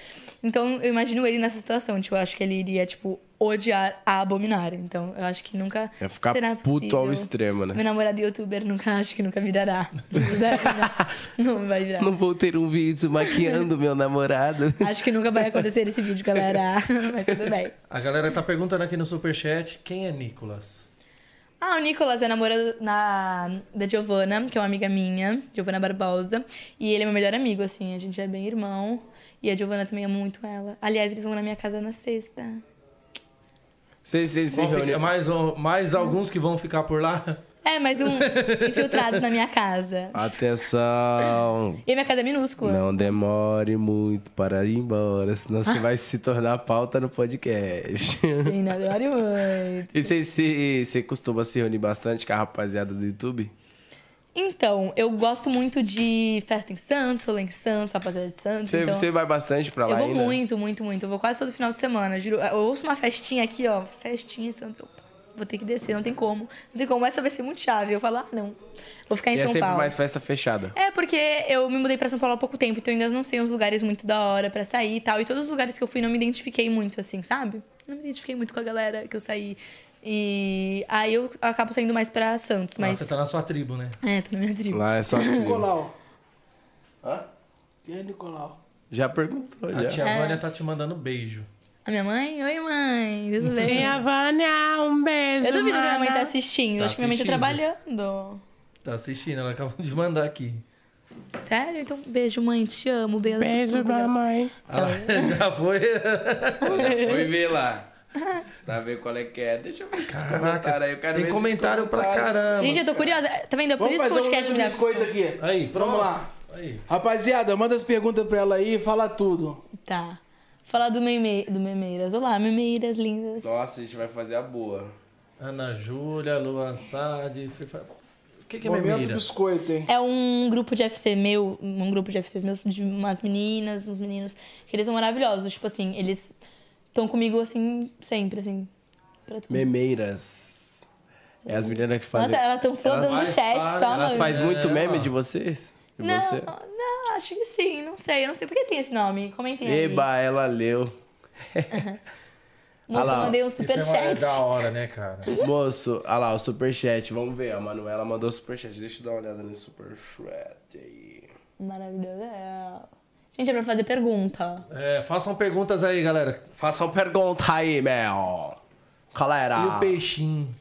S7: Então, eu imagino ele nessa situação. Tipo, eu acho que ele iria, tipo, odiar a abominar. Então, eu acho que nunca.
S2: É ficar
S7: será
S2: puto ao
S7: possível.
S2: extremo, né?
S7: Meu namorado youtuber nunca acho que nunca virará. Não vai virar.
S2: Não vou ter um vídeo maquiando meu namorado.
S7: Acho que nunca vai acontecer esse vídeo, galera. Mas tudo bem.
S3: A galera tá perguntando aqui no superchat quem é Nicolas.
S7: Ah, o Nicolas é namorado na, da Giovana, que é uma amiga minha, Giovana Barbosa. E ele é meu melhor amigo, assim. A gente é bem irmão. E a Giovana também ama muito ela. Aliás, eles vão na minha casa na sexta.
S2: Vocês vocês se
S3: Vão ficar-
S2: reuniram.
S3: mais, um- mais alguns que vão ficar por lá?
S7: É, mais um infiltrado na minha casa.
S2: Atenção.
S7: E a minha casa é minúscula.
S2: Não demore muito para ir embora, senão você
S7: Ah.
S2: vai se tornar pauta no podcast.
S7: Sim, não demore muito.
S2: E você, se você costuma se reunir bastante com a rapaziada do YouTube?
S7: Então, eu gosto muito de festa em Santos, rolê em Santos, rapaziada de Santos.
S2: Você,
S7: então...
S2: você vai bastante pra lá
S7: Eu vou
S2: ainda?
S7: muito, muito, muito. Eu vou quase todo final de semana, juro. Eu ouço uma festinha aqui, ó. Festinha em Santos. Opa, vou ter que descer, não tem como. Não tem como. Essa vai ser muito chave. Eu falo, ah, não. Vou ficar em
S2: e é
S7: São
S2: sempre
S7: Paulo.
S2: mais festa fechada.
S7: É, porque eu me mudei pra São Paulo há pouco tempo, então eu ainda não sei uns lugares muito da hora pra sair e tal. E todos os lugares que eu fui não me identifiquei muito, assim, sabe? Não me identifiquei muito com a galera que eu saí. E aí eu acabo saindo mais pra Santos,
S3: Nossa,
S7: mas.
S3: você tá na sua tribo, né?
S7: É, tô na minha tribo.
S2: Lá é só
S8: Nicolau.
S2: Hã?
S8: Quem é Nicolau?
S2: Já perguntou,
S3: A
S2: já.
S3: tia
S7: É.
S3: Vânia tá te mandando beijo.
S7: A minha mãe? Oi, mãe. Tudo bem?
S4: Tia Vânia, um beijo.
S7: Eu duvido que minha mãe tá
S4: mana.
S7: assistindo.
S3: Tá
S7: Acho que minha mãe tá
S3: assistindo.
S7: trabalhando.
S3: Tá assistindo, ela acabou de mandar aqui.
S7: Sério? Então, beijo, mãe. Te amo. Beijo,
S4: Beijo,
S7: mãe.
S3: Ela Ah,
S7: É.
S3: já foi.
S2: Foi ver lá. Pra ver qual é que é. Deixa eu ver esses comentários aí. Eu quero
S3: Tem
S2: ver esses
S3: comentário pra
S2: comentários.
S3: caramba.
S7: Gente, eu tô curiosa. Tá vendo? É Por
S8: Vamos
S7: isso que o
S8: fazer um
S7: podcast
S8: lanche
S7: me
S8: de
S7: dá...
S8: biscoito aqui.
S3: Aí, pronto.
S8: Vamos lá.
S3: Aí.
S8: Rapaziada, manda as perguntas pra ela aí e fala tudo.
S7: Tá. Falar do, meme... do Memeiras. Olá, Memeiras lindas.
S2: Nossa, a gente vai fazer a boa.
S3: Ana Júlia, Luan Sade. Free Fire. O que, que é
S8: Momento
S3: memeira?
S8: biscoito, hein?
S7: É um grupo de FC meu, um grupo de FCs meus, de umas meninas, uns meninos, que eles são maravilhosos. Tipo assim, eles estão comigo, assim, sempre, assim, pra tudo.
S2: Memeiras. É as meninas que fazem.
S7: Nossa, elas tão
S2: Elas-
S7: flodando no chat, tá?
S2: Elas fazem muito
S3: É,
S2: meme
S3: ó.
S2: de vocês? De
S7: Não,
S2: você?
S7: não, acho que sim, não sei. Eu não sei por que tem esse nome. Comentem aí.
S2: Eba, ela leu.
S7: Moça,
S2: Olha lá.
S7: mandei um
S3: é
S7: superchat.
S3: da hora, né, cara?
S2: Moço, olha lá, o superchat. Vamos ver. A Manuela mandou o superchat. Deixa eu dar uma olhada nesse superchat aí.
S7: Maravilhoso. é. Gente, é pra fazer pergunta.
S3: É, façam perguntas aí, galera.
S2: Faça uma pergunta aí, meu. Galera.
S1: Ah.
S3: E o peixinho?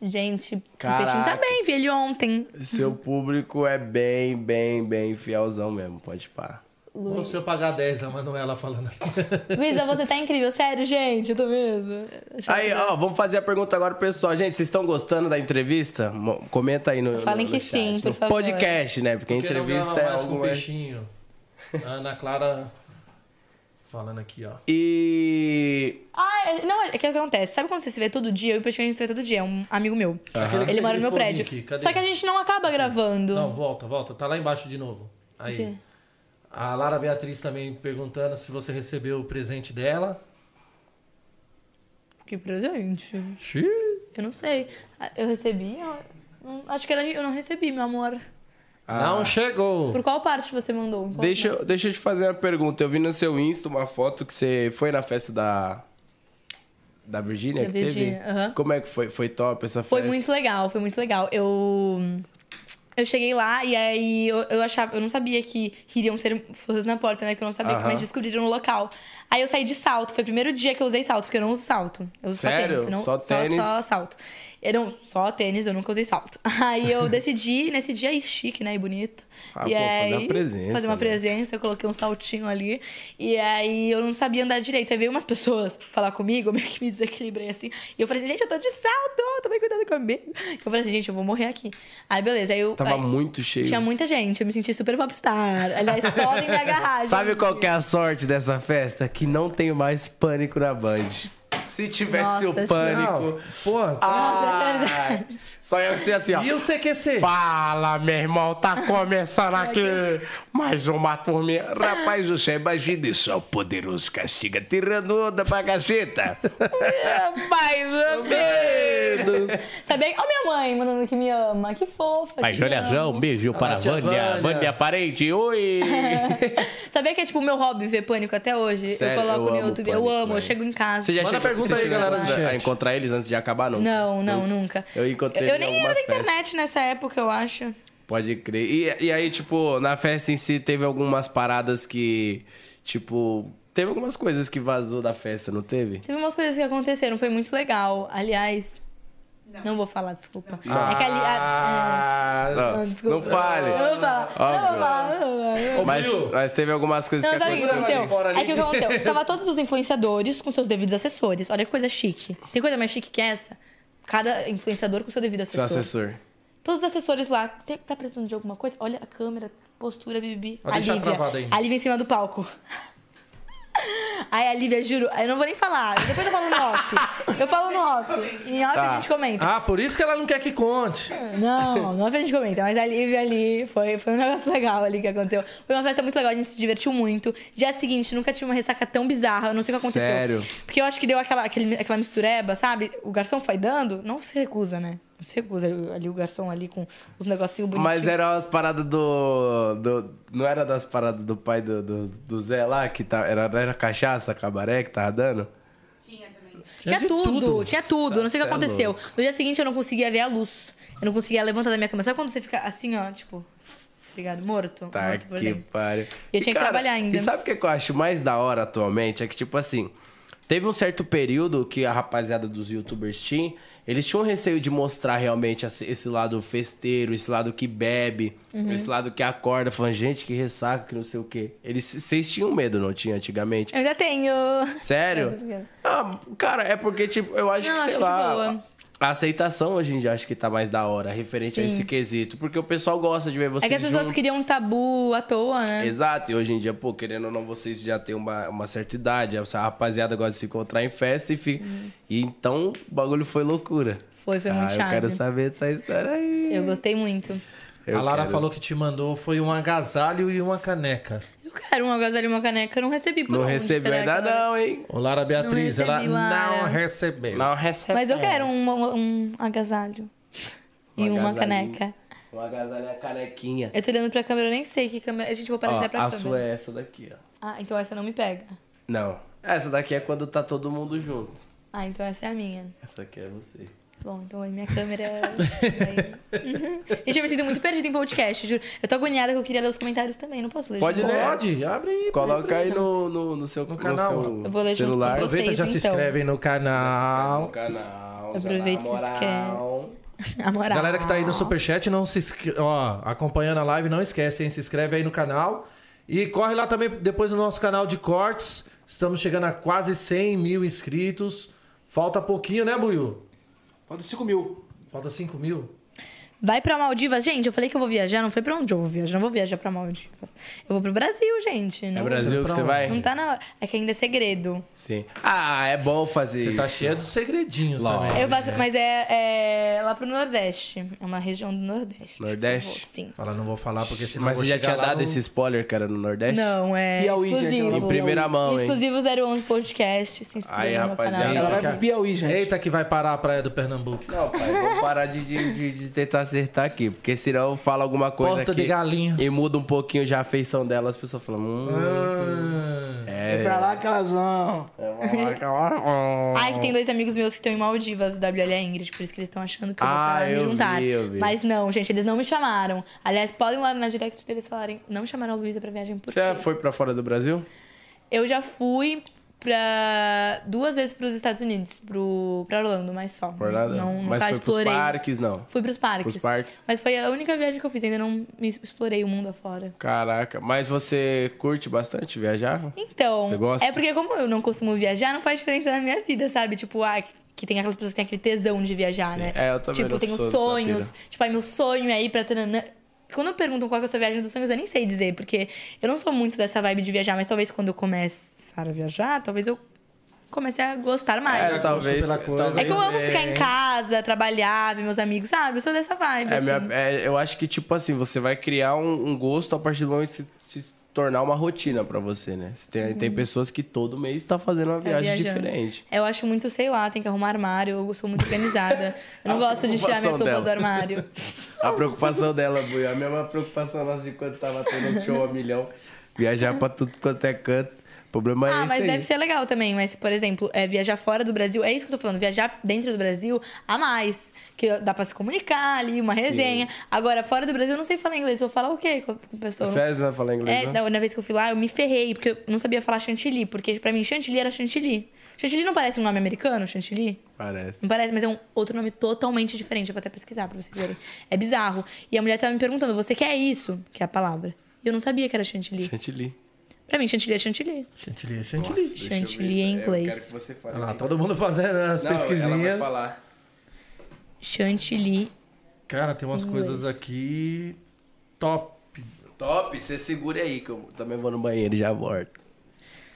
S7: Gente,
S2: Caraca.
S7: o peixinho tá bem, vi ele ontem.
S2: Seu público é bem, bem, bem fielzão mesmo, pode pá.
S3: Ou
S7: Luiz.
S3: se eu pagar 10, a Manuela falando.
S7: Luísa, você tá incrível. Sério, gente, eu tô mesmo.
S1: Aí, ó, vamos fazer a pergunta agora pro pessoal. Gente, vocês estão gostando da entrevista? Mo- Comenta aí no,
S7: Falem
S1: no-
S7: que
S1: no chat.
S7: sim, por
S1: No
S7: favor.
S1: podcast, né? Porque a
S3: Porque não
S1: entrevista
S3: ganhava
S1: é
S3: mais com
S1: algo... mais-
S3: peixinho. A Ana Clara falando aqui, ó.
S1: E...
S7: Ah, é- não, é que é o que acontece. Sabe quando você se vê todo dia? Eu e o Peixinho a gente se vê todo dia. É um amigo meu.
S3: Aquele que
S7: Ele
S3: você
S7: mora no
S3: grifou
S7: meu
S3: o
S7: prédio.
S3: link, cadê?
S7: Só que a gente não acaba gravando.
S3: Não, volta, volta. Tá lá embaixo de novo.
S7: O
S3: Aí.
S7: quê?
S3: A Lara Beatriz também perguntando se você recebeu o presente dela.
S7: Que presente.
S3: Xiii.
S7: Eu não sei. Ah, Eu recebi? Eu- hum, Acho que era de- eu não recebi, meu amor.
S3: Ah. Não chegou.
S7: Por qual parte você mandou? Em qual
S1: Deixa, eu- deixa eu te fazer uma pergunta. Eu vi no seu Insta uma foto que você foi na festa da... Da Virgínia
S7: Da
S1: que
S7: Virgínia,
S1: teve?
S7: aham.
S1: Como é que foi? Foi top essa festa?
S7: Foi muito legal, foi muito legal. Eu. Eu cheguei lá e aí eu, eu achava, eu não sabia que iriam ter forças na porta, né? Que eu não sabia,
S1: Aham.
S7: mas descobriram no local. Aí eu saí de salto, foi o primeiro dia que eu usei salto, porque eu não uso salto. Eu uso
S1: Sério?
S7: só tênis. eu Não,
S1: Só tênis?
S7: Só, salto. Eu não, só tênis, eu nunca usei salto. Aí eu decidi, nesse dia aí, chique, né? E bonito.
S1: Ah,
S7: e
S1: pô, fazer uma
S7: aí,
S1: presença,
S7: Fazer uma
S1: né?
S7: presença, eu coloquei um saltinho ali. E aí eu não sabia andar direito. Aí veio umas pessoas falar comigo, eu meio que me desequilibrei assim. E eu falei assim, gente, eu tô de salto, tomei cuidado comigo. Eu falei assim, gente, eu vou morrer aqui. Aí beleza, aí eu.
S1: Tava
S7: aí-
S1: muito cheio.
S7: Tinha muita gente, eu me senti super popstar. Aliás, podem me agarrar, gente.
S1: Sabe qual que é a sorte dessa festa? Que não tem mais pânico na Band. é Se tivesse
S7: Nossa, é
S1: o pânico...
S3: Não, pô, tá
S1: Ah, Só ia ser assim, ó.
S3: E o CQC?
S11: Fala, meu irmão, tá começando aqui mais uma turminha.
S6: Rapaz, você imagina só o poderoso castiga tirando onda pra caceta.
S1: Ah, é
S7: Mais ou menos. Sabia? Ó, minha mãe mandando que me ama. Que fofa.
S6: Mas
S7: te
S6: olha
S7: amo.
S6: só, um beijo para a
S3: tia Vânia.
S6: Vânia. Vânia Parente, oi!
S7: Sabia que é tipo o meu hobby ver pânico até hoje?
S1: Sério,
S7: eu coloco
S1: eu
S7: no
S1: amo
S7: YouTube. eu
S1: Pânico,
S7: amo, eu
S1: velho.
S7: chego em casa.
S1: Você já
S3: Manda
S1: chegou,
S3: pergunta
S1: você
S3: aí,
S1: chegou
S3: galera,
S1: a
S3: no
S1: encontrar-
S3: chat.
S1: a encontrar eles antes de acabar, não?
S7: Não, não, nunca.
S1: Eu encontrei
S7: Eu
S1: ele em
S7: nem era
S1: algumas
S7: da
S1: festas.
S7: internet nessa época, eu acho.
S1: Pode crer. E, e aí, tipo, na festa em si teve algumas paradas que. Tipo. Teve algumas coisas que vazou da festa, não teve?
S7: Teve umas coisas que aconteceram, foi muito legal. Aliás, não, vou falar, desculpa. É que ali. a-
S3: Ah,
S7: é,
S1: Não,
S7: não,
S1: não
S7: desculpa.
S1: fale.
S7: Eu vou falar. Eu vou
S1: Óbvio.
S7: falar. eu vou falar.
S3: Ô,
S1: Mas,
S3: Bill,
S1: mas teve algumas coisas
S7: Não,
S1: que
S7: sabe o que
S1: aconteceram.
S7: aconteceu?
S3: fora ali.
S7: É que o que aconteceu? Tava todos os influenciadores com seus devidos assessores. Olha que coisa chique. Tem coisa mais chique que essa? Cada influenciador com seu devido
S1: Seu
S7: assessor.
S1: assessor.
S7: Todos os assessores lá. Tem- tá precisando de alguma coisa? Olha a câmera, postura, bibi.
S3: Pode
S7: a
S3: deixar
S7: Lívia.
S3: travado aí.
S7: A Lívia em cima do palco. Aí a Lívia, juro, eu não vou nem falar. Depois eu falo no off. Eu falo no off. Em off a gente comenta.
S3: Ah, por isso que ela não quer que conte.
S7: Não, não é pra gente comentar, mas a Lívia ali foi, foi um negócio legal ali que aconteceu. Foi uma festa muito legal, a gente se divertiu muito. Dia seguinte, nunca tive uma ressaca tão bizarra, eu não sei o que aconteceu.
S1: Sério?
S7: Porque eu acho que deu aquela, aquele, aquela mistureba, sabe? O garçom foi dando, não se recusa, né? Não se recusa ali, ali o garçom ali com os negocinhos bonitinhos.
S1: Mas é era as paradas do, do- Não era das paradas do pai do, do, do Zé lá, que tá, era, era cachaça, cabaré que tava dando?
S12: Tinha também.
S7: Tinha tudo, tinha tudo, não sei o que
S1: Cê é
S7: aconteceu. No dia seguinte eu não conseguia ver a luz. Eu não conseguia levantar da minha cama. Sabe quando você fica assim, ó, tipo, ligado, morto?
S1: Tá
S7: morto por
S1: que
S7: dentro.
S1: pariu.
S7: E eu tinha que trabalhar ainda.
S1: E sabe o que que eu acho mais da hora atualmente? É que, tipo assim, teve um certo período que a rapaziada dos youtubers tinha, eles tinham um receio de mostrar realmente esse esse lado festeiro, esse lado que bebe,
S7: Uhum.
S1: esse lado que acorda, falando, gente, que ressaca, que não sei o quê. Eles, vocês tinham medo, não tinha antigamente?
S7: Eu ainda tenho. Eu tô
S1: Sério?
S7: brincando.
S1: Ah, cara, é porque, tipo, eu acho
S7: é Não,
S1: que,
S7: acho
S1: sei
S7: de
S1: lá.
S7: boa.
S1: A aceitação hoje em dia acho que tá mais da hora, referente a
S7: Sim.
S1: esse quesito. Porque o pessoal gosta de ver vocês
S7: É que as pessoas
S1: juntos.
S7: criam um tabu à toa, né?
S1: Exato, e hoje em dia, pô, querendo ou não, vocês já têm uma, uma certa idade. Essa rapaziada gosta de se encontrar em festa e fica. E então o bagulho foi loucura.
S7: Uhum. Foi, um foi muito
S1: ah, Eu
S7: chave.
S1: quero saber dessa história aí.
S7: Eu gostei muito.
S1: Eu
S3: a Lara
S1: quero.
S3: falou que te mandou foi um agasalho e uma caneca.
S7: Eu quero um agasalho e uma caneca, eu não recebi por
S1: Não
S7: onde,
S1: recebeu
S7: será que
S1: ainda,
S7: ela-
S1: não, hein?
S3: Ô, Lara Beatriz,
S7: recebi,
S3: ela
S7: Lara.
S3: não recebeu.
S1: Não recebeu.
S7: Mas eu quero um, um agasalho e uma
S1: agasalhinho.
S7: caneca.
S1: Um agasalho e a canequinha.
S7: Eu tô olhando pra câmera, eu nem sei que câmera. A gente vou parar de
S1: Ó,
S7: olhar
S1: a
S7: pra câmera.
S1: sua é essa daqui, ó.
S7: Ah, então essa não me pega.
S1: Não. Essa daqui é quando tá todo mundo junto.
S7: Ah, então essa é a minha.
S1: Essa aqui é você.
S7: Bom, então aí minha câmera. Aí- Gente, eu me sinto muito perdida em podcast, juro. Eu tô agoniada que eu queria ler os comentários também, não posso ler.
S1: Pode
S7: junto.
S1: ler.
S3: Pode, abre aí.
S1: Coloca aí no, no, no seu, no
S3: canal.
S1: seu
S7: Eu vou ler junto com
S1: celular.
S7: você.
S3: Aproveita, já
S7: Vocês,
S3: se
S7: então.
S3: inscreve no canal.
S1: canal.
S7: Aproveita e se A moral.
S1: tá
S3: Galera que tá aí no superchat, não se esque- ó, acompanhando a live, não esquece, hein? Se inscreve aí no canal. E corre lá também depois no nosso canal de cortes. Estamos chegando a quase 100 mil inscritos. Falta pouquinho, né, Buiu?
S8: Falta 5 mil.
S3: Falta 5 mil?
S7: Vai pra Maldivas, gente. Eu falei que eu vou viajar, não falei pra onde eu vou viajar. Não vou viajar pra Maldivas. Eu vou pro Brasil,
S1: É
S7: gente. Não,
S2: Brasil que você vai?
S7: Não tá na hora. É que ainda é segredo.
S2: Sim. Ah, é bom fazer
S3: Você
S2: isso.
S3: tá cheia dos segredinhos
S2: Lógico.
S3: também.
S7: Eu faço, mas é, é lá pro Nordeste. É uma região do Nordeste. Tipo,
S2: Nordeste?
S7: Sim.
S3: Fala, não vou falar porque senão
S2: Mas
S3: eu vou
S2: você já
S3: chegar
S2: tinha
S3: lá
S2: dado
S3: no-
S2: esse spoiler, cara, no Nordeste?
S7: Não, é
S8: Piauí, gente,
S7: exclusivo.
S8: ela vai
S2: Em primeira mão, hein?
S7: exclusivo 011 Podcast. Se inscreva
S2: Aí,
S7: no meu
S2: rapaziada.
S7: canal.
S8: Ela vai pro Piauí, gente.
S3: Eita que vai parar a praia do Pernambuco.
S2: Não, pai, vamos parar de, de- de- de tentar acertar aqui, porque senão eu falo alguma coisa
S3: Porta
S2: aqui
S3: de galinhas.
S2: e muda um pouquinho já a feição dela, as pessoas falam... Hum,
S3: Ah.
S8: É pra lá que elas vão.
S7: Ai, que tem dois amigos meus que estão em Maldivas, o WL e a Ingrid, por isso que eles estão achando que eu vou
S2: Ah,
S7: parar de
S2: eu
S7: me
S2: vi,
S7: juntar.
S2: eu vi.
S7: Mas não, gente, eles não me chamaram. Aliás, podem lá na direct deles falarem, não chamaram a Luísa pra viagem por
S2: Você já
S7: quê?
S2: foi pra fora do Brasil?
S7: Eu já fui pra duas vezes pros Estados Unidos, pro, pra Orlando, mas só.
S2: Por nada?
S7: Não, nunca
S2: Mas foi
S7: explorei.
S2: pros parques, não?
S7: Fui pros parques.
S2: Pros parques.
S7: Mas foi a única viagem que eu fiz, ainda não me explorei o mundo afora.
S2: Caraca, mas você curte bastante viajar?
S7: Então,
S2: Você gosta?
S7: é porque como eu não costumo viajar, não faz diferença na minha vida, sabe? Tipo, ah, que tem aquelas pessoas que têm aquele tesão de viajar, né?
S2: É, eu também
S7: Tipo,
S2: não
S7: tenho
S2: sou dessa
S7: sonhos. Tipo, ai, meu sonho é ir pra Tananã. Quando perguntam qual que é a sua viagem dos sonhos, eu nem sei dizer, porque eu não sou muito dessa vibe de viajar, mas talvez quando eu começar a viajar, talvez eu comece a gostar mais.
S2: É, talvez...
S3: pela coisa.
S2: talvez
S7: É que eu amo ficar em casa, trabalhar, ver meus amigos, sabe? Eu sou dessa vibe.
S2: É,
S7: assim.
S2: minha- é, eu acho que, tipo assim, você vai criar um, um gosto a partir do momento que se, se tornar uma rotina pra você, né? Se Tem, tem pessoas que todo mês tá fazendo uma
S7: Uhum. Tá
S2: viagem
S7: viajando.
S2: diferente.
S7: Eu acho muito, sei lá, tem que arrumar armário, eu sou muito organizada. Eu não
S2: A
S7: gosto de tirar minhas
S2: preocupação
S7: roupas
S2: dela.
S7: do
S2: É
S7: armário.
S2: A preocupação dela, Buia, a mesma preocupação nossa de quando tava tendo um show a milhão. Viajar pra tudo quanto é canto. O problema é
S7: Ah,
S2: esse
S7: mas
S2: aí.
S7: deve ser legal também. Mas, por exemplo, é, viajar fora do Brasil, é isso que eu tô falando, viajar dentro do Brasil a mais. Que dá pra se comunicar ali, uma
S2: Sim.
S7: resenha. Agora, fora do Brasil, eu não sei falar inglês. Eu vou falar o quê com a pessoa?
S2: Você não fala inglês, né?
S7: É,
S2: não?
S7: da última vez que eu fui lá, eu me ferrei, porque eu não sabia falar chantilly, porque pra mim chantilly era chantilly. Chantilly não parece um nome americano, chantilly?
S2: Parece.
S7: Não parece, mas é um outro nome totalmente diferente. Eu vou até pesquisar pra vocês verem. É bizarro. E a mulher tava me perguntando, você quer isso? Que é a palavra. E eu não sabia que era chantilly.
S2: Chantilly.
S7: Pra mim, chantilly é chantilly.
S3: Chantilly, chantilly.
S7: Chantilly em
S2: é, Eu quero
S7: inglês.
S2: que você fale.
S3: Olha lá, todo mundo fazendo as
S2: Não, Ela vai
S3: pesquisinhas.
S2: falar.
S7: Chantilly.
S3: Cara, tem umas
S7: Inglês.
S3: coisas aqui top.
S2: Top, você segure aí que eu também vou no banheiro e já volto.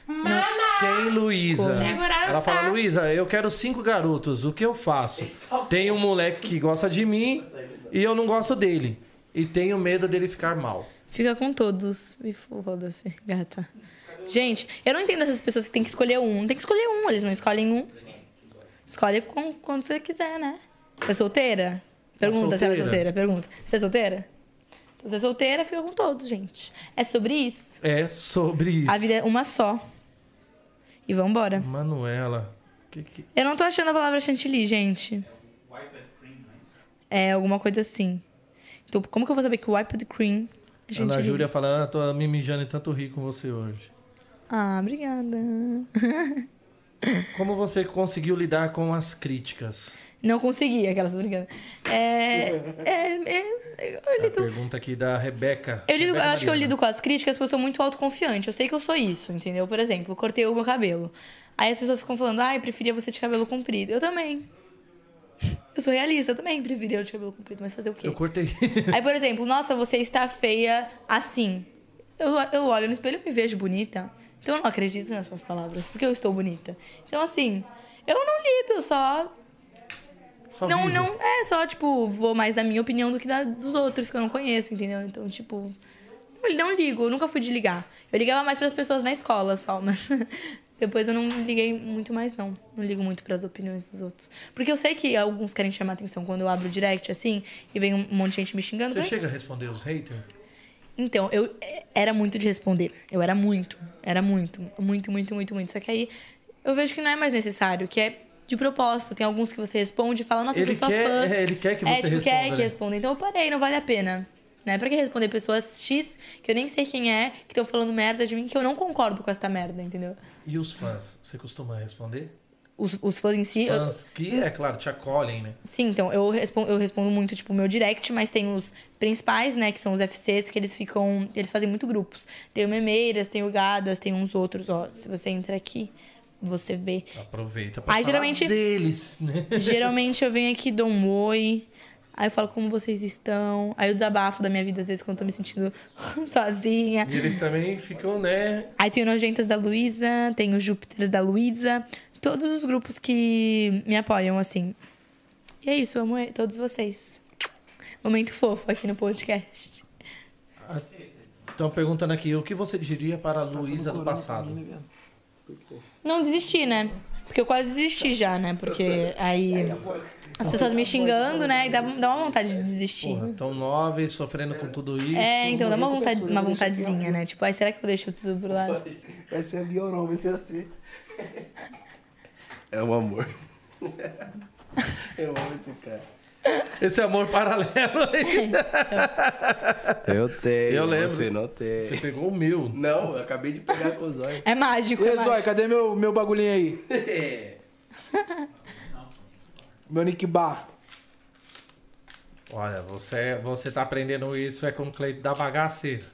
S3: Tem Luísa.
S4: Segurança.
S3: Ela fala, Luísa, eu quero cinco garotos, o que eu faço? Tem um moleque que gosta de mim e eu não gosto dele. E tenho medo dele ficar mal.
S7: Fica com todos. E foda-se, gata. Gente, eu não entendo essas pessoas que tem que escolher um. Tem que escolher um, eles não escolhem um. Escolhe com, quando você quiser, né? Você é solteira? Pergunta se ela é
S3: solteira.
S7: solteira, pergunta. Você é solteira? Então, você é solteira, fica com todos, gente. É sobre isso.
S3: É sobre isso.
S7: A vida é uma só. E vambora.
S3: Manuela. Que que...
S7: Eu não tô achando a palavra chantilly, gente. É, alguma coisa assim. Então, como que eu vou saber que wiped cream é chantilly?
S3: Ana Júlia fala, ah, tô me mijando e tanto rir com você hoje.
S7: Ah, obrigada.
S3: Como você conseguiu lidar com as críticas?
S7: Não consegui, aquelas tô brincando. É, é, é, eu
S3: A
S7: lido.
S3: pergunta aqui da Rebeca.
S7: Eu, lido- eu
S3: Rebeca
S7: acho que
S3: É
S7: eu
S3: Mariana.
S7: lido com as críticas porque eu sou muito autoconfiante. Eu sei que eu sou isso, entendeu? Por exemplo, cortei o meu cabelo. Aí as pessoas ficam falando, ai, preferia você de cabelo comprido. Eu também. Eu sou realista, eu também preferia eu de cabelo comprido, mas fazer o quê?
S3: Eu cortei.
S7: Aí, por exemplo, nossa, você está feia assim. Eu, eu olho no espelho e me vejo bonita. Então eu não acredito nas suas palavras, porque eu estou bonita. Então, assim, eu não lido, eu só.
S3: Só
S7: não,
S3: vivo.
S7: não. É só, tipo, vou mais da minha opinião do que da dos outros que eu não conheço, entendeu? Então, tipo. Não, não ligo, eu nunca fui de ligar. Eu ligava mais para as pessoas na escola só, mas depois eu não liguei muito mais, não. Não ligo muito para as opiniões dos outros. Porque eu sei que alguns querem chamar atenção quando eu abro o direct assim e vem um monte de gente me xingando.
S3: Você
S7: Eu falei,
S3: chega a responder os haters?
S7: então, eu eh, era muito de responder. Eu era muito. Era muito. Muito, muito, muito, muito. Só que aí eu vejo que não é mais necessário, que é de propósito. Tem alguns que você responde e fala, nossa,
S3: Ele
S7: eu sou
S3: quer-
S7: sua fã.
S3: é, ele quer que você
S7: É, tipo,
S3: responda,
S7: quer
S3: né?
S7: que responda. Então eu parei, não vale a pena. Né? Pra que responder pessoas X, que eu nem sei quem é, que estão falando merda de mim, que eu não concordo com essa merda, entendeu?
S3: E os fãs? Você costuma responder?
S7: os, os fãs em si. eu-
S3: Fãs que, é claro, te acolhem, né?
S7: Sim, então, eu respondo, eu respondo muito, tipo, o meu direct, mas tem os principais, né, que são os FCs, que eles ficam. Eles fazem muito grupos. Tem o Memeiras, tem o Gadas, tem uns outros, ó. Se você entra aqui, você vê.
S3: Aproveita pra
S7: Aí,
S3: falar
S7: geralmente-
S3: deles, né?
S7: Geralmente eu venho aqui, dou um oi. Aí eu falo como vocês estão. Aí eu desabafo da minha vida, às vezes, quando eu tô me sentindo sozinha.
S3: E eles também ficam, né?
S7: Aí tem o Nojentas da Luísa, tem o Júpiter da Luísa. Todos os grupos que me apoiam, assim. E é isso, amo e- todos vocês. Momento fofo aqui no podcast.
S3: Estão perguntando aqui, o que você diria para a Luísa do passado?
S7: Não desisti, né? Porque eu quase desisti já, né? Porque aí as pessoas me xingando, né? E dá, dá uma vontade de desistir.
S3: Porra, tão nova e sofrendo com tudo isso.
S7: É, então dá uma, vontade, uma vontadezinha, né? Tipo, ai, será que eu deixo tudo pro lado?
S8: Vai ser ali ou não, vai ser assim.
S13: É um amor.
S8: Eu amo esse cara.
S3: Esse amor paralelo aí.
S1: Eu tenho.
S3: Eu lembro.
S1: Você não tem.
S3: Você pegou o meu.
S13: Não, eu acabei de pegar com os olhos.
S7: É mágico.
S8: E
S7: é
S8: aí, Zói,
S7: mágico.
S8: cadê meu, meu bagulhinho aí? Meu nick bar.
S3: Olha, você, você tá aprendendo isso é com o Cleito da bagaceira.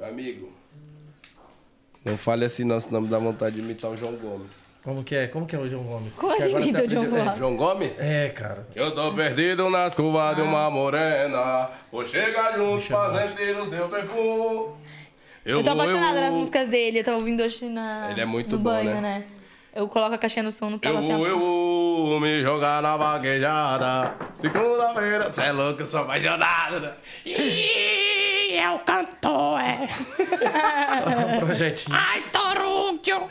S1: Amigo. Não fale assim, não, senão me dá vontade de imitar o João Gomes.
S3: Como que é? Como que é o João Gomes?
S7: Como
S3: Que
S7: ele
S3: agora você
S7: imita o João
S3: aprendeu-
S7: Gomes?
S1: João Gomes?
S3: É, é, cara.
S1: Eu tô perdido nas curvas de uma morena. Vou chegar junto pra sentir o seu perfume.
S7: Eu tô
S1: vou,
S7: apaixonada
S1: eu
S7: nas
S1: vou.
S7: músicas dele, eu tava ouvindo hoje na.
S1: Ele é muito
S7: no
S1: bom,
S7: banho,
S1: né?
S7: Eu coloco a caixinha no som no
S1: Eu
S7: tava assim. ó.
S1: vou, eu vou me jogar na vaquejada. Segunda-feira, cê é louco, eu sou apaixonado. né?
S14: Ih, é o cantor, é.
S3: Faça um projetinho.
S14: Ai, Torúquio.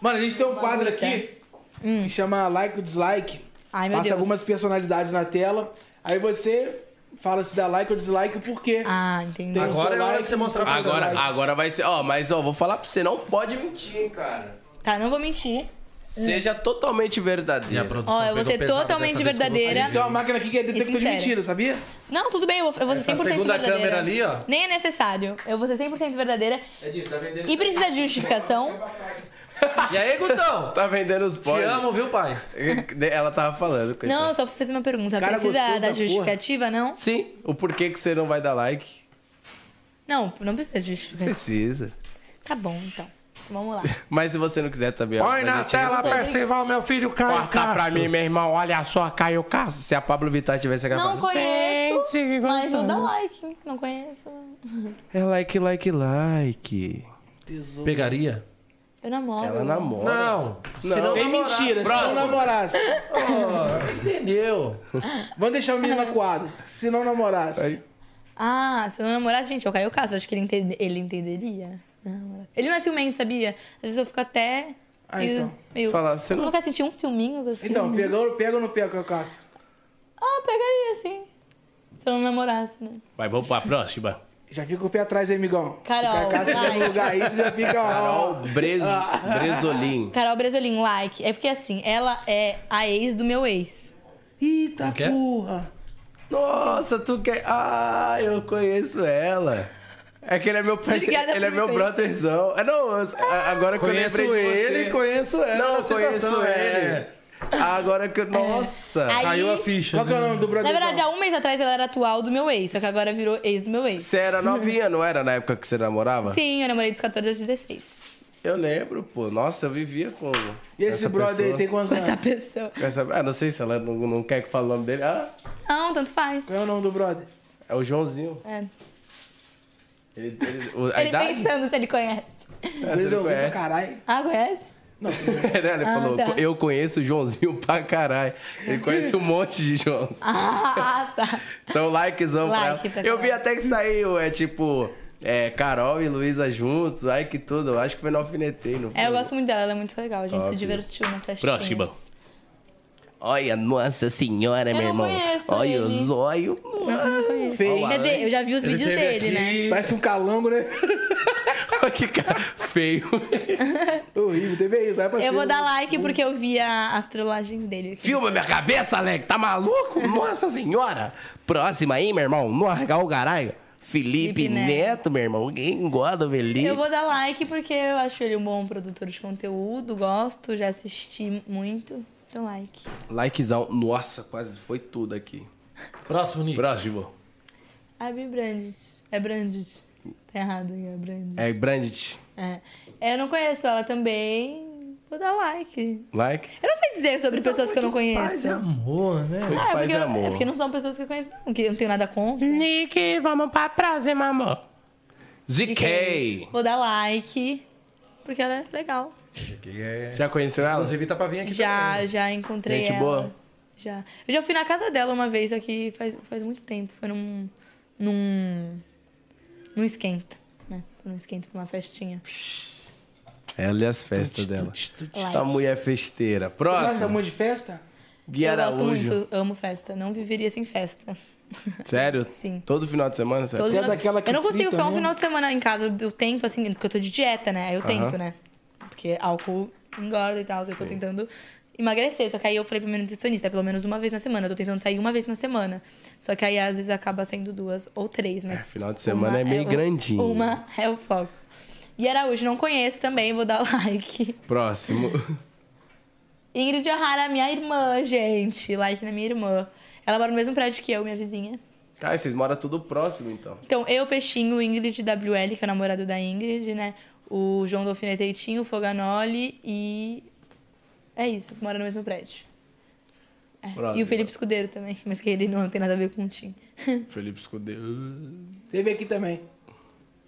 S8: Mano, a gente tem um quadro aqui que chama Like ou Dislike.
S7: Ai, meu
S8: Passa
S7: Deus.
S8: algumas personalidades na tela. Aí você fala se dá like ou dislike por quê.
S7: Ah, entendi.
S8: Tem o seu
S3: Agora é a hora
S8: like,
S3: de você mostrar
S8: tem o seu
S1: Agora,
S8: dislike.
S1: agora vai ser. Ó, mas ó, vou falar pra você, não pode
S13: É.
S1: mentir, cara.
S7: Tá, não vou mentir.
S1: Seja totalmente
S3: E a
S1: verdadeiro.
S3: produção
S7: Ó, eu vou
S3: pegou
S7: ser
S3: pesado
S7: totalmente
S3: dessa vez com
S7: verdadeira.
S8: A gente tem uma máquina aqui que é detector de
S7: sincero.
S8: mentira, sabia?
S7: Não, tudo bem, eu vou, eu vou ser
S3: Essa
S7: 100%
S3: segunda
S7: verdadeira.
S3: câmera ali, ó.
S7: Nem é necessário. Eu vou ser 100% verdadeira. E precisa de justificação.
S3: você. E aí, Gutão?
S1: Tá vendendo os
S3: Te
S1: pós.
S3: amo, viu, pai?
S1: Ela tava falando.
S7: Não,
S1: coitada.
S7: eu só fiz uma pergunta.
S8: Cara
S7: Precisa
S8: gostoso da
S7: da
S8: porra.
S7: justificativa, não?
S1: Sim, o porquê que você não vai dar like?
S7: Não, não precisa de justificativa.
S1: Precisa.
S7: Tá bom, então. Vamos lá.
S1: Mas se você não quiser também... ó,
S2: Põe
S1: a
S2: na
S1: gente-
S2: tela,
S7: resolve.
S2: Percival, meu filho Caio
S1: Corta
S2: Castro.
S1: pra mim,
S2: meu irmão. Olha só, Caio Castro.
S1: Se a Pablo Vittar tivesse
S7: Não
S1: gravado...
S2: Gente,
S7: conheço,
S2: que
S7: mas vou
S2: gostoso.
S7: dar like. Não conheço.
S1: É like, like, like.
S8: Tesouro.
S3: Pegaria?
S7: Eu namoro.
S1: Ela namora.
S3: Não.
S8: Não, Sem mentira, se não namorasse.
S3: Entendeu?
S8: Vamos deixar o menino no quadro. Se não namorasse.
S7: Ah, se eu não namorasse, gente, eu caio o caso. Acho que ele, entende- ele entenderia. Namorar. Ele não é ciumento, sabia? Às vezes eu fico até.
S8: Ah,
S7: meio-
S8: então.
S7: meio-
S1: Fala, você
S7: eu
S1: não-
S7: nunca senti uns ciúminhos assim.
S8: Então, pegou, pega ou não pega, Caio Castro?
S7: Ah, pegaria sim. Se eu não namorasse, né?
S15: Vai, vamos pra próxima.
S8: Já fica o pé atrás aí, amigão.
S7: Carol,
S8: Se Caio Castro
S7: vai.
S8: tiver no lugar aí, você já fica, ó.
S1: Brez... Bresolim.
S7: Carol Bresolim, like. É porque assim, ela é a ex do meu ex.
S8: Eita
S1: é?
S3: quê?
S8: porra.
S1: Nossa, tu quer... Ah, eu conheço ela. É que ele é meu parceiro,
S7: Obrigada por
S1: ele é
S7: me
S1: meu
S7: conhecer.
S1: brotherzão. É, não, eu- a- agora que eu
S3: Conheço
S1: lembrei de você...
S3: ele, conheço ela.
S1: Não,
S3: da situação,
S1: conheço
S3: é.
S1: ele. Agora que eu... Nossa!
S7: É. Aí-
S3: Caiu a ficha.
S8: Qual que é o
S1: né?
S8: nome do
S7: Na
S8: brother?
S7: verdade, há um mês atrás ela era atual do meu ex, só que agora virou ex do meu ex.
S1: Você era novinha, não era na época que você namorava?
S7: Sim, eu namorei dos 14 aos 16.
S1: Eu lembro, pô. Nossa, eu vivia com.
S8: E esse
S1: essa
S8: brother aí
S1: pessoa.
S8: tem quantos
S7: Com essa
S8: anos?
S7: pessoa.
S1: com essa- Ah, não sei se ela não, não quer que fale o nome dele. Ah,
S7: Não, tanto faz.
S8: Qual é o nome do brother?
S1: é o Joãozinho.
S7: É.
S1: Ele, ele, o- a
S7: Ele
S1: idade?
S7: pensando se ele conhece.
S1: Ah, você não
S8: Beijãozinho pra
S1: conhece.
S8: caralho.
S7: Ah, conhece?
S1: Né? Ele
S7: Ah,
S1: falou,
S7: tá.
S1: eu conheço o Joãozinho pra caralho. Ele conhece um monte de João.
S7: Ah, tá.
S1: Então, likezão
S7: Like
S1: pra
S7: pra
S1: ela. Eu vi
S7: caralho.
S1: até que saiu, é tipo, é, Carol e Luísa juntos, ai que tudo. Acho que foi no alfinetei, não foi?
S7: É, eu gosto muito dela, ela é muito legal. A gente
S1: Óbvio.
S7: se divertiu nas festinhas.
S15: Próxima.
S1: Olha, nossa senhora, meu
S7: não
S1: irmão.
S7: conheço
S1: Olha
S7: ele.
S1: os olhos.
S7: Não, não conheço.
S8: Feio.
S7: Quer dizer, eu já vi os
S3: Ele
S7: vídeos
S3: teve
S7: dele, né?
S3: aqui.
S8: Parece um calango, né?
S1: que cara feio.
S8: Horrível, teve isso. Vai pra
S7: Eu
S8: cima.
S7: vou dar like porque eu vi a- as trollagens dele.
S1: Filma minha cabeça, Alec. Tá maluco? Nossa senhora. Próxima aí, meu irmão. No arregar o caralho.
S2: Felipe
S7: Felipe Neto.
S2: Neto, meu irmão. Alguém gosta do Felipe?
S7: Eu vou dar like porque eu acho ele um bom produtor de conteúdo, gosto, já assisti muito. Então, like.
S2: Likezão. Nossa, quase foi tudo aqui.
S3: Próximo, Nick.
S2: Próximo.
S7: Abi Brandit. É Brandit. Tá errado aí, é Brandit.
S2: É Brandit.
S7: É. Eu não conheço ela também. Vou dar like.
S2: Like.
S7: Eu não sei dizer sobre pessoas que eu não conheço.
S3: amor, né?
S7: Ah, é, porque,
S2: paz e amor.
S7: é porque não são pessoas que eu conheço, não, que eu não tenho nada contra.
S4: Nick, vamos pra próxima, amor.
S2: ZK.
S7: Vou dar like, porque ela é legal.
S2: Já conheceu ela?
S3: é. Inclusive, tá pra vir aqui
S7: já,
S3: também.
S7: já encontrei
S2: É Gente
S7: ela.
S2: boa.
S7: Já. Eu já fui na casa dela uma vez, só que faz, faz muito tempo. Foi num. num. num esquenta, né? Foi num esquenta pra uma festinha.
S2: Ela e as festas dela.
S7: Like.
S2: A mulher é festeira.
S8: Nossa,
S2: Próximo.
S8: muito de festa?
S2: Gui
S7: eu gosto
S2: Araújo.
S7: é muito, amo festa. Não viveria sem festa.
S2: Sério?
S7: Sim.
S2: Todo final de semana, sério?
S7: Todo
S8: Você é
S7: final-
S8: daquela que
S7: Eu não consigo
S8: frita
S7: ficar um
S8: mesmo?
S7: final de semana em casa. Eu tento, assim, porque eu tô de dieta, né? Aí Eu
S2: Aham.
S7: tento, né? Porque álcool engorda e tal. Eu tô
S2: Sim.
S7: tentando emagrecer. Só que aí eu falei pra minha nutricionista, é pelo menos uma vez na semana. Eu tô tentando sair uma vez na semana. Só que aí às vezes acaba sendo duas ou três, mas.
S2: É, final de semana é meio
S7: o-
S2: grandinho.
S7: Uma é o foco. E Araújo, não conheço também, vou dar like.
S2: Próximo.
S7: Ingrid O'Hara, minha irmã, gente. Like na minha irmã. Ela mora no mesmo prédio que eu, minha vizinha.
S2: Cara, vocês moram tudo próximo, então.
S7: Então, eu, Peixinho, o Ingrid WL, que é o namorado da Ingrid, né? O João do Alfineteitinho, o Foganoli e. É isso, mora no mesmo prédio. É,
S2: Brasil.
S7: E o Felipe Escudeiro também, mas que ele não tem nada a ver com o Tim.
S2: Felipe Escudeiro.
S8: Teve aqui também.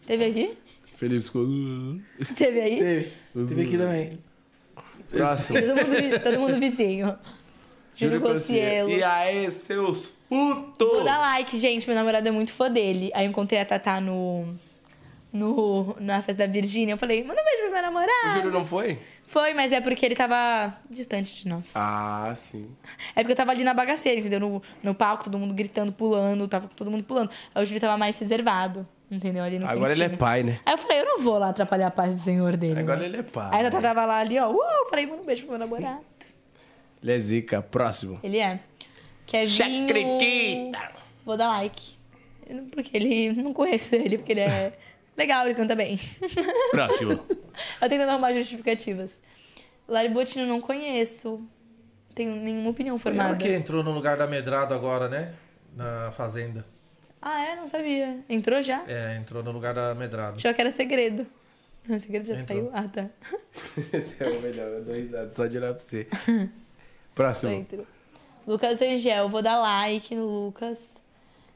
S7: Teve aqui?
S2: Felipe Escudeiro.
S7: Teve aí?
S8: Teve. Teve aqui também.
S2: Próximo.
S7: Todo mundo, vi- todo mundo vizinho. Júlio Cossielo.
S2: E aí, seus
S7: Vou
S2: putos?
S7: dar like, gente. Meu namorado é muito fã dele. Aí eu encontrei a Tatá no. no na festa da Virgínia. Eu falei, manda um beijo pro meu
S2: O
S7: namorado.
S2: Júlio não foi?
S7: Foi, mas é porque ele tava distante de nós.
S2: Ah, sim.
S7: É porque eu tava ali na bagaceira, entendeu? No, no palco, todo mundo gritando, pulando, tava todo mundo pulando. Aí o Júlio tava mais reservado, entendeu? Ali no
S2: Agora ele é
S7: cantinho.
S2: pai, né?
S7: Aí eu falei, eu não vou lá atrapalhar a paz do senhor dele.
S2: Agora
S7: né?
S2: ele é
S7: Aí
S2: pai.
S7: ela tava lá ali, ó. Uou, eu falei, manda um beijo pro meu namorado.
S2: Ele é zica. Próximo.
S7: Ele é. Kevinho. acredita! Vou dar like. Porque ele. Não conheço ele, porque ele é. Legal, ele canta bem.
S2: Próximo.
S7: Eu tentando arrumar justificativas. Lari Botino, não conheço. Tenho nenhuma opinião
S3: Foi ela
S7: formada.
S3: que entrou no lugar da Medrado agora, né? Na Fazenda.
S7: Ah, é? Não sabia. Entrou já?
S3: É, entrou no lugar da Medrado.
S7: Achou que era segredo. O segredo já
S3: Entrou.
S7: saiu? Ah, tá.
S2: Esse é o melhor. Eu dou risada. Só de olhar pra você.
S7: Foi,
S2: Próximo.
S7: entrou. Lucas Angel, vou dar like no Lucas.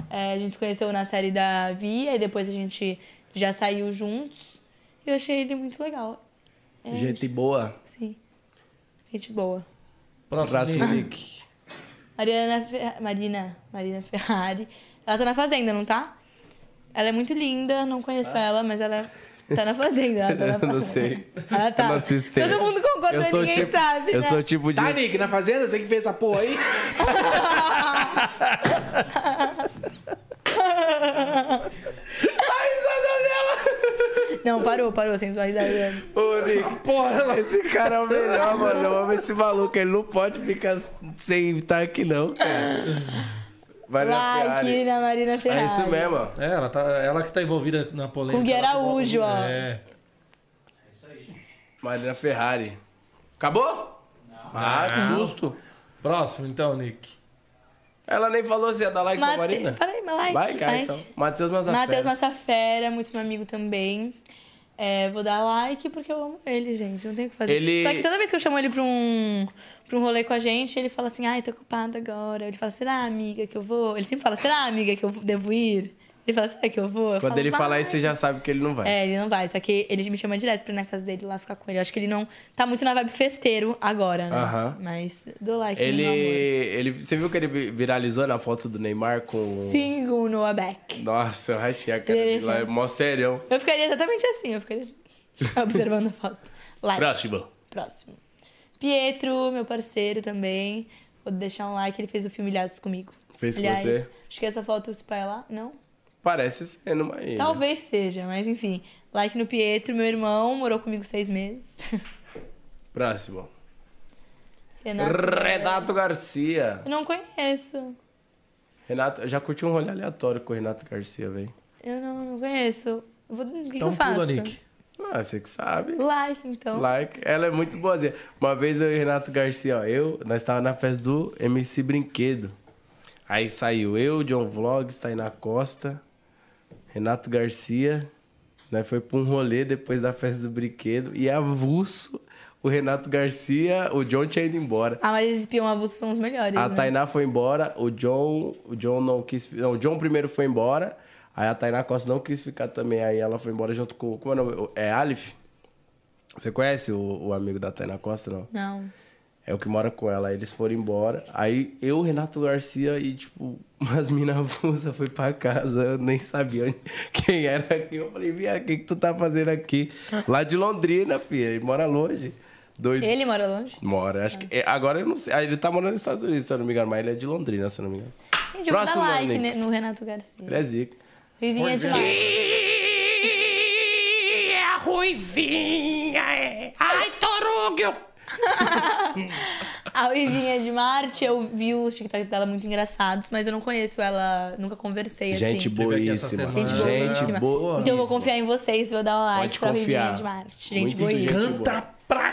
S7: É, a gente se conheceu na série da Via e depois a gente já saiu juntos. E eu achei ele muito legal. É,
S2: Gente boa.
S7: Sim. Gente boa.
S2: Próximo,
S3: Nick.
S2: Nick.
S7: Mariana Fe- Marina, Marina Ferrari. Ela tá na Fazenda, não tá? Ela é muito linda, não conheço ela, mas ela tá na Fazenda. Ela tá
S2: Ah. Eu
S7: na
S2: não
S7: Fazenda.
S2: sei.
S7: Ela tá.
S2: Eu não assisto TV.
S7: Todo mundo concorda,
S2: Eu sou o
S7: ninguém
S2: tipo-
S7: sabe.
S2: Eu
S7: né?
S2: sou o tipo de...
S8: Tá, Nick, na fazenda? Você que fez essa porra aí?
S2: tipo-
S7: Não, parou, parou, sensualidade.
S2: Ô, Nick, porra, esse cara é o melhor, mano. Eu amo esse maluco. Ele não pode ficar sem estar aqui, não, cara. Vai na
S7: Like
S2: Ferrari.
S7: na Marina Ferrari.
S2: É isso mesmo, ó.
S3: É, ela, tá, ela que tá envolvida na polêmica.
S7: Com Gui
S3: Ela se bota-
S7: Araújo, ó.
S3: É.
S2: Marina Ferrari. Acabou? Ah, que susto.
S3: Próximo, então, Nick.
S2: Ela nem falou se ia dar like pra
S7: Mate-
S2: Marina.
S7: Falei, mas like.
S2: Vai, cara,
S7: like.
S2: então. Matheus Mazafé.
S7: Matheus Massafera, muito meu amigo também. É, vou dar like porque eu amo ele, gente. Não tem o que fazer.
S2: Ele-
S7: Só que toda vez que eu chamo ele pra um, pra um rolê com a gente, ele fala assim, ai, tô ocupado agora. Ele fala, será, amiga, que eu vou? Ele sempre fala, será, amiga, que eu devo ir? Ele fala, será que eu vou? Eu
S2: Quando
S7: falo,
S2: ele
S7: vai.
S2: falar isso, você já sabe que ele não vai.
S7: É, ele não vai. Só que ele me chama direto pra ir na casa dele lá ficar com ele. Eu acho que ele não tá muito na vibe festeiro agora, né?
S2: Aham.
S7: Mas dou like
S2: ele,
S7: meu amor.
S2: ele. Você viu que ele vi- viralizou na foto do Neymar com.
S7: Sim, o Noah Beck.
S2: Nossa, eu rachei a cara
S7: Ele-
S2: dele lá. É mó serião.
S7: Eu ficaria exatamente assim, eu ficaria assim, observando a foto. Like.
S2: Próximo.
S7: Próximo. Pietro, meu parceiro também. Vou deixar um like, ele fez o filme Ilhados comigo.
S2: Fez com
S7: Aliás,
S2: você?
S7: Acho que essa foto se pai lá. Não?
S2: Parece sendo uma ilha.
S7: Talvez seja, mas enfim. Like no Pietro, meu irmão, morou comigo seis meses.
S2: Próximo.
S7: Renato.
S2: Renato Garcia.
S7: Eu não conheço.
S2: Renato, eu já curti um rolê aleatório com o Renato Garcia, velho.
S7: Eu não conheço. Eu vou- O que, que
S1: Então
S7: eu faço?
S1: pula, Nick. Ah, você que sabe.
S7: Like, então.
S1: Like, ela é muito boazinha. Uma vez eu e Renato Garcia, ó, eu, nós tava na festa do MC Brinquedo. Aí saiu eu, John Vlogs, Tainá Costa, Renato Garcia. Nós foi pra um rolê depois da festa do brinquedo. E avulso, o Renato Garcia, o John tinha ido embora.
S7: Ah, mas espião avulso são os melhores.
S1: A
S2: Ah,
S7: né?
S2: tá.
S1: Tainá foi embora, o John, o John não quis. Não, o John primeiro foi embora, aí a Tainá Costa não quis ficar também, aí ela foi embora junto com. Como é o nome? É Alif? Você conhece o, o amigo da Tainá Costa, não?
S7: Não.
S1: É o que mora com ela. Aí eles foram embora. Aí eu, Renato Garcia e, tipo, umas minas rusas foi pra casa. Eu nem sabia onde- quem era aqui. Eu falei, viado, o que, que tu tá fazendo aqui? Lá de Londrina, filho. Ele mora longe. Doido.
S7: Ele mora longe?
S1: Mora, acho que. é, agora eu não sei. ah, Ele tá morando nos Estados Unidos, se eu não me engano, mas ele é de Londrina, se eu não me engano.
S7: Entendi, eu vou dar
S1: Próximo,
S7: like
S1: Nix.
S7: né, no Renato Garcia.
S1: Ele é zica.
S7: Vivinha
S1: é.
S7: de like.
S16: E a ruivinha é. Ai, Torúguio!
S7: A Vivinha de Marte, eu vi os TikToks dela muito engraçados, mas eu não conheço ela, nunca conversei
S1: Gente
S7: assim.
S1: boíssima.
S7: Gente boíssima. Então eu vou confiar em vocês, vou dar um
S1: Pode
S7: like pra
S1: confiar.
S7: Vivinha de Marte. Gente
S1: Muito
S7: boíssima.
S1: boa.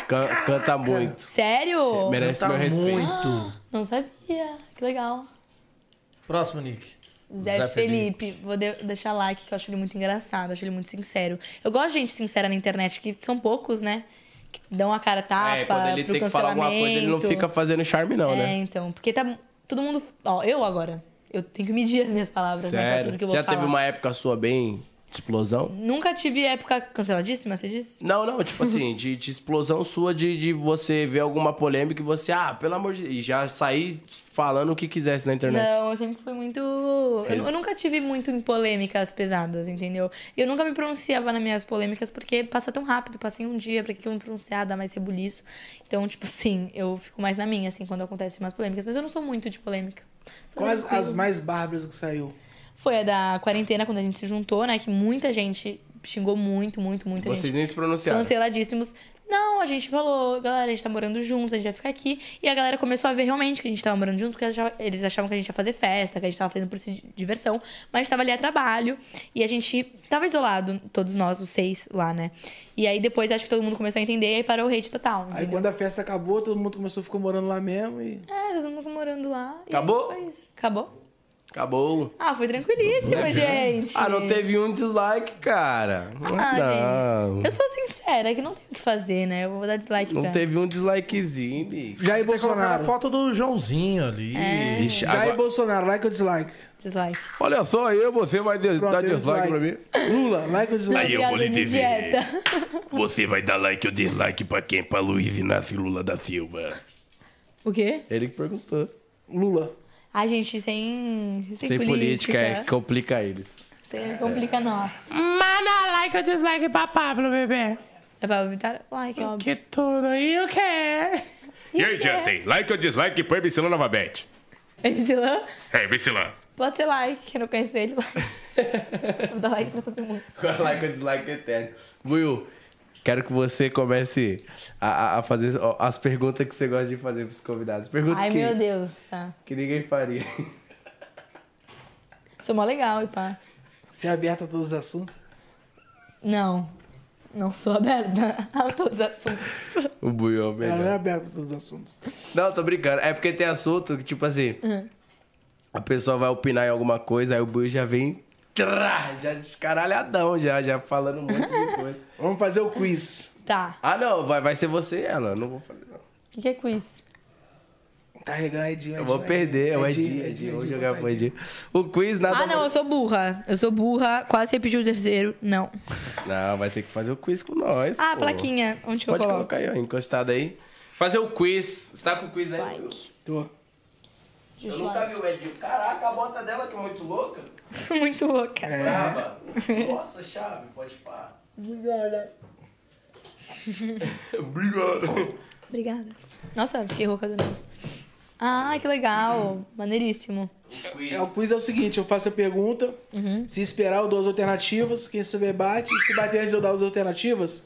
S1: Can- Canta muito.
S7: Sério?
S1: É, Merece meu respeito.
S7: Não sabia. Que legal.
S3: Próximo, Nick.
S7: Zé,
S3: Zé Felipe.
S7: Felipe. vou de- deixar like que eu acho ele muito engraçado, acho ele muito sincero. Eu gosto de gente sincera na internet, que são poucos, né? Que dão a cara tapa.
S1: É, quando ele
S7: pro
S1: tem que falar alguma coisa, ele não
S7: cancelamento.
S1: fica fazendo charme, não,
S7: é,
S1: né?
S7: então. Porque tá. Todo mundo. Ó, eu agora. Eu tenho que medir as minhas palavras, né? Pra
S1: Sério.
S7: tudo que eu vou
S1: Já
S7: falar.
S1: teve uma época sua bem de explosão?
S7: Nunca tive época canceladíssima, você disse?
S1: Não, não, tipo assim, de, de explosão sua de, de você ver alguma polêmica e você, ah, pelo amor de Deus, e já sair falando o que quisesse na internet.
S7: Não, eu sempre fui muito. Eu,
S1: Res-
S7: eu nunca tive muito em polêmicas pesadas, entendeu? E Eu nunca me pronunciava nas minhas polêmicas porque passa tão rápido, passei um dia, pra que que eu me pronunciar, dar mais rebuliço. Então, tipo assim, eu fico mais na minha, assim, quando acontecem umas polêmicas. Mas eu não sou muito de polêmica. Sou
S8: Quais
S7: muito-
S8: as mais bárbaras que saiu?
S7: Foi a da quarentena, quando a gente se juntou, né? Que muita gente xingou muito, muito, muito.
S1: Vocês
S7: gente. Então,
S1: nem se pronunciaram.
S7: Canceladíssimos. Não, a gente falou, galera, a gente tá morando juntos, a gente vai ficar aqui. E a galera começou a ver realmente que a gente tava morando junto, porque achava- eles achavam que a gente ia fazer festa, que a gente tava fazendo por si- diversão. Mas a gente tava ali a trabalho. E a gente tava isolado, todos nós, os seis lá, né? E aí depois acho que todo mundo começou a entender e aí parou o hate total.
S8: Aí
S7: entendeu?
S8: quando a festa acabou, todo mundo começou a ficar morando lá mesmo e.
S7: É, todo mundo morando lá. e
S1: Acabou?
S7: aí foi isso. Acabou?
S1: Acabou.
S7: Ah, foi tranquilíssimo, gente.
S1: Ah, não teve um dislike, cara.
S7: Ah,
S1: não.
S7: gente. Eu sou sincera, é que não tem o que fazer, né? Eu vou dar dislike
S1: Não
S7: pra...
S1: teve um dislikezinho, bicho.
S8: Jair
S3: Tem que colocar a
S8: Bolsonaro.
S3: foto do Joãozinho ali.
S7: É.
S1: Ixi,
S8: Jair
S1: agora-
S8: Bolsonaro, like ou dislike?
S7: Dislike.
S1: Olha só, eu, você vai de-
S8: Pronto,
S1: dar
S8: deu
S1: dislike pra mim.
S8: dislike. Lula, like ou dislike?
S17: Aí eu vou lhe
S7: Piada de
S17: dizer.
S7: dieta.
S17: Você vai dar like ou dislike pra quem? Pra Luiz Inácio Lula da Silva.
S7: O quê?
S1: Ele que perguntou.
S8: Lula.
S7: Ai, gente, sem, sem,
S1: Sem política, é,
S7: política.
S1: complica eles.
S7: Sem complica nós.
S16: Manda é like ou dislike pra Pablo, bebê.
S7: É pra evitar like, óbvio.
S16: Que tudo. E o quê?
S17: E aí, Justin? Like ou dislike pra Emicilã novamente?
S7: Epsilon,
S17: É, Emicilã.
S7: pode ser like, que eu não conheço ele. like. Vou dar like pra todo mundo.
S1: like ou dislike eterno. Will, quero que você comece a, a- a fazer as perguntas que você gosta de fazer pros convidados. Pergunta
S7: Ai,
S1: que,
S7: meu Deus, tá.
S1: que ninguém faria.
S7: Sou mó legal, e pá.
S8: Você é aberta a todos os assuntos?
S7: Não, não sou aberta a todos os assuntos.
S1: O Buiu é o
S8: Ela não é
S1: melhor.
S8: aberta a todos os assuntos.
S1: Não, tô brincando. É porque tem assunto que, tipo assim, a pessoa vai opinar em alguma coisa, aí o Buiu já vem. trá, Já descaralhadão, já, já falando um monte de coisa.
S8: Vamos fazer o quiz.
S7: Tá,
S1: Ah, não, vai, vai ser você e ela. eu Não vou fazer, não.
S7: o que, que é quiz?
S8: Tá regrando Edinho.
S1: Eu vou perder, é o Edinho, Edinho. Vou jogar pro Edinho. O quiz nada
S7: Ah, não, eu sou burra. Eu sou burra, quase repeti o terceiro. Não.
S1: Não, vai ter que fazer o quiz com nós.
S7: Ah,
S1: pô.
S7: plaquinha. Onde que eu
S1: Pode
S7: coloco?
S1: colocar aí, ó, encostado aí. Fazer o quiz. Você tá com o quiz aí? Will?
S7: Dislike.
S8: Tô.
S1: Eu nunca vi o Edinho. Caraca, a bota dela que é muito louca.
S7: Muito louca.
S8: É,
S1: Braba. Nossa, chave, pode pá. Obrigada. Obrigado.
S7: Obrigada. Nossa, fiquei rouca do nada. Ah, que legal. Maneiríssimo.
S8: É, o quiz é o seguinte, eu faço a pergunta, se esperar eu dou as alternativas, quem souber bate, se bater antes de eu dar as alternativas,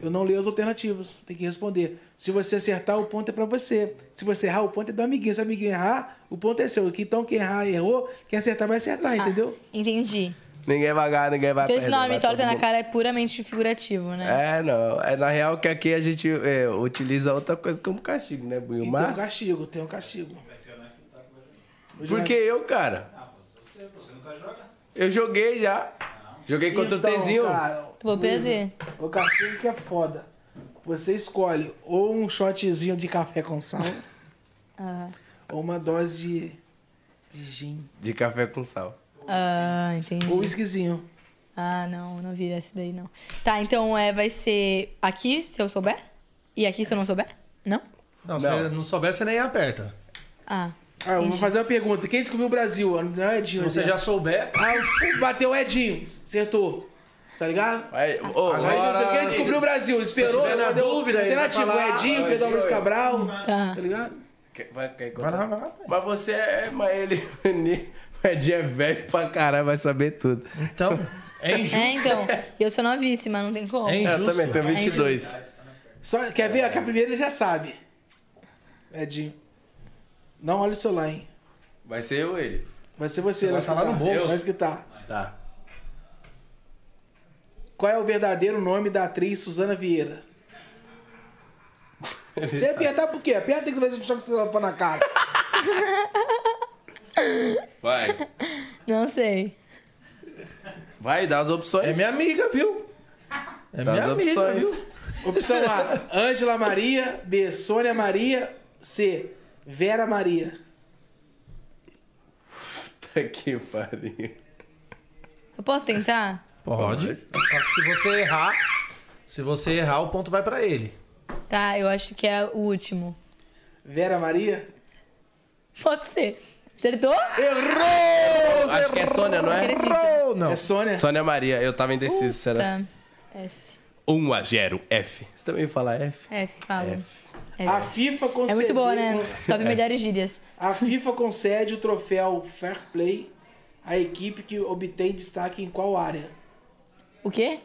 S8: eu não leio as alternativas, tem que responder. Se você acertar, o ponto é pra você. Se você errar, o ponto é do amiguinho. Se
S7: Ah.
S8: o amiguinho errar, o ponto é seu. Então quem errar, errou, quem acertar vai acertar, entendeu?
S7: Entendi.
S1: Ninguém vai ganhar, ninguém vai
S7: Então esse
S1: perder,
S7: nome
S1: Tá vai
S7: torta
S1: todo
S7: na
S1: mundo-
S7: cara é puramente figurativo, né?
S1: É, não. É, na real que aqui a gente é, utiliza outra coisa como castigo, né, Bunho?
S7: Então,
S8: E tem um
S1: Mas...
S8: castigo, tem um castigo.
S1: Por que eu, cara?
S7: Ah,
S1: Eu joguei já. Joguei contra
S8: Então,
S1: o Tezinho.
S8: cara,
S7: Vou
S8: Luísa,
S7: perder.
S8: O castigo que é foda. Você escolhe ou um shotzinho de café com sal
S7: Ah,
S8: ou uma dose de, de gin.
S1: De café com sal.
S7: ah, entendi.
S8: Ou um whiskyzinho.
S7: Ah, não, não vira esse daí, não. Tá, então é, vai ser aqui, se eu souber? E aqui, se eu não souber? Não?
S3: Não, se
S8: Não.
S3: não souber, você nem aperta.
S7: Ah.
S8: Ah, eu vou
S7: entendi.
S8: fazer uma pergunta. Quem descobriu o Brasil? Não é o Edinho.
S3: Se você
S8: né?
S3: já souber.
S8: Ah, bateu o Edinho. Acertou. Tá ligado?
S1: Aí,
S8: Agora,
S3: agora-
S8: quem descobriu o Brasil?
S3: Se
S8: Esperou?
S3: tiver na
S8: deu
S3: dúvida, ele vai
S8: alternativo.
S3: falar, é."
S8: O Edinho,
S1: "Ah,
S8: Pedro Álvares
S1: Edinho, eu".
S8: Cabral.
S7: Tá.
S8: Tá ligado?
S1: Que- Vai, quer
S3: Vai
S1: contar?
S3: lá, vai lá.
S1: Mas você é. Mas ele. O Edinho é velho pra caralho, vai saber tudo.
S3: Então, é injusto.
S7: É, então. Eu sou novíssima, não tem como.
S3: É injusto.
S1: Eu também tenho
S7: É
S1: 22.
S8: Só, quer ver?
S3: É.
S8: Que a primeira ele já sabe. Edinho. Não olha o celular, hein?
S1: Vai ser eu ou ele?
S8: Vai ser você.
S3: Vai falar no bolso.
S8: Vai escutar.
S1: Tá.
S8: Qual é o verdadeiro nome da atriz Suzana Vieira? Você ia apertar por quê? Aperta que você vai deixar com o celular na cara.
S1: Vai.
S7: Não sei.
S1: Vai, dá as opções.
S3: É minha amiga, viu? É
S1: Dá
S3: minha
S1: as
S3: amiga,
S1: opções.
S3: viu?
S8: Opção A, Ângela Maria. B, Sônia Maria. C, Vera Maria.
S1: Puta que pariu.
S7: Eu posso tentar?
S3: Pode. Só que se você errar, se você errar, o ponto vai pra ele.
S7: Tá, eu acho que é o último.
S8: Vera Maria?
S7: Pode ser. Acertou?
S1: Errou! Acho que é Sônia, não
S7: Não
S1: é?
S7: acredito.
S3: Ou não?
S8: É Sônia?
S1: Sônia Maria, eu tava indeciso, será?
S7: Tá. F.
S1: 1 a 0 F. Você também fala F?
S7: F, fala. É,
S8: A FIFA concedeu...
S7: é muito boa, né? Top melhores gírias.
S8: A FIFA concede o troféu Fair Play à equipe que obtém destaque em qual área?
S7: O quê?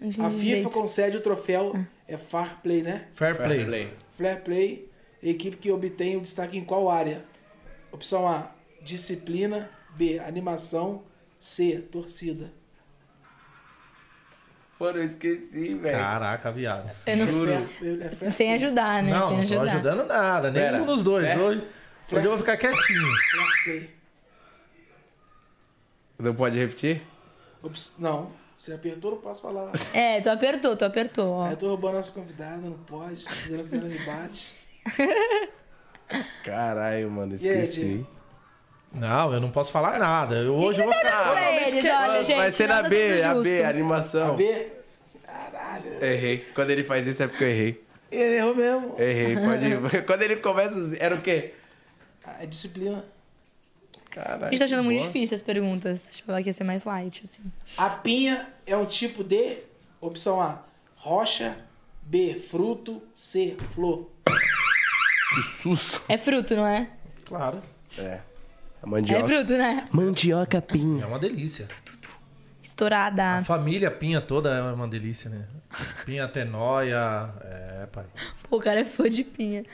S7: Não
S8: A
S7: entendi
S8: FIFA
S7: direito.
S8: concede o troféu...
S7: Ah.
S8: É Fair Play, né?
S3: Fair play.
S8: Fair Play, equipe que obtém o destaque em qual área? Opção A, disciplina. B, animação. C, torcida.
S1: Mano, eu esqueci, velho.
S3: Caraca, viado.
S7: Eu não
S8: Fair- é fair-
S7: Sem ajudar, né?
S3: Não,
S7: Sem
S3: não tô
S7: ajudar.
S3: ajudando nada,
S1: Pera.
S3: nenhum dos dois.
S1: Pera.
S3: Hoje, hoje eu vou ficar quietinho.
S8: fair play.
S1: Não pode repetir?
S8: Ops- não, você apertou, não posso falar.
S7: É, tu apertou, tu apertou, ó.
S8: Aí eu tô roubando nosso convidado, não pode. A segurança dela me bate.
S1: Caralho, mano,
S8: E aí,
S1: esqueci.
S8: Diego?
S3: Não, eu não posso falar nada. Eu, hoje eu vou ficar.
S7: pra eles, olha, gente.
S1: Vai ser na
S7: nada
S1: B,
S7: sendo
S1: a B,
S7: justo.
S1: a animação.
S8: B,
S1: Errei. Quando ele faz isso é porque eu errei.
S8: ele errou mesmo.
S1: Errei, pode ir. Quando ele começa, era o quê?
S8: Ah, É disciplina.
S7: A
S1: Caralho.
S7: gente tá achando muito
S1: boa.
S7: difícil as perguntas. Acho que ela ia ser mais light, assim.
S8: A pinha é um tipo de... Opção A, rocha. B, fruto. C, flor.
S1: Que susto.
S7: É fruto, não é?
S3: Claro.
S1: É. A
S7: É
S1: mandioca.
S7: fruto, né?
S1: Mandioca pinha.
S3: É uma delícia. A Ah,
S7: Estourada.
S3: família Pinha toda é uma delícia, né? Pinha até noia. É, pai.
S7: Pô, o cara é fã de pinha.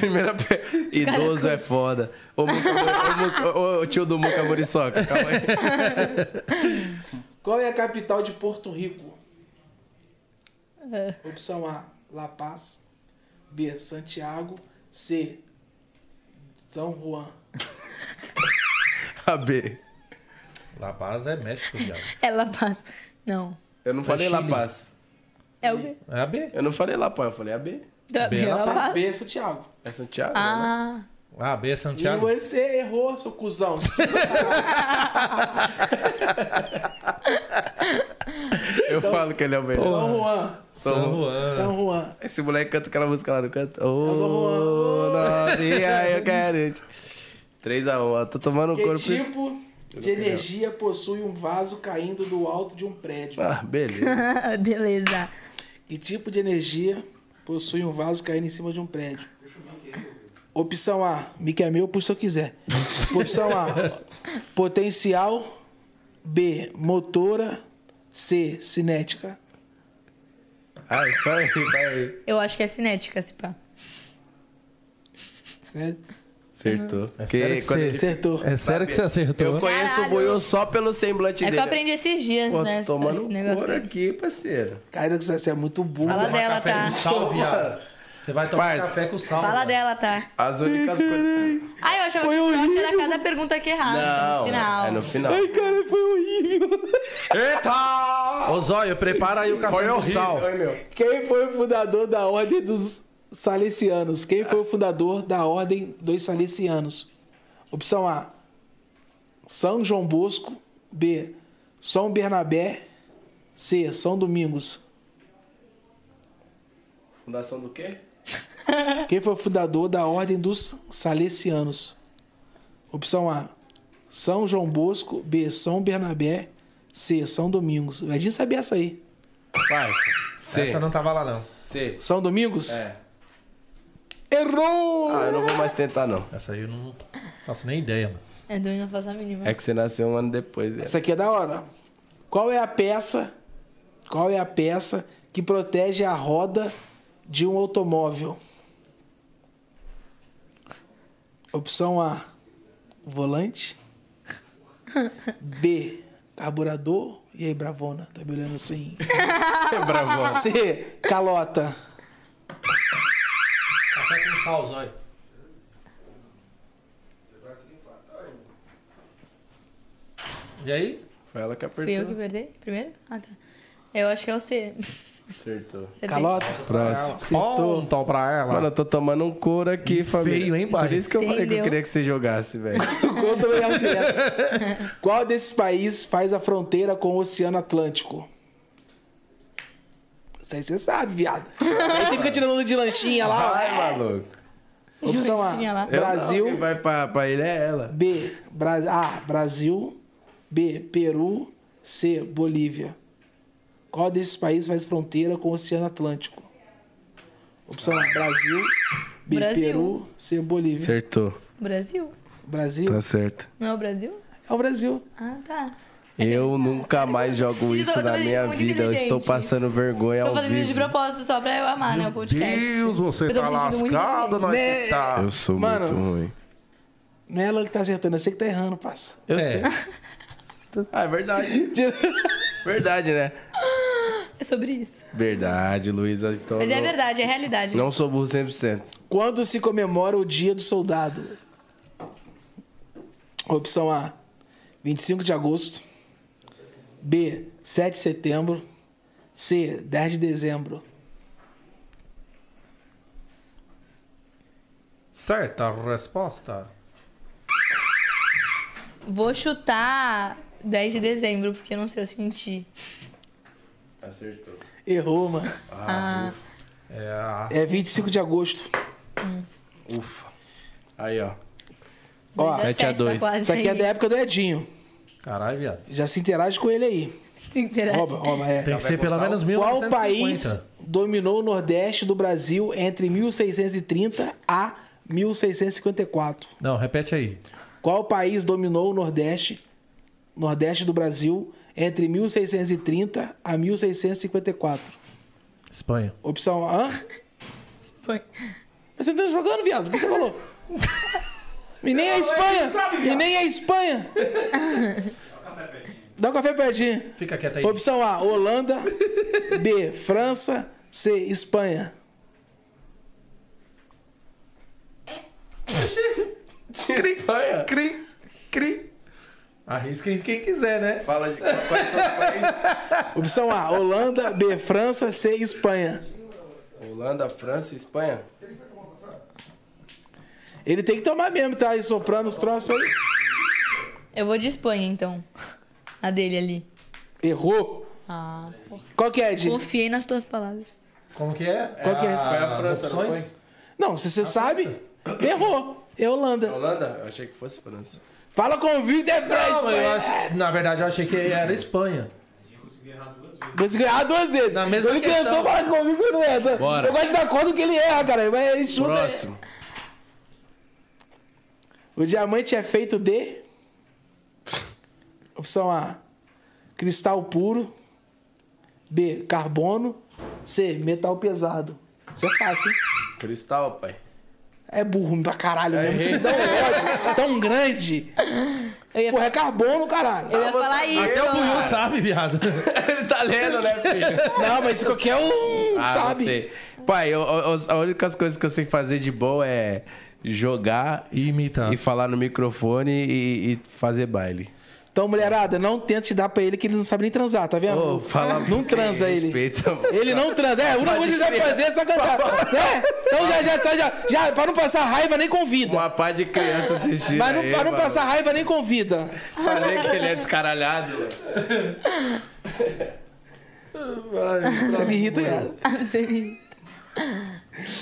S1: Primeira pe... Idoso é foda. Ô, Muca- ô, Muca- ô, tio do Muca Muriçoca, calma aí.
S8: Qual é a capital de Porto Rico? Opção A, La Paz. B, Santiago. C, São Juan.
S1: A B.
S3: La Paz é México, viado.
S7: Ela passa. Não.
S1: Eu não falei La Paz.
S7: É o quê?
S3: É a B.
S1: Eu não falei La Paz, eu falei a B.
S7: Da-
S3: Bela
S7: Ela passa.
S8: B, Santiago.
S1: É Santiago, né?
S7: Ah,
S3: Ah, B é
S8: E
S3: Santiago.
S8: você errou, seu cuzão.
S1: Eu falo que ele é o um- melhor.
S8: São Juan.
S3: São Juan.
S8: São Juan.
S1: Esse moleque canta aquela música lá, não canta?
S8: Ô,
S1: Ô, novinha, eu quero te... 3x1, tô tomando
S8: Que
S1: couro por isso.
S8: tipo de energia possui um vaso caindo do alto de um prédio?
S1: Ah, beleza.
S7: beleza.
S8: Que tipo de energia possui um vaso caindo em cima de um prédio? Opção A. Me quer meu, puxa se eu quiser. Opção A. Potencial. B. Motora. C. Cinética.
S1: Ai, vai aí, vai aí.
S7: É Eu acho que é cinética, se pá.
S8: Sério?
S1: Uhum.
S2: Acertou.
S18: É sério que você acertou. É sério que você acertou.
S2: Eu conheço o
S7: Caralho.
S2: Buiu só pelo semblante
S7: É
S2: dele.
S7: que eu aprendi esses dias,
S2: Pô,
S7: né?
S2: tô tomando
S1: um
S7: esse
S2: couro
S7: aí.
S2: aqui, parceiro.
S8: Cara, você é muito burro.
S7: Fala dela, tá?
S3: Sal, viado. Você vai tomar
S2: Parça.
S3: café com sal.
S7: Fala dela, tá?
S2: As únicas coisas...
S7: Ah, eu achava que o shot era cada pergunta aqui errada.
S2: Não,
S7: no final.
S2: é no final.
S8: cara, foi horrível.
S3: Eita! Ô, Zóio, prepara aí o café
S2: um
S3: com sal.
S8: Quem foi o fundador da Ordem dos Salesianos? Quem foi o fundador da Ordem dos Salesianos? Opção A: São João Bosco. B: São Bernabé. C: São Domingos.
S2: Fundação do quê?
S8: Quem foi o fundador da Ordem dos Salesianos? Opção A: São João Bosco. B: São Bernabé. C: São Domingos. O Edinho sabia essa aí.
S2: Parça. C.
S3: Essa não tava lá, não.
S2: C.
S8: São Domingos?
S2: É.
S8: Errou!
S2: Ah, eu não vou mais tentar, não.
S3: Essa aí eu não faço nem ideia, mano.
S7: É doido, não faço a mínima.
S2: É que você nasceu um ano depois. É.
S8: Essa aqui é da hora. Qual é a peça? Qual é a peça que protege a roda de um automóvel? Opção A: volante. B: carburador. E aí, Bravona? Tá me olhando assim.
S2: Bravona.
S8: C: calota.
S3: Café com sal, Zóio. E aí?
S2: Foi ela que
S7: Fui eu que
S2: apertou.
S7: perdi? Primeiro? Ah, tá. Eu acho que é o C.
S2: Acertou.
S7: Acertei.
S2: Próximo.
S3: Acertou. Ponto um pra ela.
S2: Mano, eu tô tomando um couro aqui, família.
S3: feio, hein, pai?
S2: Por isso que eu falei que eu
S7: Entendeu?
S2: queria que você jogasse, velho.
S8: Conta o erro direto. Qual desses países faz a fronteira com o Oceano Atlântico? Isso aí você sabe, viado. Isso aí você fica tirando onda de lanchinha lá. ó.
S2: Vai, maluco.
S8: Opção A,
S7: Lanchinha lá.
S2: Eu não,
S8: Brasil.
S2: quem vai pra, pra ilha é ela.
S8: B, Bra A, Brasil. B, Peru. C, Bolívia. Qual desses países faz fronteira com o Oceano Atlântico? Opção A, Brasil. B,
S7: Brasil.
S8: Peru. C, Bolívia.
S2: Acertou.
S7: Brasil?
S8: Brasil?
S2: Tá certo.
S7: Não é o Brasil?
S8: É o Brasil.
S7: Ah, tá.
S2: Eu nunca mais jogo
S7: Eu tô- eu
S2: isso
S7: tô
S2: na
S7: me
S2: minha
S7: sentindo muito
S2: vida. Eu estou
S7: inteligente.
S2: passando vergonha
S7: Estou
S2: ao
S7: fazendo isso de
S2: vivo.
S7: propósito só pra eu amar, né? O podcast. eu
S2: tá
S7: tô me sentindo muito bem.
S3: tá nós
S8: Né?
S3: que tá.
S2: Eu sou
S8: Mano.
S2: muito ruim.
S8: Não é ela que tá acertando, eu sei que tá errando, parça.
S2: Eu
S3: É.
S2: sei. Ah, é verdade. verdade, né?
S7: É sobre isso.
S2: Verdade, Luísa. Então,
S7: Mas é
S2: não-
S7: verdade, é realidade.
S2: Não sou burro 100%.
S8: Quando se comemora o Dia do Soldado? Opção A, 25 de agosto. B, 7 de setembro. C, 10 de dezembro.
S3: Certa resposta.
S7: Vou chutar 10 de dezembro, porque eu não sei, eu senti.
S2: Acertou.
S8: Errou, mano.
S7: Ah,
S3: É a...
S8: É 25 de agosto.
S2: Ufa. Aí, ó.
S8: Ó,
S7: Dois a
S2: sete a
S7: sete, tá
S2: dois.
S7: quase
S8: isso aqui é
S7: aí.
S8: da época do Edinho.
S3: Caralho, viado.
S8: Já se interage com ele aí.
S7: Se interage.
S8: Rouba, rouba, é.
S3: Tem que ser pelo menos
S8: Qual
S3: 1950.
S8: país dominou o Nordeste do Brasil entre 1630 a 1654?
S3: Não, repete aí.
S8: Qual país dominou o Nordeste, Nordeste do Brasil entre 1630 a 1654?
S3: Espanha.
S8: Opção A. Hã?
S7: Espanha.
S8: Mas Você não tá jogando, viado? O que você falou? E nem a Espanha! E nem a Espanha! Dá o café pertinho.
S3: Fica quieto aí.
S8: Opção A, Holanda. B, França. C, Espanha.
S2: Espanha.
S3: Cri, cri. Arrisquem quem quiser, né?
S2: Fala de quais são os países?
S8: Opção A, Holanda. B, França. C, Espanha.
S2: Holanda, França, Espanha.
S8: Ele tem que tomar mesmo, tá? E soprando os troços aí.
S7: Eu vou de Espanha, então. A dele ali.
S8: Errou.
S7: Ah, porra.
S8: Qual que é, Ed?
S7: Confiei nas tuas palavras.
S3: Como que é?
S8: Qual que é a
S2: Foi a
S3: as
S2: França, não
S3: opções?
S2: foi?
S8: Não, se você sabe, errou. É Holanda.
S2: Holanda? Eu achei que fosse França.
S8: Fala com o Vitor, é
S3: Não,
S8: França.
S3: mas eu acho- na verdade, eu achei que era Espanha.
S8: Você ganhar duas vezes.
S3: Na mesma
S8: ele
S3: questão.
S8: tentou falar comigo e não erra.
S2: Bora.
S8: Eu gosto de dar conta que ele erra, cara. Mas ele chuta.
S2: Próximo.
S8: O diamante é feito de. Opção A: cristal puro. B: carbono. C: metal pesado. Isso é fácil, hein?
S2: Cristal, pai.
S8: É burro pra caralho mesmo. Isso me dá um ódio tão grande. Porra, é carbono,
S1: Ah,
S8: caralho.
S7: Eu ia falar isso.
S3: Até É o Buiu sabe, viado.
S1: Ele tá lendo, né, filho?
S8: Não, mas qualquer um
S1: Ah,
S8: sabe.
S1: você. Pai, eu, eu- eu- a única coisa que eu sei fazer de boa é jogar
S3: e imitar.
S1: E falar no microfone e, e fazer baile.
S8: Então, mulherada, não tenta te dar pra ele que ele não sabe nem transar, tá vendo?
S1: Ô, fala
S8: não transa ele.
S1: Respeita.
S8: Ele não transa. É, a única coisa que ele sabe fazer é só cantar. É, então já, já, tá- já, já, pra não passar raiva, nem convida.
S1: Uma pá de criança assistindo
S8: Mas não,
S1: aí,
S8: pra não
S1: mano.
S8: passar raiva, nem convida.
S1: Falei que ele é descaralhado.
S8: Você me irrita, cara.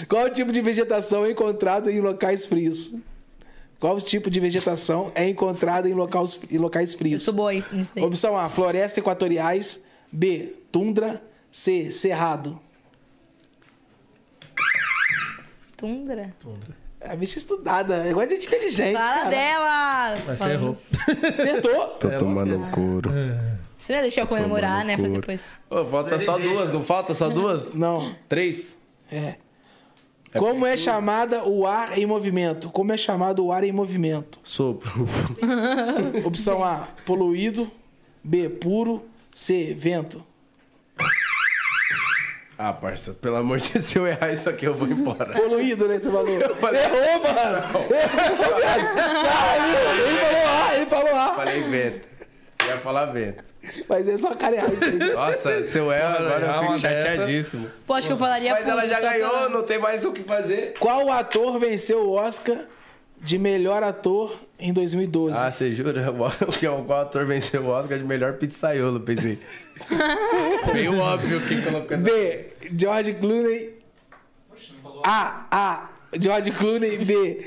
S8: Qual o tipo de vegetação é encontrada em locais frios? Qual o tipo de vegetação é encontrada em locais, em locais frios?
S7: Sou boa nisso nisso daí.
S8: Opção A, florestas equatoriais. B, tundra. C, cerrado.
S7: Tundra?
S8: É a bicha estudada. É igual de gente inteligente,
S7: Fala
S8: cara.
S7: dela! Falando.
S8: Acertou.
S1: Tô tomando um couro.
S7: Você não ia deixar eu comemorar, né? Pra
S1: couro.
S7: depois.
S1: Ô, falta só duas, não falta só duas?
S8: Não.
S1: Três?
S8: É. Como é chamada o ar em movimento? Como é chamado o ar em movimento?
S1: Sopro.
S8: Opção A, poluído. B, puro. C, vento.
S1: Ah, parça, pelo amor de Deus, se eu errar isso aqui, eu vou embora.
S8: Poluído, né? Você falou.
S1: falei-
S8: Errou, mano. Errou, viado. Caralho, ele falou A, ele falou A.
S1: Falei vento. Ia falar vento.
S8: Mas é só cara errar isso aí.
S1: Nossa, se eu erro agora, eu fico chateadíssimo.
S7: Pô, acho que eu falaria
S1: Mas ela
S7: puro,
S1: já
S7: só pra-
S1: ganhou, não tem mais o que fazer.
S8: Qual ator venceu o Oscar de melhor ator em 2012?
S1: Ah, você jura? O que é o qual ator venceu o Oscar de melhor pizzaiolo, pensei. Meio óbvio que colocou.
S8: B. George Clooney. A. A. George Clooney. B.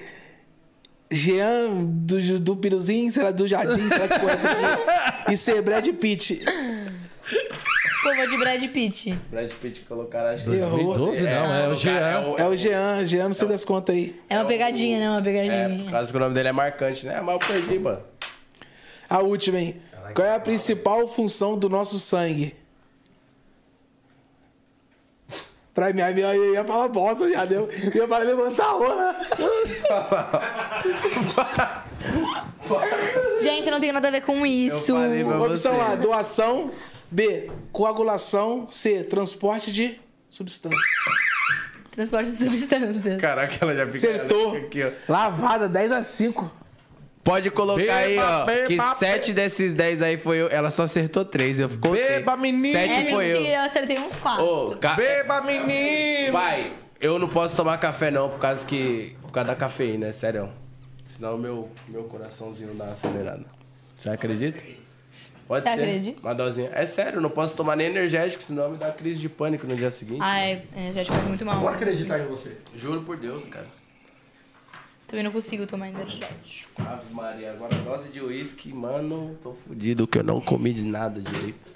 S8: Jean do, Ju- do Piruzinho, será do Jardim, será que conhece aqui? E C. Brad Pitt.
S7: Pô, vou de Brad Pitt.
S1: Brad Pitt colocaram, acho que.
S8: Errou.
S19: 2012 não, é o
S1: cara,
S19: Jean.
S1: o-
S8: É o Jean, Jean, não sei das contas aí.
S7: É uma pegadinha, né?
S1: É,
S7: Uma
S1: por
S7: pegadinha.
S1: causa que o nome dele é marcante, né? Mas eu perdi, mano.
S8: A última, hein? Qual é a principal função do nosso sangue? Pra mim, aí eu ia falar bosta, já deu. Eu ia falar levantar a hora.
S7: Gente, eu não tenho nada a ver com isso.
S1: falei pra
S8: Opção
S1: você.
S8: A, doação. B, coagulação. C, transporte de substância.
S7: Transporte de substâncias.
S1: Caraca, ela já fica.
S8: Acertou.
S1: ela fica aqui, ó.
S8: Lavada, 10 a 5.
S1: Pode colocar
S2: Beba,
S1: aí, ó.
S2: beba,
S1: que
S2: beba.
S1: sete desses dez aí foi eu. Ela só acertou três, eu fico.
S2: Beba, menino.
S7: É
S1: Sete foi
S7: mentira,
S1: eu.
S7: eu acertei uns quatro.
S1: Ô, ca-
S2: Beba, menino!
S1: Vai, eu não posso tomar café não, por causa que. Por causa da cafeína, é sério. Senão meu, meu coraçãozinho dá uma acelerada. Você acredita? Pode
S7: Você
S1: ser.
S7: acredita?
S1: Uma dosinha. É sério, eu não posso tomar nem energético, senão me dá crise de pânico no dia seguinte.
S7: Ai, é, já te faz muito mal.
S3: Vou acreditar em
S7: Ah.
S3: você.
S1: Juro por Deus, cara.
S7: Também não consigo tomar energético.
S1: Ave Maria, agora dose de uísque, mano, tô fudido que eu não comi de nada direito.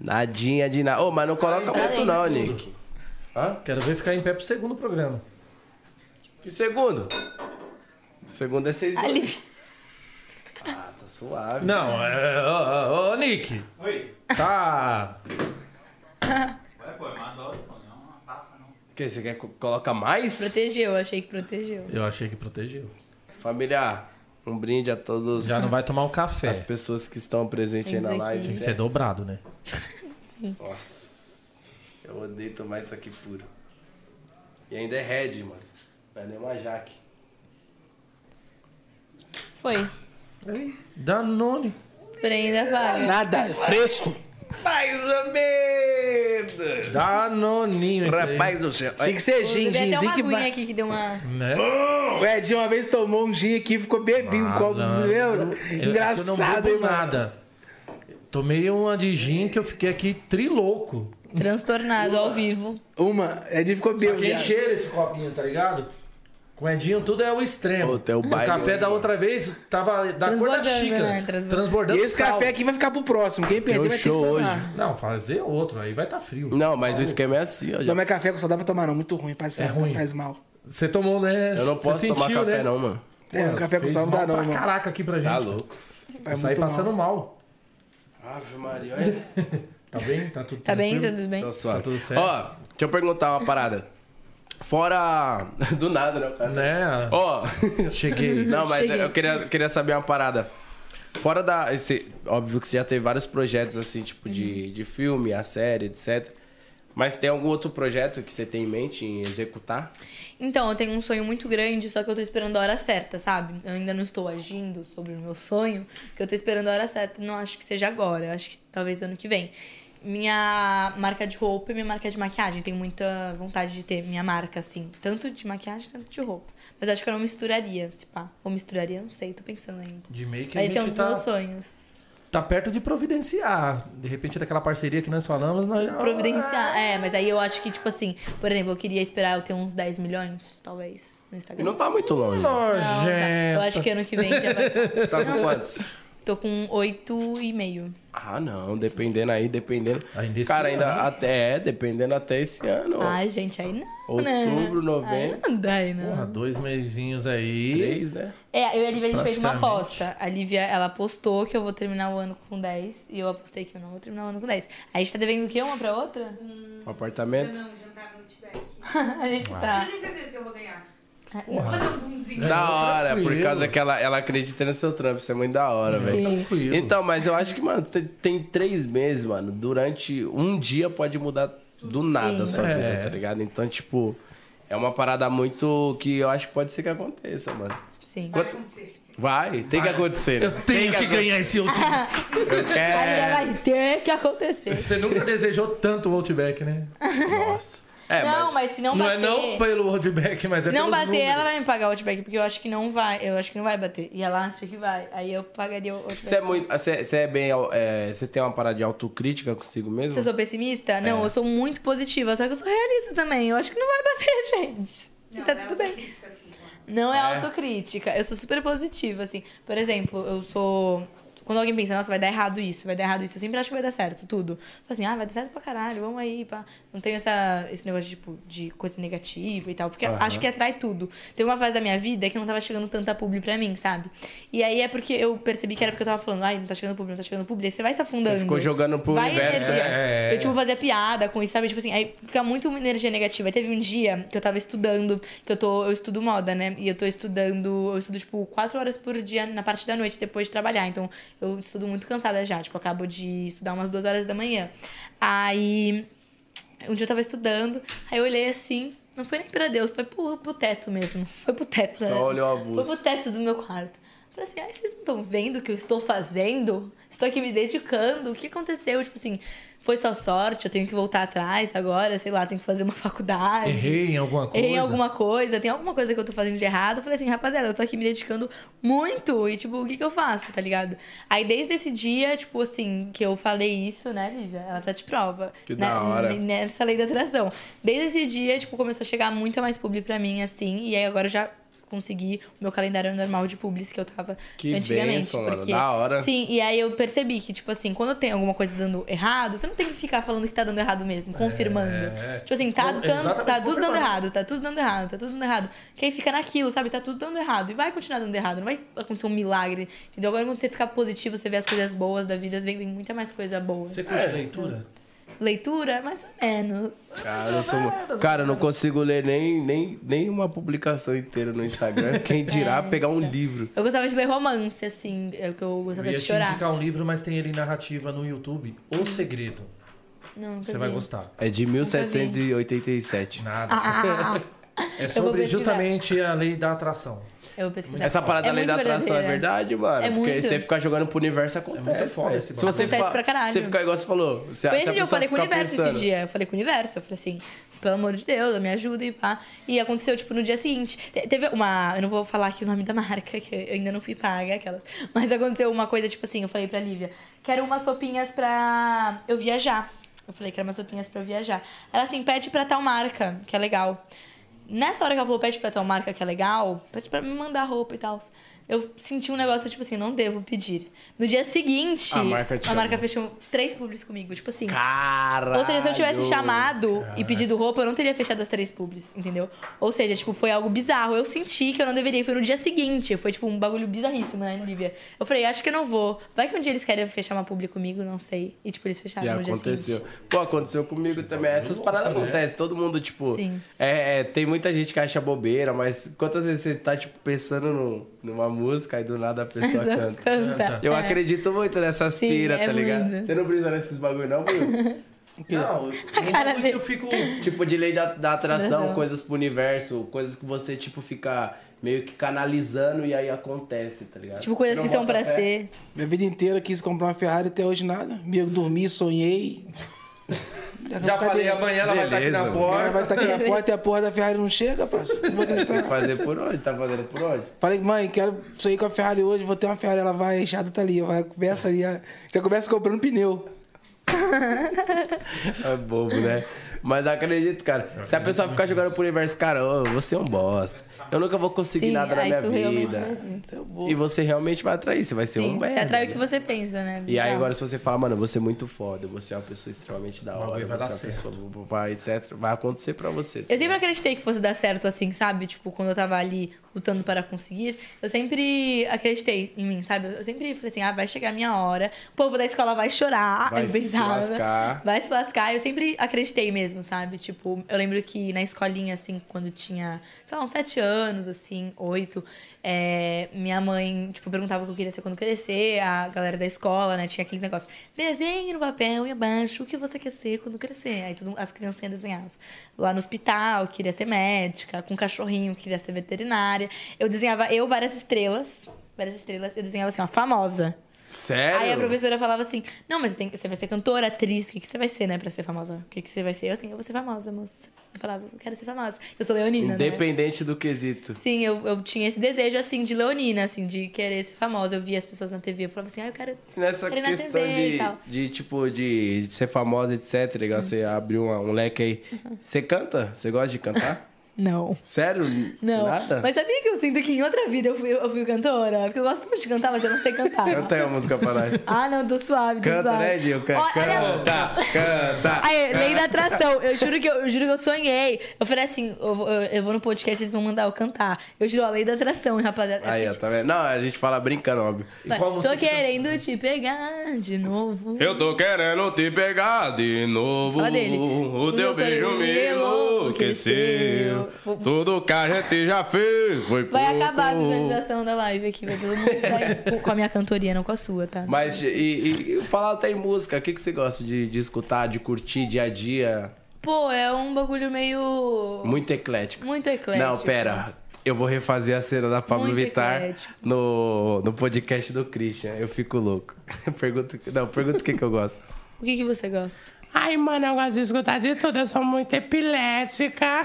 S1: Nadinha de nada. Ô, mas não coloca muito não, Nick. Hã?
S3: Quero ver ficar em pé pro segundo programa.
S1: Que segundo? Segundo é seis
S7: Ali,
S1: Tá suave.
S3: Não, é, ô, ô, ô, Nick.
S20: Oi.
S3: Tá.
S20: Ué, pô, eu adoro, pô. Não, não passa, não.
S1: O que? Você quer co- colocar mais?
S7: protegeu, achei que protegeu.
S3: Eu achei que protegeu.
S1: Família, um brinde a todos
S3: Já não vai tomar o café.
S1: as pessoas que estão presentes aí na
S7: Tem que ser
S1: live.
S7: aqui.
S3: Tem que
S1: certo?
S3: ser dobrado, né?
S1: Nossa, eu odeio tomar isso aqui puro. E ainda é red, mano. Não é nem uma jaque.
S7: Foi.
S3: Danone.
S7: Prenda, vai.
S8: Nada, é fresco.
S21: Mais ou menos.
S3: Danoninho. isso aí.
S21: Rapaz do céu.
S8: Tem que ser
S7: Tem
S8: gin,
S7: até
S8: ginzinho assim
S7: uma
S8: que
S7: aguinha
S8: vai.
S7: aqui que deu uma...
S3: Né?
S8: O Edinho uma vez tomou um gin aqui e ficou bebinho, um copo,
S3: Malandro.
S8: lembra?
S3: Ah, Eu- eu não
S8: Engraçado,
S3: bebo
S8: hein, mano?
S3: nada. Tomei uma de gin que eu fiquei aqui trilouco.
S7: Transtornado ao vivo.
S8: Uma, Edinho ficou bêbado.
S3: Quem
S8: viado.
S3: cheira esse copinho, tá ligado? Com o Edinho tudo é o extremo.
S1: Pô, tem o
S3: o
S1: baile
S3: café
S1: hoje,
S3: da
S1: mano.
S3: outra vez tava da cor da
S7: Transbordando,
S3: xícara.
S7: né? Transbordando.
S3: Transbordando
S8: Esse
S3: sal.
S8: café aqui vai ficar pro próximo. Quem perder
S1: Tem um
S8: vai ter que
S1: show
S8: tomar.
S3: Não, fazer outro, aí vai tá frio.
S1: Não, mas o esquema é assim, ó. já-
S8: Tomar café que só dá pra tomar, não. Muito ruim, parece
S3: É
S8: que
S3: ruim.
S8: faz mal.
S3: Você tomou, né?
S1: Eu não
S3: Você
S1: posso tomar
S3: sentiu,
S1: café
S3: né?
S1: não, mano.
S8: É, um café com
S3: Fez
S8: sal não
S3: mal
S8: dá, não,
S3: pra
S8: mano.
S3: Caraca, aqui pra gente.
S1: Tá louco.
S8: Vai
S3: Saí
S8: muito
S3: passando
S8: mal.
S3: mal.
S1: Ave Maria, olha.
S3: Tá bem? Tá tudo
S7: Tá bem? Tá
S3: tranquilo?
S7: tudo bem?
S1: Tô suave.
S3: tudo certo.
S1: Ó, deixa eu perguntar uma parada. Fora. Do nada, né, cara?
S3: Né?
S1: Ó.
S3: Cheguei.
S1: Não, mas
S3: Cheguei.
S1: eu queria, queria saber uma parada. Fora da. Esse, óbvio que você já teve vários projetos, assim, tipo, de, de filme, a série, etc. Mas tem algum outro projeto que você tem em mente em executar?
S7: Então, eu tenho um sonho muito grande, só que eu tô esperando a hora certa, sabe? Eu ainda não estou agindo sobre o meu sonho, porque eu tô esperando a hora certa. Não acho que seja agora, acho que talvez ano que vem. Minha marca de roupa e minha marca de maquiagem. Tenho muita vontade de ter minha marca, assim. Tanto de maquiagem, tanto de roupa. Mas acho que eu não misturaria, se pá. Ou misturaria, não sei, tô pensando ainda.
S3: De meio que a
S7: Esse é um
S3: gente
S7: dos
S3: tá-
S7: meus sonhos.
S3: Tá perto de providenciar. De repente, daquela parceria que nós falamos, nós já-
S7: Providenciar. É, mas aí eu acho que, tipo assim, por exemplo, eu queria esperar eu ter uns 10 milhões, talvez, no Instagram.
S1: Não tá muito longe.
S7: Não, tá. Eu acho que ano que vem já vai estar.
S1: Tá com quantos?
S7: Tô com 8,5.
S1: Ah, não, dependendo aí, dependendo. Cara,
S7: esse
S1: ainda
S7: ano?
S1: até, é, dependendo até esse ano.
S7: Ai, gente, aí não. Ah, né?
S1: Outubro, novembro.
S7: Aí não dá, aí não.
S3: Porra, dois mesinhos aí.
S1: Três, né?
S7: É, eu e a Lívia, a gente fez uma
S3: Praticamente.
S7: aposta. A Lívia, ela apostou que eu vou terminar o ano com 10 e eu apostei que eu não vou terminar o ano com 10. Aí a gente tá devendo o quê? Uma pra outra?
S1: Um apartamento.
S7: a gente tá.
S10: Eu tenho Ah, certeza que eu vou ganhar.
S7: Vou
S10: fazer um
S3: Né?
S10: bonzinho.
S1: Da hora,
S10: Tranquilo.
S1: por causa que ela, ela acredita no seu trampo. Isso é muito da hora,
S10: Sim.
S1: velho.
S10: Tranquilo.
S1: Então, mas eu acho que, mano, tem, tem três meses, mano. Durante um dia pode mudar do nada
S7: né?
S1: a sua
S3: É.
S1: vida, tá ligado? Então, tipo, é uma parada muito que eu acho que pode ser que aconteça, mano.
S7: Sim.
S1: Quanto- Vai, tem que acontecer.
S3: Eu tenho que ganhar esse outro.
S1: Eu
S7: A Lívia
S1: quero.
S7: vai ter que acontecer.
S3: Você nunca desejou tanto o Outback, né? Nossa.
S1: É,
S7: não, mas, se não
S3: Não
S7: bater...
S3: é não pelo Outback, mas
S7: Se
S3: é
S7: não
S3: pelos
S7: bater,
S3: números.
S7: ela vai me pagar o Outback, porque eu acho que não vai. Eu acho que não vai bater. E ela acha que vai. Aí eu pagaria o Outback.
S1: Você é muito. Você você é bem. é, Você tem uma parada de autocrítica consigo mesmo?
S7: Se eu sou pessimista? Não,
S1: É.
S7: eu sou muito positiva, só que eu sou realista também. Eu acho que não vai bater, gente. E tá tudo bem.
S10: Tipo assim.
S7: Não é,
S22: É.
S7: autocrítica. Eu sou super positiva, assim. Por exemplo, eu sou. Quando alguém pensa, nossa, vai dar errado isso, vai dar errado isso, eu sempre acho que vai dar certo, tudo. Falo assim, ah, vai dar certo pra caralho, vamos aí, pá. Não tenho essa, esse negócio, tipo, de coisa negativa e tal, porque
S22: Aham.
S7: acho que atrai tudo. Teve uma fase da minha vida que não tava chegando tanta publi pra mim, sabe? E aí é porque eu percebi que era porque eu tava falando, ai, não tá chegando publi, não tá chegando publi. Aí você vai se afundando.
S1: Você ficou jogando pro
S7: vai
S1: universo,
S7: Energia.
S1: né? É.
S7: Eu, tipo, fazia piada com isso, sabe? Tipo assim, aí fica muito uma energia negativa. Aí teve um dia que eu tava estudando, que eu tô. Eu estudo moda, né? E eu tô estudando. Eu estudo, tipo, quatro horas por dia na parte da noite, depois de trabalhar. Então, eu estudo muito cansada já. Tipo, eu acabo de estudar umas duas horas da manhã. Aí. Um dia eu tava estudando, aí eu olhei assim. Não foi nem pra Deus, foi pro, pro teto mesmo. Foi pro teto.
S1: Só
S7: né?
S1: olhou a
S7: Foi
S1: luz.
S7: pro teto do meu quarto. Falei assim, ai, vocês não estão vendo o que eu estou fazendo? Estou aqui me dedicando. O que aconteceu? Tipo assim, foi só sorte, eu tenho que voltar atrás agora, sei lá, tenho que fazer uma faculdade.
S3: Errei em alguma coisa.
S7: Errei em alguma coisa, tem alguma coisa que eu tô fazendo de errado. Eu falei assim, rapaziada, eu tô aqui me dedicando muito. E, tipo, o que que eu faço, tá ligado? Aí, desde esse dia, tipo, assim, que eu falei isso, né, Lívia? Ela tá de prova.
S1: Que
S7: né?
S1: da hora.
S7: Ne- Nessa lei da atração. Desde esse dia, tipo, começou a chegar muita mais publi pra mim, assim. E aí, agora eu já consegui o meu calendário normal de publis que eu tava
S1: Que
S7: antigamente.
S1: bênção, mano.
S7: porque...
S1: Da hora.
S7: Sim, e aí eu percebi que, tipo assim, quando tem alguma coisa dando errado, você não tem que ficar falando que tá dando errado mesmo, confirmando.
S22: É.
S7: Tipo assim, tá,
S22: Então,
S7: tan-
S22: exatamente
S7: tá tudo dando
S22: confirmando.
S7: errado, tá tudo dando errado, tá tudo dando errado. Que aí fica naquilo, sabe? Tá tudo dando errado. E vai continuar dando errado, não vai acontecer um milagre. Então agora quando você ficar positivo, você vê as coisas boas da vida, vem vem muita mais coisa boa.
S3: Você
S1: É.
S3: curte leitura?
S7: Leitura? Mais ou menos.
S1: Cara, eu sou mu- Cara, eu não consigo ler nem, nem, nem uma publicação inteira no Instagram. Quem
S7: É.
S1: dirá pegar um livro.
S7: Eu gostava de ler romance, assim, é o que eu
S3: Eu
S7: gostava
S3: ia
S7: de
S3: te
S7: chorar.
S3: indicar um livro, mas tem ele em narrativa no YouTube. O Segredo.
S7: Não, nunca
S3: Você vai
S7: vi.
S3: gostar.
S1: É de 1787.
S3: Nada.
S7: Ah,
S3: É
S7: Eu vou
S3: sobre
S7: pesquisar.
S3: justamente a lei da atração.
S7: eu vou pesquisar.
S1: Essa parada
S7: É
S1: além da
S7: muito
S1: atração é
S7: verdadeira.
S1: verdade, mano.
S7: É
S1: porque
S7: muito.
S1: você ficar jogando pro
S2: é
S1: universo acontece.
S3: É muito foda
S1: velho.
S3: esse
S1: Se
S3: bagulho.
S1: você
S7: Acontece
S1: fa-
S7: pra caralho.
S1: Você ficar igual você falou. Se,
S7: Foi
S1: se
S7: esse
S1: a
S7: dia, eu
S1: pessoa
S7: falei com o
S1: ficar
S7: universo
S1: pensando,
S7: esse dia. Eu falei com o universo. Eu falei assim, pelo amor de Deus, me ajuda e pá. E aconteceu, tipo, no dia seguinte. Te- Teve uma. Eu não vou falar aqui o nome da marca, que eu ainda não fui paga, aquelas. Mas aconteceu uma coisa, tipo assim, eu falei pra Lívia, quero umas sopinhas pra eu viajar. Eu falei que era umas sopinhas pra eu viajar. Ela assim, pede pra tal marca, que é legal. Nessa hora que ela falou, pede pra tal marca que é legal, pede pra me mandar roupa e tal. Eu senti um negócio, tipo assim, não devo pedir. No dia seguinte,
S2: A marca te
S7: a marca
S2: chamou.
S7: fechou um- três pubs comigo. Tipo assim.
S2: Caralho!
S7: Ou seja, se eu tivesse chamado e pedido roupa, eu não teria fechado as três pubs, entendeu? Ou seja, tipo, foi algo bizarro. Eu senti que eu não deveria. Foi no dia seguinte. Foi, tipo, um bagulho bizarríssimo, né, em Lívia? Eu falei, acho que eu não vou. Vai que um dia eles querem fechar uma pub comigo, não sei. E, tipo, eles fecharam
S2: E
S7: no dia
S2: aconteceu.
S7: seguinte.
S2: Pô, aconteceu comigo também. Essas paradas acontecem. Todo mundo, tipo.
S7: Sim.
S2: É, é, tem muita gente que acha bobeira, mas quantas vezes você tá, tipo, pensando num- numa música e do nada a pessoa
S7: Só
S2: canta.
S7: canta.
S2: Eu
S7: É.
S2: acredito muito nessas
S7: Sim,
S2: pira,
S7: é
S2: tá ligado?
S7: muito.
S2: Você não brisa nesses bagulho, não, Bruno?
S3: Não,
S2: eu, eu
S3: fico.
S2: Tipo, de lei da, da atração,
S3: Atração.
S2: coisas pro universo, coisas que você, tipo, fica meio que canalizando e aí acontece, tá ligado?
S7: Tipo, coisas
S2: Você não
S7: que são
S2: bota
S7: pra
S2: fé.
S7: ser.
S8: Minha vida inteira quis comprar uma Ferrari até hoje nada. Meu, dormi, sonhei.
S3: Já falei, amanhã ela vai tá aqui na Beleza, porta.
S8: Ela vai estar aqui na porta e a porra da Ferrari não chega, parça. Não vou
S2: Tem
S8: acreditar.
S2: que fazer por onde? Tá fazendo por onde?
S8: Falei, mãe, quero sair com a Ferrari hoje, vou ter uma Ferrari. Ela vai, a enxada tá ali, vai, começa ali. a- Já começa comprando pneu.
S2: É bobo, né? Mas eu acredito, cara. Se a pessoa ficar jogando pro universo, cara, ô, você é um bosta. Eu nunca vou conseguir
S7: Sim,
S2: nada na
S7: aí
S2: minha
S7: tu realmente
S2: vida.
S7: faz isso.
S2: E você realmente vai atrair, você vai ser um
S7: assim. Sim, você
S2: merda.
S7: atrai o que você pensa, né?
S2: E aí
S7: Bizarro.
S2: agora se você fala, mano, você é muito foda, você é uma pessoa extremamente da hora,
S3: bagulho vai
S2: você é
S3: dar
S2: uma pessoa blá, etc. Vai acontecer pra você.
S7: Eu sempre acreditei que fosse dar certo assim, sabe? Tipo, quando eu tava ali lutando para conseguir, eu sempre acreditei em mim, sabe? Eu sempre falei assim: ah, vai chegar a minha hora, o povo da escola vai chorar, É né?
S2: Vai
S7: eu
S2: se
S7: pensava,
S2: lascar.
S7: vai se lascar. Eu sempre acreditei mesmo, sabe? Tipo, eu lembro que na escolinha, assim, quando tinha, sei lá, uns sete anos, assim, oito, é, minha mãe, tipo, perguntava o que eu queria ser quando crescer, a galera da escola, né? Tinha aqueles negócios, desenhe no papel e abaixo o que você quer ser quando crescer. Aí tudo, as criancinhas desenhavam. Lá no hospital, eu queria ser médica, com cachorrinho, eu queria ser veterinária. Eu desenhava, eu, várias estrelas, várias estrelas, eu desenhava assim, uma famosa.
S2: Sério?
S7: Aí a professora falava assim: Não, mas você, tem, você vai ser cantora, atriz, o que, que você vai ser, né, pra ser famosa? O que, que você vai ser? Eu assim, eu vou ser famosa, moça. Eu falava, eu quero ser famosa. Eu sou leonina, né?
S2: Independente do quesito.
S7: Sim, eu, eu tinha esse desejo, assim, de leonina, assim, de querer ser famosa. Eu via as pessoas na TV, eu falava assim, ah, eu quero
S2: Nessa
S7: querer
S2: questão
S7: na TV e tal. Uhum.
S2: de, de, tipo, de, de ser famosa, etc. Legal, você abriu uma- um leque aí. Você canta? Você gosta de cantar?
S7: Não.
S2: Sério?
S7: Não,
S2: Nada?
S7: mas sabia que eu sinto que em outra vida eu fui, eu fui cantora? Porque eu gosto muito de cantar, mas eu não sei cantar.
S2: Canta aí uma música pra nós.
S7: Ah, não, tô suave, tô
S2: Canta,
S7: suave.
S2: né, Gil? Can-
S7: Olha- olha-
S2: Canta, canta.
S7: Aí, lei da
S2: canta.
S7: atração. Eu juro que eu, eu juro que eu sonhei. Eu falei assim, eu, vou- eu- eu vou no podcast, eles vão mandar eu cantar. Eu juro, a lei da atração, hein, rapaziada.
S2: Aí, ó, tá vendo? Não, a gente fala brincando, óbvio.
S7: Vai, Tô querendo te pegar de novo.
S2: Eu tô querendo te pegar de novo.
S7: Fala dele.
S2: O teu
S7: Eu tô
S2: beijo me enlouqueceu. Tudo que a gente já fez foi
S7: Vai
S2: pouco.
S7: acabar a visualização da live aqui. Vai todo mundo sair com- com a minha cantoria, não com a sua, tá?
S2: Mas, e, e- e falar até em música, o que, que você gosta de, de escutar, de curtir dia a dia?
S7: Pô, é um bagulho meio.
S2: Muito eclético.
S7: Muito eclético.
S2: Não, pera. Eu vou refazer a cena da Pablo
S7: Muito
S2: Vittar
S7: eclético.
S2: no, no podcast do Christian. Eu fico louco. pergunta, não, pergunta o que, que eu gosto.
S7: O que, que você gosta?
S18: Ai, mano, eu gosto de escutar de tudo, eu sou muito epilética.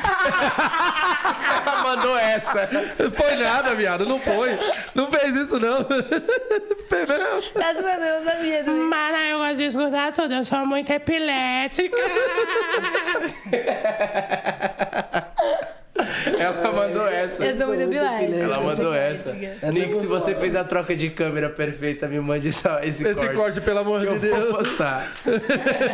S2: Mandou essa.
S18: Foi nada, viado, não foi. Não fez isso, não.
S7: Tá zoando, eu não sabia.
S18: Mano, eu gosto de escutar tudo, eu sou muito epilética.
S2: Ela mandou essa.
S7: Eu sou muito epilética.
S2: Ela mandou essa.
S7: Essa
S2: Nick, se você fez a troca de câmera perfeita, me mande essa, esse,
S3: Esse
S2: corte.
S3: corte, pelo amor
S2: que
S3: de
S2: eu
S3: Deus.
S2: Vou postar.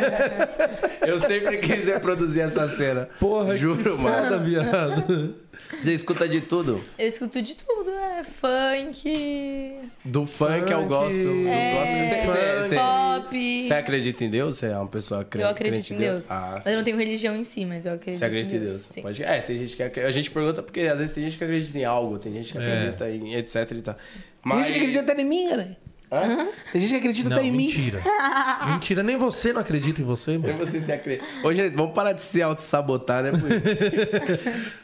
S2: eu sempre quis reproduzir essa cena. Porra, juro, mano.
S18: foda, viado.
S2: Você escuta de tudo?
S7: Eu escuto de tudo, é funk.
S2: Do funk ao
S7: Funk.
S2: gospel.
S7: É,
S2: do gospel. Você- você- você-
S7: pop.
S2: Você acredita em Deus? Você é uma pessoa crente?
S7: eu acredito
S2: crente
S7: em Deus.
S2: Ah,
S7: mas eu não tenho religião em si, mas eu acredito
S2: Você acredita em Deus?
S7: Sim.
S2: Pode... É, tem gente que acredita. A gente pergunta porque às vezes tem gente que acredita em algo, tem gente que
S8: É.
S2: acredita em etc e tal.
S8: Tem
S2: Mas...
S8: gente que acredita até em mim, cara. Tem gente que acredita
S3: Não,
S8: até em mim.
S3: mentira. Mentira, nem você não acredita em você,
S2: Nem
S3: mano.
S2: você se acredita. Ô, gente, vamos parar de se auto-sabotar, né? Bruno?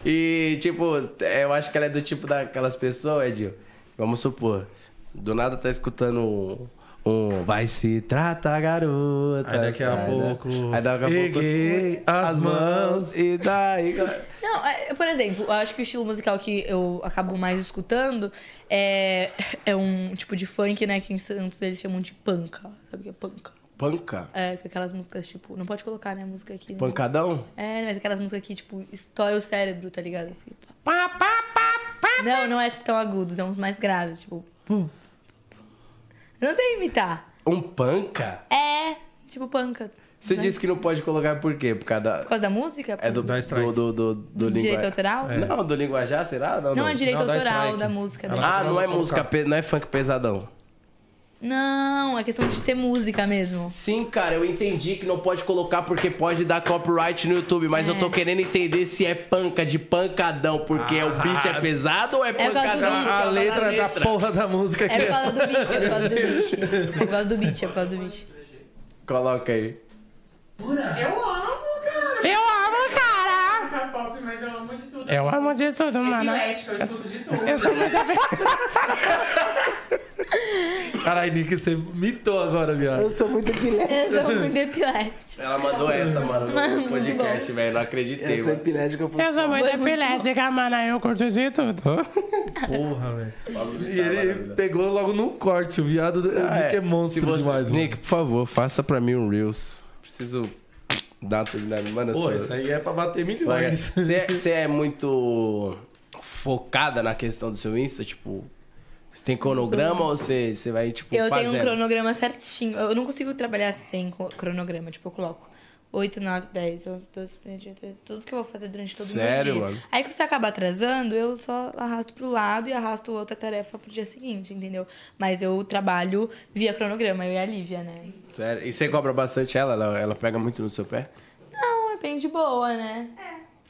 S2: e, tipo, eu acho que ela é do tipo daquelas pessoas, Edil. Vamos supor, do nada tá escutando um. um vai se tratar, garota.
S3: Aí daqui a
S2: sai da-
S3: pouco,
S2: Aí daqui a
S3: erguei
S2: pouco.
S3: as mãos
S2: e daí.
S7: Não, é, por exemplo, eu acho que o estilo musical que eu acabo mais escutando é, é um tipo de funk, né? Que em Santos eles chamam de panca. Sabe o que é panca?
S2: Panca?
S7: É, com aquelas músicas, tipo, não pode colocar, né, música aqui. Né?
S2: Pancadão?
S7: É, mas aquelas músicas que, tipo, estoura o cérebro, tá ligado? Fica-
S18: Pá, pá, pá,
S7: Não, não é esses tão agudos, é uns mais graves, tipo. pum. Eu não sei imitar.
S1: Um panca?
S7: É, tipo panca.
S1: Você
S7: Né?
S1: disse que não pode colocar por quê? Por causa da.
S7: Por causa da música?
S1: É do, do, do, do, do
S7: direito
S1: lingua-
S7: autoral? É.
S1: Não, do linguajar, será? Não,
S7: Não, é direito
S1: dá
S7: autoral
S1: strike.
S7: da música.
S3: tá
S7: né?
S1: Ah, não é música, pe- não é funk pesadão.
S7: Não, é questão de ser música mesmo.
S1: Sim, cara, eu entendi que não pode colocar porque pode dar copyright no YouTube, mas eu tô querendo entender se é panca de pancadão, porque o
S3: Ah.
S1: beat é pesado ou é
S7: É por causa do
S1: pancadão?
S7: beat,
S3: A letra da porra da música
S7: É por causa do beat, é por causa do beat. É por causa do beat, é por causa do beat.
S1: Coloca aí.
S23: Eu amo, cara. Eu amo, cara.
S24: pop, mas eu amo de tudo.
S23: Eu amo de tudo, mano.
S24: Eclético, eu estudo de tudo.
S23: Eu sou muito aberta.
S3: Caralho, Nick, você mitou agora, viado.
S8: Eu sou muito epilético.
S7: Eu sou muito epilético.
S1: Ela mandou essa, mano, no
S7: Mano, muito
S1: podcast, velho. Não acreditei.
S8: Eu sou
S1: mano.
S8: epilético.
S23: Eu sou muito epilética, mano. Eu curto de tudo.
S3: Porra, velho. E ele pegou logo no corte, o viado. O
S1: Ah,
S3: Nick é monstro
S1: se você-
S3: demais, mano.
S1: Nick, por favor, faça pra mim um Reels. Preciso dar uma terminada. Mano,
S3: Pô,
S1: eu
S3: isso
S1: sou-
S3: aí é pra bater milhões.
S1: Você você é muito focada na questão do seu Insta? Tipo, você tem cronograma ou você, você vai, tipo,
S7: Eu
S1: fazendo?
S7: tenho um cronograma certinho. Eu não consigo trabalhar sem co- cronograma. Tipo, eu coloco 8, 9, 10, 11, 12, 13, 13, tudo que eu vou fazer durante todo
S1: Sério,
S7: o meu dia.
S1: mano?
S7: Aí que você acaba atrasando, eu só arrasto pro lado e arrasto outra tarefa pro dia seguinte, entendeu? Mas eu trabalho via cronograma, eu e a Lívia, né?
S1: Sério? E você cobra bastante ela? ela? Ela pega muito no seu pé?
S7: Não, é bem de boa, né?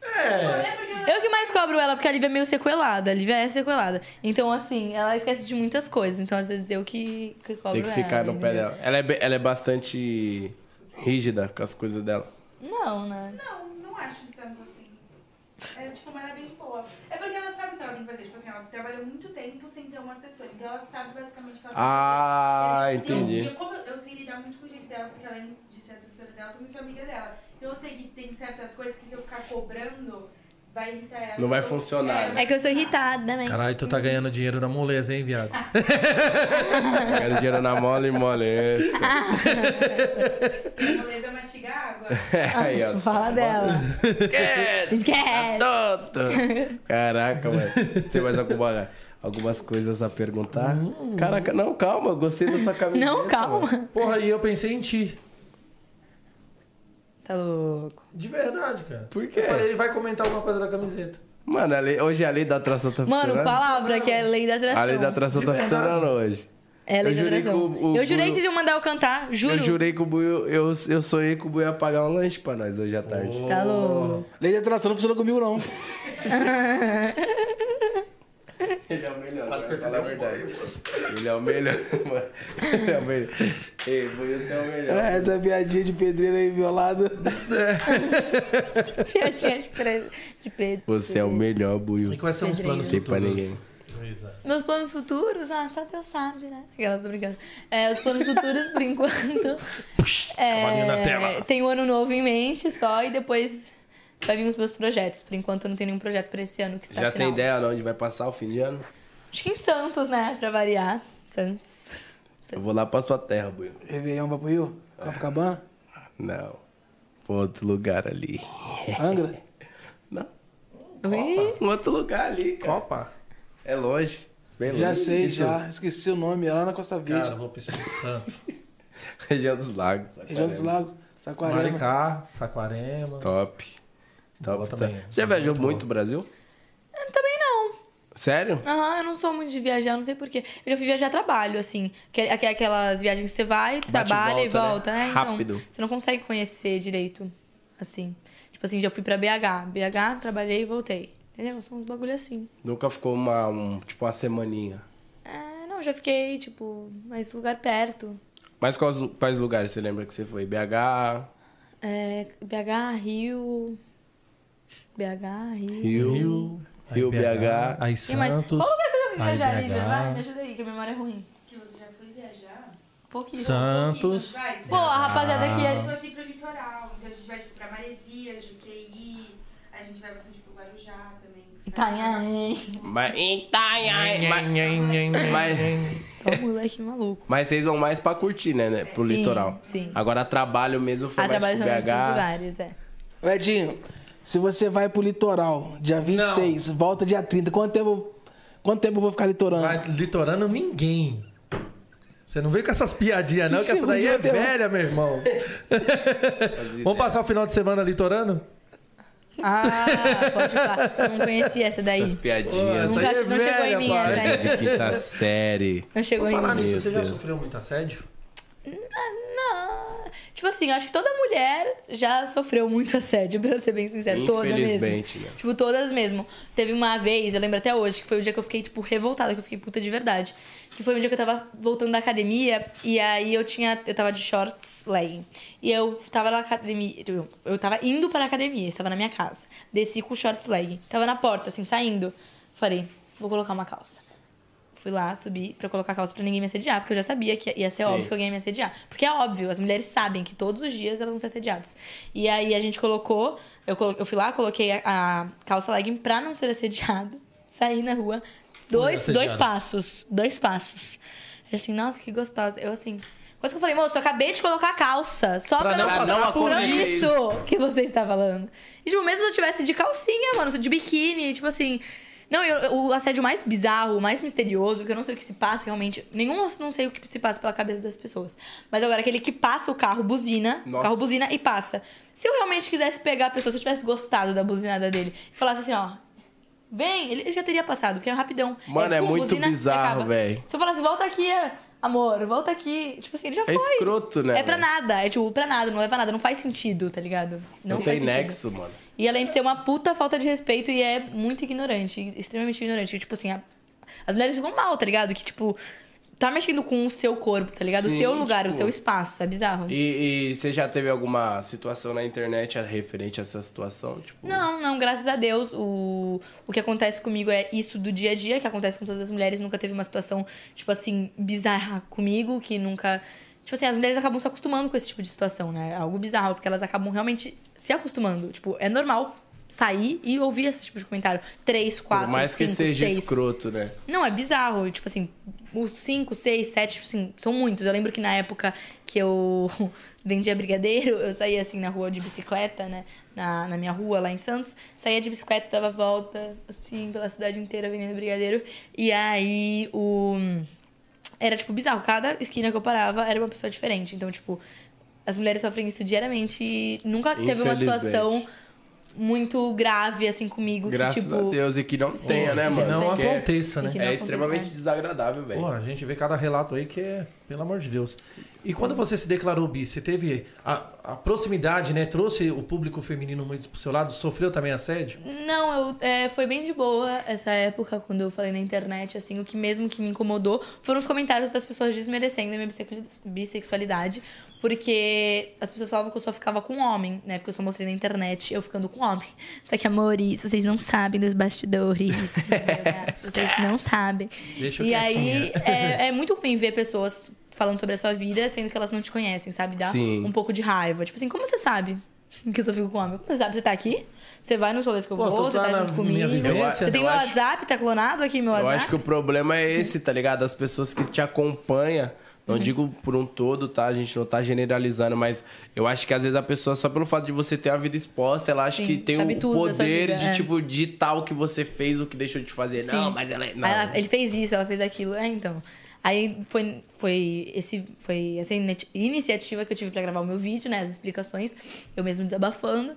S7: É. Eu que mais cobro ela, porque a Lívia é meio sequelada. A Lívia é sequelada. Então, assim, ela esquece de muitas coisas. Então, às vezes, eu que, que cobro
S1: Tem que ficar
S7: ela,
S1: no pé
S7: entendeu?
S1: dela. Ela é, be- ela é bastante rígida com as coisas dela.
S7: Não, né?
S10: Não, não acho tanto assim. É, tipo, mas ela é bem boa. É porque ela sabe o que ela tem que fazer. Tipo assim, ela trabalhou muito tempo sem ter uma assessora. Então ela sabe basicamente o que ela tem que
S1: Ah,
S10: fazer. Ela-
S1: entendi.
S10: Eu, eu, como eu, eu sei lidar muito com gente dela, porque além de ser assessora dela, eu também sou amiga dela. Então eu sei que tem certas coisas que se eu ficar cobrando, vai irritar ela.
S1: Não vai
S10: Então,
S1: funcionar, né?
S7: É que eu sou irritada também.
S3: Caralho, tu tá ganhando dinheiro na moleza, hein, viado?
S1: Quero dinheiro na mole e moleza.
S10: Moleza é mastigar água.
S1: Aí, ó. Tá é
S7: Fala dela. Esquece!
S1: Tonto. Caraca, mano. Tem mais alguma, algumas coisas a perguntar? Caraca, não, calma. eu Gostei da sua camisa.
S7: Não, calma.
S3: Porra, e eu pensei em ti.
S7: Tá louco.
S3: De verdade, cara.
S1: Por quê?
S3: Eu falei, ele vai comentar alguma coisa da camiseta.
S1: Mano, a lei- hoje a lei da atração tá funcionando.
S7: Mano, palavra que é lei da atração.
S1: A lei da atração tá funcionando hoje.
S7: É lei
S1: Eu
S7: da
S1: jurei que
S7: atração.
S1: o- o-
S7: eu jurei
S1: o-
S7: que vocês iam mandar eu cantar, juro.
S1: Eu jurei que o Buiu, eu, eu sonhei que o Buiu ia pagar um lanche pra nós hoje à tarde.
S7: Tá louco.
S8: Lei da atração não funciona comigo, não.
S1: Ele é o melhor, Quase que eu a verdade. Ele é o melhor, mano. Ele é o melhor. Ei, Buiu, você é o melhor.
S8: É, Essa piadinha de pedreiro aí violada.
S7: Piadinha de, pre... de Pedro.
S1: Você é o melhor, Buiu.
S3: E quais são os planos
S1: Não tem pra
S3: futuros?
S1: ninguém.
S3: Luísa?
S7: Meus planos futuros, ah, só Deus sabe, né? Aquelas, tô brincando. É, os planos futuros, por enquanto.
S3: cavalinho na tela.
S7: Tem o ano novo em mente só e depois vai vir os meus projetos. Por enquanto, eu não tenho nenhum projeto pra esse ano que está
S1: Já
S7: final.
S1: tem ideia de onde vai passar o fim de ano?
S7: Acho que em Santos, né? Pra variar. Santos.
S1: Eu vou lá pra sua terra, Buiu.
S8: Réveillon Papuio?
S3: É.
S8: Copacabana?
S1: Não. Pra outro lugar ali.
S3: É.
S8: Angra?
S1: Não.
S7: Ui,
S1: Um outro lugar ali, cara.
S3: Copa?
S1: É longe. Bem longe.
S8: Já sei, já. Esqueci o nome. É lá na Costa Verde.
S3: Cara, eu vou pro Espírito Santo.
S1: Região dos Lagos.
S8: Região dos Lagos. Saquarema.
S3: Maricá, Saquarema.
S1: Top. Top.
S3: Boa
S1: top.
S3: também. né?
S1: Você já viajou muito o Brasil?
S7: eu também não.
S1: Sério?
S7: Aham, eu não sou muito de viajar, não sei porquê. Eu já fui viajar a trabalho, assim. Que- aque- Aquelas viagens que você vai, trabalha e
S1: volta,
S7: volta,
S1: né?
S7: né?
S1: Rápido.
S7: Então, você não consegue conhecer direito, assim. Tipo assim, já fui pra BH. BH, trabalhei e voltei. Entendeu? São uns bagulho assim.
S1: Nunca ficou uma, um, tipo, uma semaninha.
S7: É, não, já fiquei, tipo, mas lugar perto.
S1: Mas quais, lu- quais lugares você lembra que você foi? BH,
S7: É, BH, Rio. BH, Rio.
S1: Rio, Rio,
S3: Rio,
S1: BH.
S3: Aí
S7: E mais? Qual
S3: Santos.
S7: lugar que eu já fui
S3: aí
S7: viajar, Lívia?
S3: BH.
S7: Vai, me ajuda aí, que a memória é ruim.
S10: Que você já foi viajar?
S7: Pouquinho.
S3: Santos.
S10: Vai,
S7: Pô, a rapaziada aqui
S10: A
S7: é
S10: gente vai ir pro litoral, então a gente vai tipo, pra Maresia, Juqueí, a gente vai bastante pro Guarujá também.
S7: Tá, Itanhaém.
S1: Mas, mas,
S7: Só moleque maluco.
S1: mas vocês vão mais pra curtir, né? né? Pro
S7: Sim,
S1: litoral.
S7: sim.
S1: Agora trabalho mesmo foi
S7: Ah,
S1: mais
S7: trabalho
S1: pro
S7: só nesses
S1: BH.
S7: lugares, é.
S8: Edinho, se você vai pro litoral dia 26, volta dia 30, quanto tempo Quanto tempo eu vou ficar litorando?
S3: Vai litorando ninguém. Você não vem com essas piadinhas, não, que
S8: Ixi,
S3: essa
S8: um
S3: daí
S8: dia
S3: é
S8: eu tenho-
S3: velha, meu irmão. Vamos passar o final de semana litorando?
S7: Ah, pode falar. Não conhecia essa daí.
S2: Essas
S7: Não,
S2: piadinhas.
S7: já- não chegou em mim essa
S2: Piadinha de quinta
S7: aí.
S2: série.
S7: Não chegou em
S3: Falar
S7: mim.
S3: nisso, você
S2: Meu
S3: já
S2: Deus.
S3: sofreu muito assédio?
S7: Não. Tipo assim, eu acho que toda mulher já sofreu muito assédio, pra ser bem sincera. Toda mesmo.
S2: Infelizmente, né?
S7: Tipo, todas mesmo. Teve uma vez, eu lembro até hoje, que foi o dia que eu fiquei, tipo, revoltada, que eu fiquei puta de verdade. Que foi um dia que eu tava voltando da academia e aí eu tinha. Eu tava de shorts legging. E eu tava na academia. eu- Eu tava indo pra academia, estava na minha casa. Desci com o shorts legging. Tava na porta, assim, saindo. Falei, vou colocar uma calça. Fui lá, subi pra colocar a calça pra ninguém me assediar, porque eu já sabia que ia ser
S25: Sim.
S7: óbvio que alguém ia me assediar. Porque é óbvio, as mulheres sabem que todos os dias elas vão ser assediadas. E aí a gente colocou, eu, colo- eu fui lá, coloquei a, a calça legging pra não ser assediada, saí na rua,
S25: Fui
S7: dois,
S25: assediada.
S7: dois passos, dois passos. Eu assim, nossa, que gostosa. Eu assim, quase que eu falei, moço, eu acabei de colocar a calça, só pra,
S25: Pra não
S7: não,
S25: passar
S7: não
S25: por
S7: isso.
S25: isso.
S7: que você está falando. E tipo, mesmo se eu tivesse de calcinha, mano, de biquíni, tipo assim... Não, eu- o assédio mais bizarro, o mais misterioso, que eu não sei o que se passa realmente. Nenhum, eu não sei o que se passa pela cabeça das pessoas. Mas agora, aquele que passa o carro, buzina, o
S25: Nossa.
S7: carro buzina e passa. Se eu realmente quisesse pegar a pessoa, se eu tivesse gostado da buzinada dele, e falasse assim, ó. Vem, ele já teria passado, porque é rapidão.
S2: Mano, é
S7: pum,
S2: muito
S7: buzina,
S2: bizarro,
S7: acaba.
S2: velho.
S7: Se eu falasse, volta aqui, amor, volta aqui. Tipo assim, ele já
S2: É
S7: foi.
S2: escroto, né,
S7: É pra
S2: velho?
S7: nada. É tipo, pra nada, não leva a nada. Não faz sentido, tá ligado?
S2: Não,
S7: Não, faz
S2: tem
S7: sentido.
S2: nexo, mano.
S7: E além de ser uma puta falta de respeito, e é muito ignorante, extremamente ignorante. Tipo assim, a- as mulheres ficam mal, tá ligado? Que, tipo, tá mexendo com o seu corpo, tá ligado? o
S2: Sim,
S7: seu lugar, o
S2: tipo-
S7: seu espaço. É bizarro.
S2: E, e você já teve alguma situação na internet referente a essa situação? Tipo,
S7: Não, não, graças a Deus. O, o que acontece comigo é isso do dia a dia, que acontece com todas as mulheres. Nunca teve uma situação, tipo assim, bizarra comigo, que nunca. Tipo assim, as mulheres acabam se acostumando com esse tipo de situação, né? É algo bizarro, porque elas acabam realmente se acostumando. Tipo, é normal sair e ouvir esse tipo de comentário. Três, quatro,
S2: por mais que
S7: cinco,
S2: seja
S7: seis.
S2: escroto, né?
S7: Não, é bizarro. Tipo assim, os 5, 6, 7, assim, são muitos. Eu lembro que na época que eu vendia brigadeiro, eu saía assim na rua de bicicleta, né? Na, na minha rua lá em Santos. Saía de bicicleta, dava volta, assim, pela cidade inteira vendendo brigadeiro. E aí o. Era, tipo, bizarro. Cada esquina que eu parava era uma pessoa diferente. Então, tipo, as mulheres sofrem isso diariamente e nunca teve uma
S2: Infelizmente.
S7: situação muito grave, assim, comigo.
S2: Graças
S7: que, tipo,
S2: a Deus e que não
S7: Sim.
S2: tenha, né,
S3: É, que
S2: mano?
S3: não
S2: Porque
S3: aconteça, né?
S2: É
S3: Que não aconteça,
S2: extremamente
S3: né?
S2: desagradável, velho.
S3: Pô, a gente vê cada relato aí que é, pelo amor de Deus. E quando você se declarou bi, você teve a, a proximidade, né? Trouxe o público feminino muito pro seu lado, sofreu também assédio?
S7: Não, eu, é, foi bem de boa essa época quando eu falei na internet, assim, o que mesmo que me incomodou foram os comentários das pessoas desmerecendo a minha bissexu- bissexualidade, porque as pessoas falavam que eu só ficava com homem, né? Porque eu só mostrei na internet eu ficando com homem. Só que, amores, vocês não sabem dos bastidores. né? vocês não sabem.
S25: Deixa eu
S7: e aí
S25: quietinha.
S7: é, é muito ruim ver pessoas falando sobre a sua vida, sendo que elas não te conhecem, sabe? Dá
S25: Sim.
S7: um pouco de raiva. Tipo assim, como você sabe que eu só fico com homem? Como você sabe? Você tá aqui? Você vai nos rolês que eu
S2: Pô,
S7: vou,
S2: tu
S7: você
S2: tá
S7: tá
S2: na
S7: junto
S2: minha
S7: comigo.
S2: vivência? né?
S7: Você tem
S2: Eu
S7: meu
S2: acho-
S7: WhatsApp? Tá clonado aqui meu
S2: Eu
S7: WhatsApp?
S2: acho que o problema é esse, tá ligado? As pessoas que te acompanham.
S7: Uhum.
S2: Não digo por um todo, tá? A gente não tá generalizando, mas eu acho que às vezes a pessoa, só pelo fato de você ter a vida exposta, ela acha
S7: Sim,
S2: que tem
S7: sabe
S2: o
S7: tudo da sua
S2: poder
S7: vida,
S2: de,
S7: é.
S2: tipo, digitar o que você fez, o que deixou de fazer. Não,
S7: Sim.
S2: mas ela é.
S7: Aí
S2: Não.
S7: ela- ele fez isso, ela fez aquilo. É, então. Aí foi, foi, esse, foi essa ini- iniciativa que eu tive pra gravar o meu vídeo, né? As explicações, eu mesmo desabafando.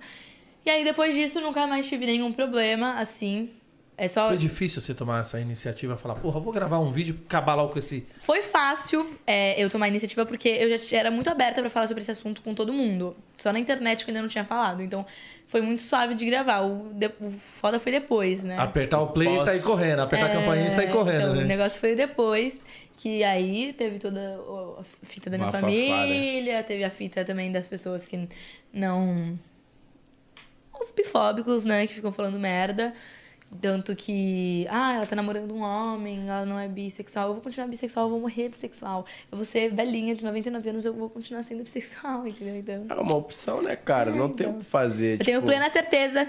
S7: E aí, depois disso, nunca mais tive nenhum problema, assim. É só.
S3: Foi difícil você tomar essa iniciativa e falar, porra, eu vou gravar um vídeo, acabar logo com esse.
S7: Foi fácil é, eu tomar a iniciativa porque eu já t- era muito aberta pra falar sobre esse assunto com todo mundo. Só na internet que eu ainda não tinha falado. Então foi muito suave de gravar. O, de- o foda foi depois, né?
S3: Apertar o play e sair correndo, apertar a campainha e sair correndo,
S7: Então,
S3: né?
S7: O negócio foi depois que aí teve toda o- a fita da minha
S3: Uma
S7: família, teve a fita também das pessoas que n- não. Os bifóbicos, né? Que ficam falando merda. Tanto que, ah, ela tá namorando um homem, ela não é bissexual, eu vou continuar bissexual, eu vou morrer bissexual. Eu vou ser velhinha de 99 anos, eu vou continuar sendo bissexual, entendeu? Então,
S2: É uma opção, né, cara? Não tem o que fazer.
S7: eu tenho
S2: tipo,
S7: plena certeza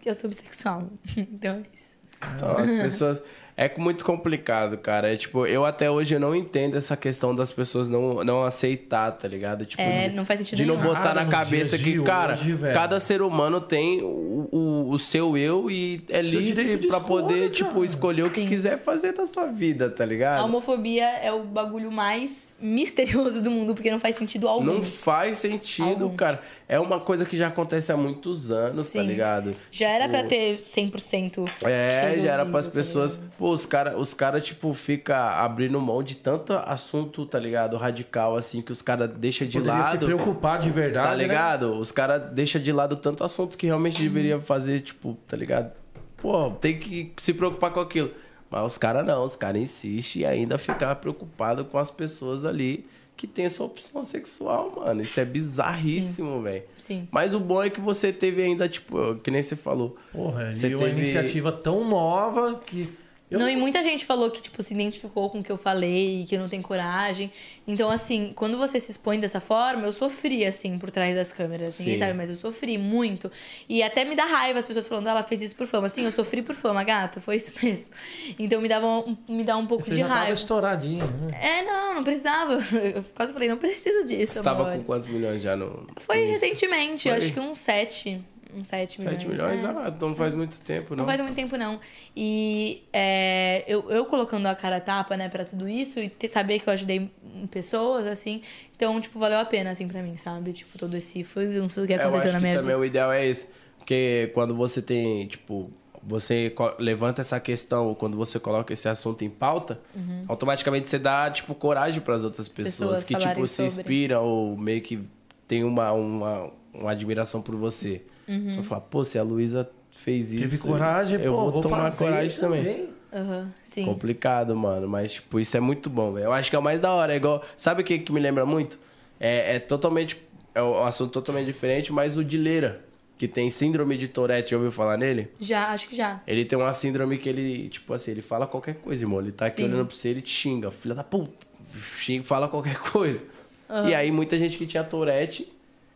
S7: que eu sou bissexual. Então é isso.
S2: Então, as pessoas. É muito complicado, cara. É tipo, eu até hoje eu não entendo essa questão das pessoas não, não aceitar, tá ligado? Tipo,
S7: É,
S2: de-
S7: não faz sentido
S2: De não
S7: nenhum.
S2: botar
S7: Cara,
S2: na
S7: nos
S2: cabeça
S7: dias
S2: que,
S7: de
S2: cara,
S7: hoje, velho.
S2: cada ser humano tem o, o, o seu eu e é livre pra poder, tipo, escolher o que quiser fazer da sua vida, tá
S7: A
S2: ligado?
S7: homofobia é o bagulho mais misterioso do mundo, porque não faz sentido algum.
S2: Não faz sentido, cara. É uma coisa que já acontece há muitos anos, tá
S7: Sim.
S2: ligado?
S7: Já era
S2: Tipo,
S7: pra ter 100%.
S2: É, já era
S7: resolvido. tá
S2: pras pessoas. Pô, os caras os cara, tipo, fica abrindo mão de tanto assunto, tá ligado? Radical, assim, que os caras deixam de
S3: Poderia se
S2: lado.
S3: preocupar de verdade,
S2: Tá
S3: né?
S2: ligado? Os caras deixam de lado tanto assunto que realmente deveria fazer, tipo, tá ligado? Pô, tem que se preocupar com aquilo. Mas os caras não, os caras insistem e ainda ficar preocupado com as pessoas ali que tem sua opção sexual, mano. Isso é bizarríssimo, velho.
S7: Sim.
S2: Mas o bom é que você teve ainda, tipo, que nem você falou.
S3: Porra,
S2: você
S3: e uma iniciativa tão nova que. Eu
S7: Não, e muita gente falou que, tipo, se identificou com o que eu falei, que não tem coragem. Então, assim, quando você se expõe dessa forma, eu sofri, assim, por trás das câmeras. Ninguém
S4: Sim.
S7: sabe, mas eu sofri muito. E até me dá raiva as pessoas falando, "Ah, ela fez isso por fama. Assim, eu sofri por fama, gata, foi isso mesmo. Então me dava um, me dá um pouco
S3: Você
S7: de
S3: já tava
S2: assim?
S7: raiva.
S3: estouradinho. né?
S7: É, não, não precisava. Eu quase falei, não precisa disso,
S2: Você tava
S7: amor.
S2: com quantos milhões já no.
S7: Foi
S2: no Insta?
S7: recentemente,
S2: Foi?
S7: eu acho que uns sete. Uns sete milhões.
S2: 7 milhões?
S7: é.
S2: Ah, não faz muito tempo, não.
S7: Não faz muito tempo, não. E é, eu, eu colocando a cara a tapa, né, pra tudo isso, e ter- saber que eu ajudei pessoas, assim, então, tipo, valeu a pena, assim, pra mim, sabe? Tipo, todo esse fuzunço que
S2: É, eu acho
S7: aconteceu na
S2: que
S7: minha
S2: também
S7: vida.
S2: o ideal é esse. Porque quando você tem, tipo, você co- levanta essa questão, ou quando você coloca esse assunto em pauta,
S9: Uhum.
S2: automaticamente você dá, tipo, coragem para as outras pessoas,
S9: Pessoas
S2: que, tipo,
S9: falarem sobre.
S2: se inspiram ou meio que tem uma, uma, uma admiração por você.
S7: Uhum.
S2: Só falar, pô, se a Luísa fez isso.
S3: Teve coragem,
S2: eu
S3: pô,
S2: vou,
S3: vou
S2: tomar
S3: fazer
S2: coragem também.
S3: também.
S7: Aham, sim.
S2: Complicado, mano. Mas, tipo, isso é muito bom, velho. Eu acho que é o mais da hora. É igual. Sabe o que, que me lembra muito? É, é totalmente. É um assunto totalmente diferente, mas o de Leira, que tem síndrome de Tourette, já ouviu falar nele?
S7: Já, acho que já.
S2: Ele tem uma síndrome que ele, tipo assim, ele fala qualquer coisa, irmão. Ele tá aqui
S7: Sim.
S2: olhando pra você, ele te xinga. Filha da puta. Xinga, fala qualquer coisa.
S9: Aham.
S2: E aí, muita gente que tinha Tourette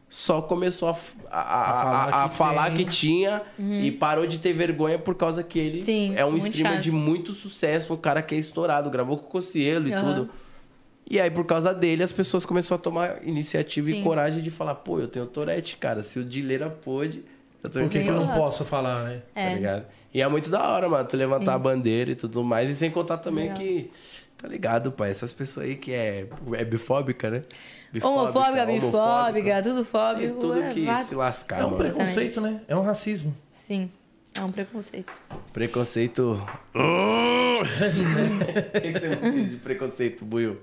S2: só começou a, f- a, a-
S9: A falar
S2: a- a
S9: que
S2: falar
S9: tem.
S2: que tinha
S9: Uhum.
S2: e parou de ter vergonha por causa que ele
S9: Sim,
S2: é um
S9: muito
S2: streamer
S9: chato.
S2: de muito sucesso, um cara que é estourado, gravou com o Cocielo e
S9: Aham.
S2: tudo. E aí, por causa dele, as pessoas começaram a tomar iniciativa e
S9: Sim.
S2: coragem de falar, pô, eu tenho Tourette, cara, se o Dileira pôde, eu também
S3: Por que, que eu não
S2: posso?"
S3: posso falar, né?
S2: Tá ligado? E é muito da hora, mano, tu levantar
S3: Sim.
S2: a bandeira e tudo mais. E sem contar também
S7: Legal.
S2: que, tá ligado, pai? Essas pessoas aí que é, é bifóbica, né?
S7: Homofóbica,
S2: homofóbica,
S7: bifóbica, tudo fóbico.
S2: Tudo
S7: é,
S2: que
S7: vá-
S2: se lascar,
S3: É um
S2: mano.
S3: preconceito, né? É um racismo.
S7: Sim, é um preconceito.
S2: Preconceito. O que, que você diz de preconceito, Buiu?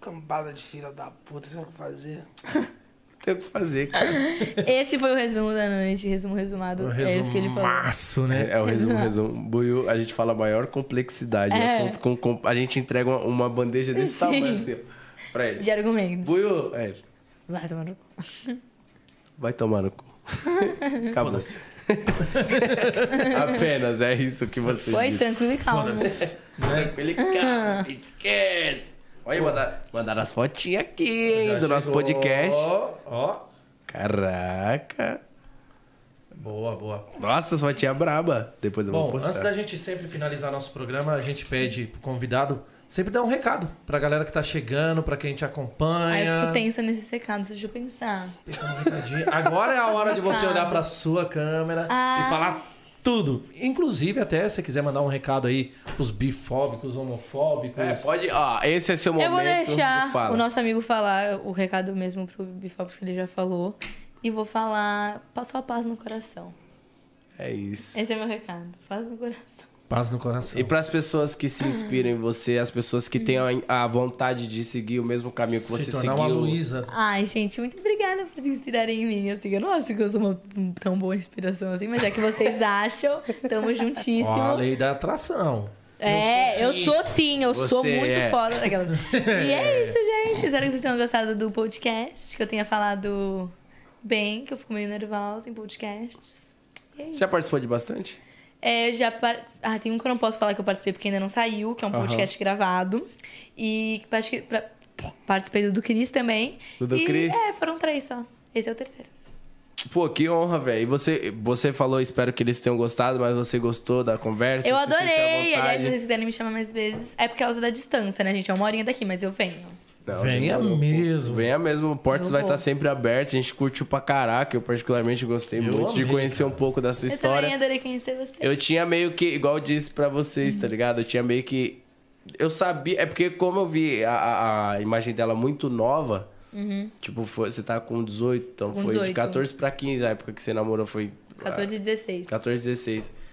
S8: Cambada de filha da puta, você vai fazer.
S2: Tem o que fazer, cara.
S7: Esse foi o resumo da noite, resumo resumado. É isso que ele falou.
S2: Resumaço, né? É, o resumo, resumo. Buiu, a gente fala maior complexidade.
S7: É.
S2: Assunto com, com- a gente entrega uma, uma bandeja desse
S7: Sim.
S2: tamanho assim, ó, pra ele.
S7: De argumento.
S2: Buiu, é,
S7: Vai tomar no cu.
S2: vai tomar no cu. Acabou.
S7: Apenas.
S2: Apenas é isso que você
S7: Foi
S2: disse.
S7: tranquilo e calmo.
S2: Foda-se. Tranquilo e calmo. Esquece. Olha, mandaram, mandaram as fotinhas aqui, hein,
S3: Já
S2: do nosso
S3: chegou.
S2: podcast.
S3: Ó, ó.
S2: Caraca.
S3: Boa, boa.
S2: Nossa, as fotinhas braba. Depois eu vou
S3: Bom,
S2: postar.
S3: antes da gente sempre finalizar nosso programa, a gente pede pro convidado sempre dar um recado pra galera que tá chegando, pra quem te
S7: Aí eu
S3: acompanha.
S7: fico tensa nesse secado, deixa eu pensar.
S3: Tadinho. um Agora é a hora de você olhar pra sua câmera
S7: Ah.
S3: e falar tudo. Inclusive, até se quiser mandar um recado aí pros bifóbicos, homofóbicos.
S2: É, pode. Ó, esse é seu momento.
S7: eu vou deixar
S2: Fala.
S7: o nosso amigo falar o recado mesmo pro Bifopos que ele já falou. E vou falar pa- só paz no coração.
S2: É isso.
S7: Esse é meu recado. Paz no coração.
S3: Paz no coração.
S2: E para as pessoas que se inspiram em você, as pessoas que têm a, a vontade de seguir o mesmo caminho que você seguiu.
S3: tornar uma Luísa.
S7: Ai, gente, muito obrigada por se inspirarem em mim. Assim, eu não acho que eu sou uma tão boa inspiração assim, mas já que vocês acham, tamo juntíssimo.
S3: Ó, a lei da atração.
S7: É, eu
S2: assim.
S3: sim.
S7: sou sim, eu sou
S3: Você
S7: muito
S3: é.
S7: foda. Aquela... E é isso, gente. Espero que vocês tenham gostado do podcast, que eu tenha falado bem, que eu fico meio nervosa em podcasts. E é
S2: Você
S7: isso.
S2: já participou de bastante?
S7: É, já par- Ah, tem um que eu não posso falar que eu participei porque ainda não saiu, que é um
S2: Aham.
S7: podcast gravado. E acho que pra- participei do do Cris também.
S2: Do do
S7: E,
S2: Cris?
S7: É, foram três só. Esse é o terceiro.
S2: Pô, que honra, velho. E você, você falou, espero que eles tenham gostado, mas você gostou da conversa?
S7: Eu
S2: se sentiu à
S7: adorei. Aliás, se
S2: vontade?
S7: vocês quiserem me chamar mais vezes, é por causa da distância, né, gente? É uma horinha daqui, mas eu venho.
S2: Não,
S3: Venha
S2: não, não.
S3: mesmo. Tá
S2: Venha mesmo, portas
S7: Eu
S2: vai
S7: vou.
S2: estar sempre abertas. A gente curtiu pra caraca. Eu particularmente gostei muito de
S3: amei,
S2: conhecer um pouco da sua
S7: Eu
S2: história.
S7: também adorei conhecer você.
S2: Eu tinha meio que, igual eu disse pra vocês,
S7: Uhum.
S2: tá ligado? Eu tinha meio que. Eu sabia. É porque, como eu vi a, a- a imagem dela muito nova,
S7: Uhum.
S2: tipo, foi- você tá com 18, então
S7: Com
S2: foi de
S7: 18.
S2: 14 pra 15, a época que você namorou foi.
S7: 14 e 16.
S2: 14, 16.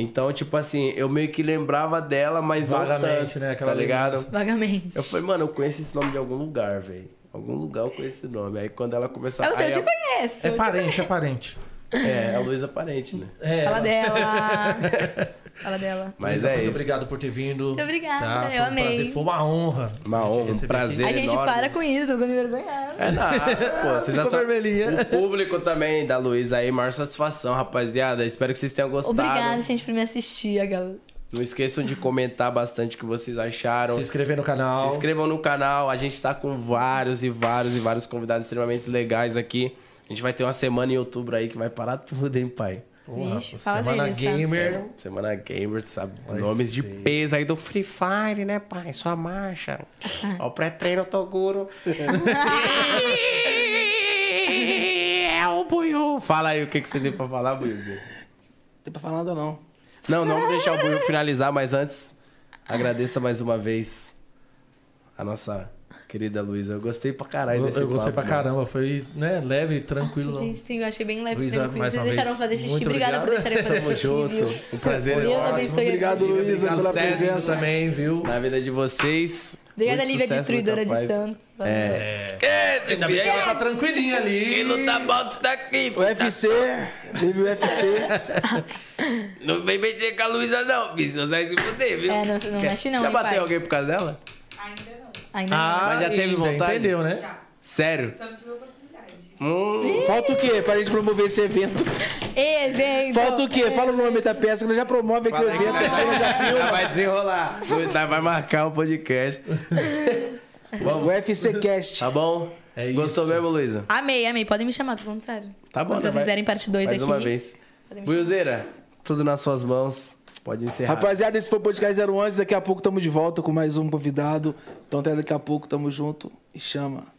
S2: Então, tipo assim, eu meio que lembrava dela, mas não
S3: Vagamente,
S2: tanto,
S3: né? Aquela
S2: tá ligado?
S3: lembrança.
S7: Vagamente.
S2: Eu falei, mano, eu conheço esse nome de algum lugar, velho. Algum lugar eu conheço esse nome. Aí quando ela começou
S7: É você,
S2: aí
S7: eu te
S2: a-
S7: conheço.
S3: É
S7: eu te
S3: parente, é parente.
S2: É, a Luísa parente, né?
S3: É.
S7: Fala dela. Fala dela.
S2: Mas
S3: Luísa,
S2: é
S3: Muito
S2: isso.
S3: obrigado por ter vindo.
S7: Muito obrigada,
S3: Tá, foi
S7: eu
S3: um
S7: amei.
S3: prazer, foi uma honra.
S2: Uma honra, um prazer
S7: A gente
S2: enorme.
S7: para com isso, tô com vergonhada.
S2: É nada, pô. Vocês
S3: Ah, Ficou
S2: acham- O público também da Luísa aí, maior satisfação, rapaziada. Espero que vocês tenham gostado.
S7: Obrigada, gente, por me assistir, a galera.
S2: Não esqueçam de comentar bastante o que vocês acharam.
S3: Se inscrever no canal.
S2: Se inscrevam no canal. A gente tá com vários e vários e vários convidados extremamente legais aqui. A gente vai ter uma semana em outubro aí que vai parar tudo, hein, pai?
S3: Porra, Vixe, pô,
S2: é
S3: fala Semana deles, tá? Gamer.
S2: Semana, semana Gamer, sabe?
S6: Vai
S2: Nomes de
S6: ser.
S2: peso aí do
S6: Free Fire, né, pai? Só marcha. Ó, o pré-treino Toguro.
S18: É o Buiu.
S2: Fala aí o que, que você tem pra falar, Buizinho.
S8: Não tem pra falar nada, não.
S2: Não, não vou deixar o Buiu finalizar, mas antes, agradeça mais uma vez a nossa querida Luísa. Eu gostei pra caralho
S3: Eu,
S2: desse
S3: eu gostei
S2: papo,
S3: pra caramba, foi né, leve e tranquilo.
S7: Gente, sim, eu achei bem leve e
S3: Luísa,
S7: tranquilo.
S3: mais
S7: Vocês
S3: uma
S7: deixaram eu
S3: vez,
S7: fazer xixi.
S3: muito
S7: Obrigada por
S3: obrigado.
S7: deixarem eu fazer
S2: Tamo
S7: xixi.
S2: junto.
S7: viu?
S2: O prazer é
S7: Deus
S2: ótimo.
S7: abençoe a
S8: Obrigado,
S7: vida.
S8: Luísa, pela
S2: Sucesso
S8: presença.
S3: Também, viu?
S2: Na vida de vocês.
S7: Obrigada,
S2: Muito
S7: Lívia,
S2: sucesso,
S7: destruidora
S2: muita
S7: de
S2: paz.
S7: Santos.
S2: É.
S3: Ainda bem que ela tá tranquilinha ali.
S5: Quem não tá bom que tá aqui.
S8: O UFC, teve o UFC.
S2: Tá,
S5: Não vem mexer com a Luísa, não, bicho. Você vai se fuder, viu?
S7: É, não, você não
S5: Quer-
S7: mexe não,
S5: Já
S7: hein,
S5: bateu
S7: pai?
S5: alguém por causa dela?
S7: Ainda não.
S2: Ah.
S5: Mas já teve
S3: Ah, ainda,
S5: vontade?
S3: Entendeu, né?
S2: Sério? Hum,
S10: Só não tive a oportunidade.
S8: Falta o quê pra gente promover esse evento?
S7: Evento.
S8: Falta o quê? Fala o nome da peça que ela já promove aqui o
S2: Fala aí,
S8: evento.
S2: cara.
S7: um.
S2: Ainda vai desenrolar. Ainda vai marcar o podcast. Vamos.
S8: O UFC Cast.
S2: Tá bom?
S3: É
S2: Gostou mesmo, Luísa?
S7: Amei, amei. Podem me chamar, tô falando sério.
S2: Tá bom,
S7: Quando
S2: né?
S7: vocês
S2: Vai-
S7: fizerem parte 2
S2: Mais
S7: aqui.
S2: uma vez.
S7: podem me chamar.
S2: Buiuzeira, tudo nas suas mãos. Pode encerrar.
S8: Rapaziada, esse foi o Podcast 011. Daqui a pouco tamo de volta com mais um convidado. Então até daqui a pouco, tamo junto e chama.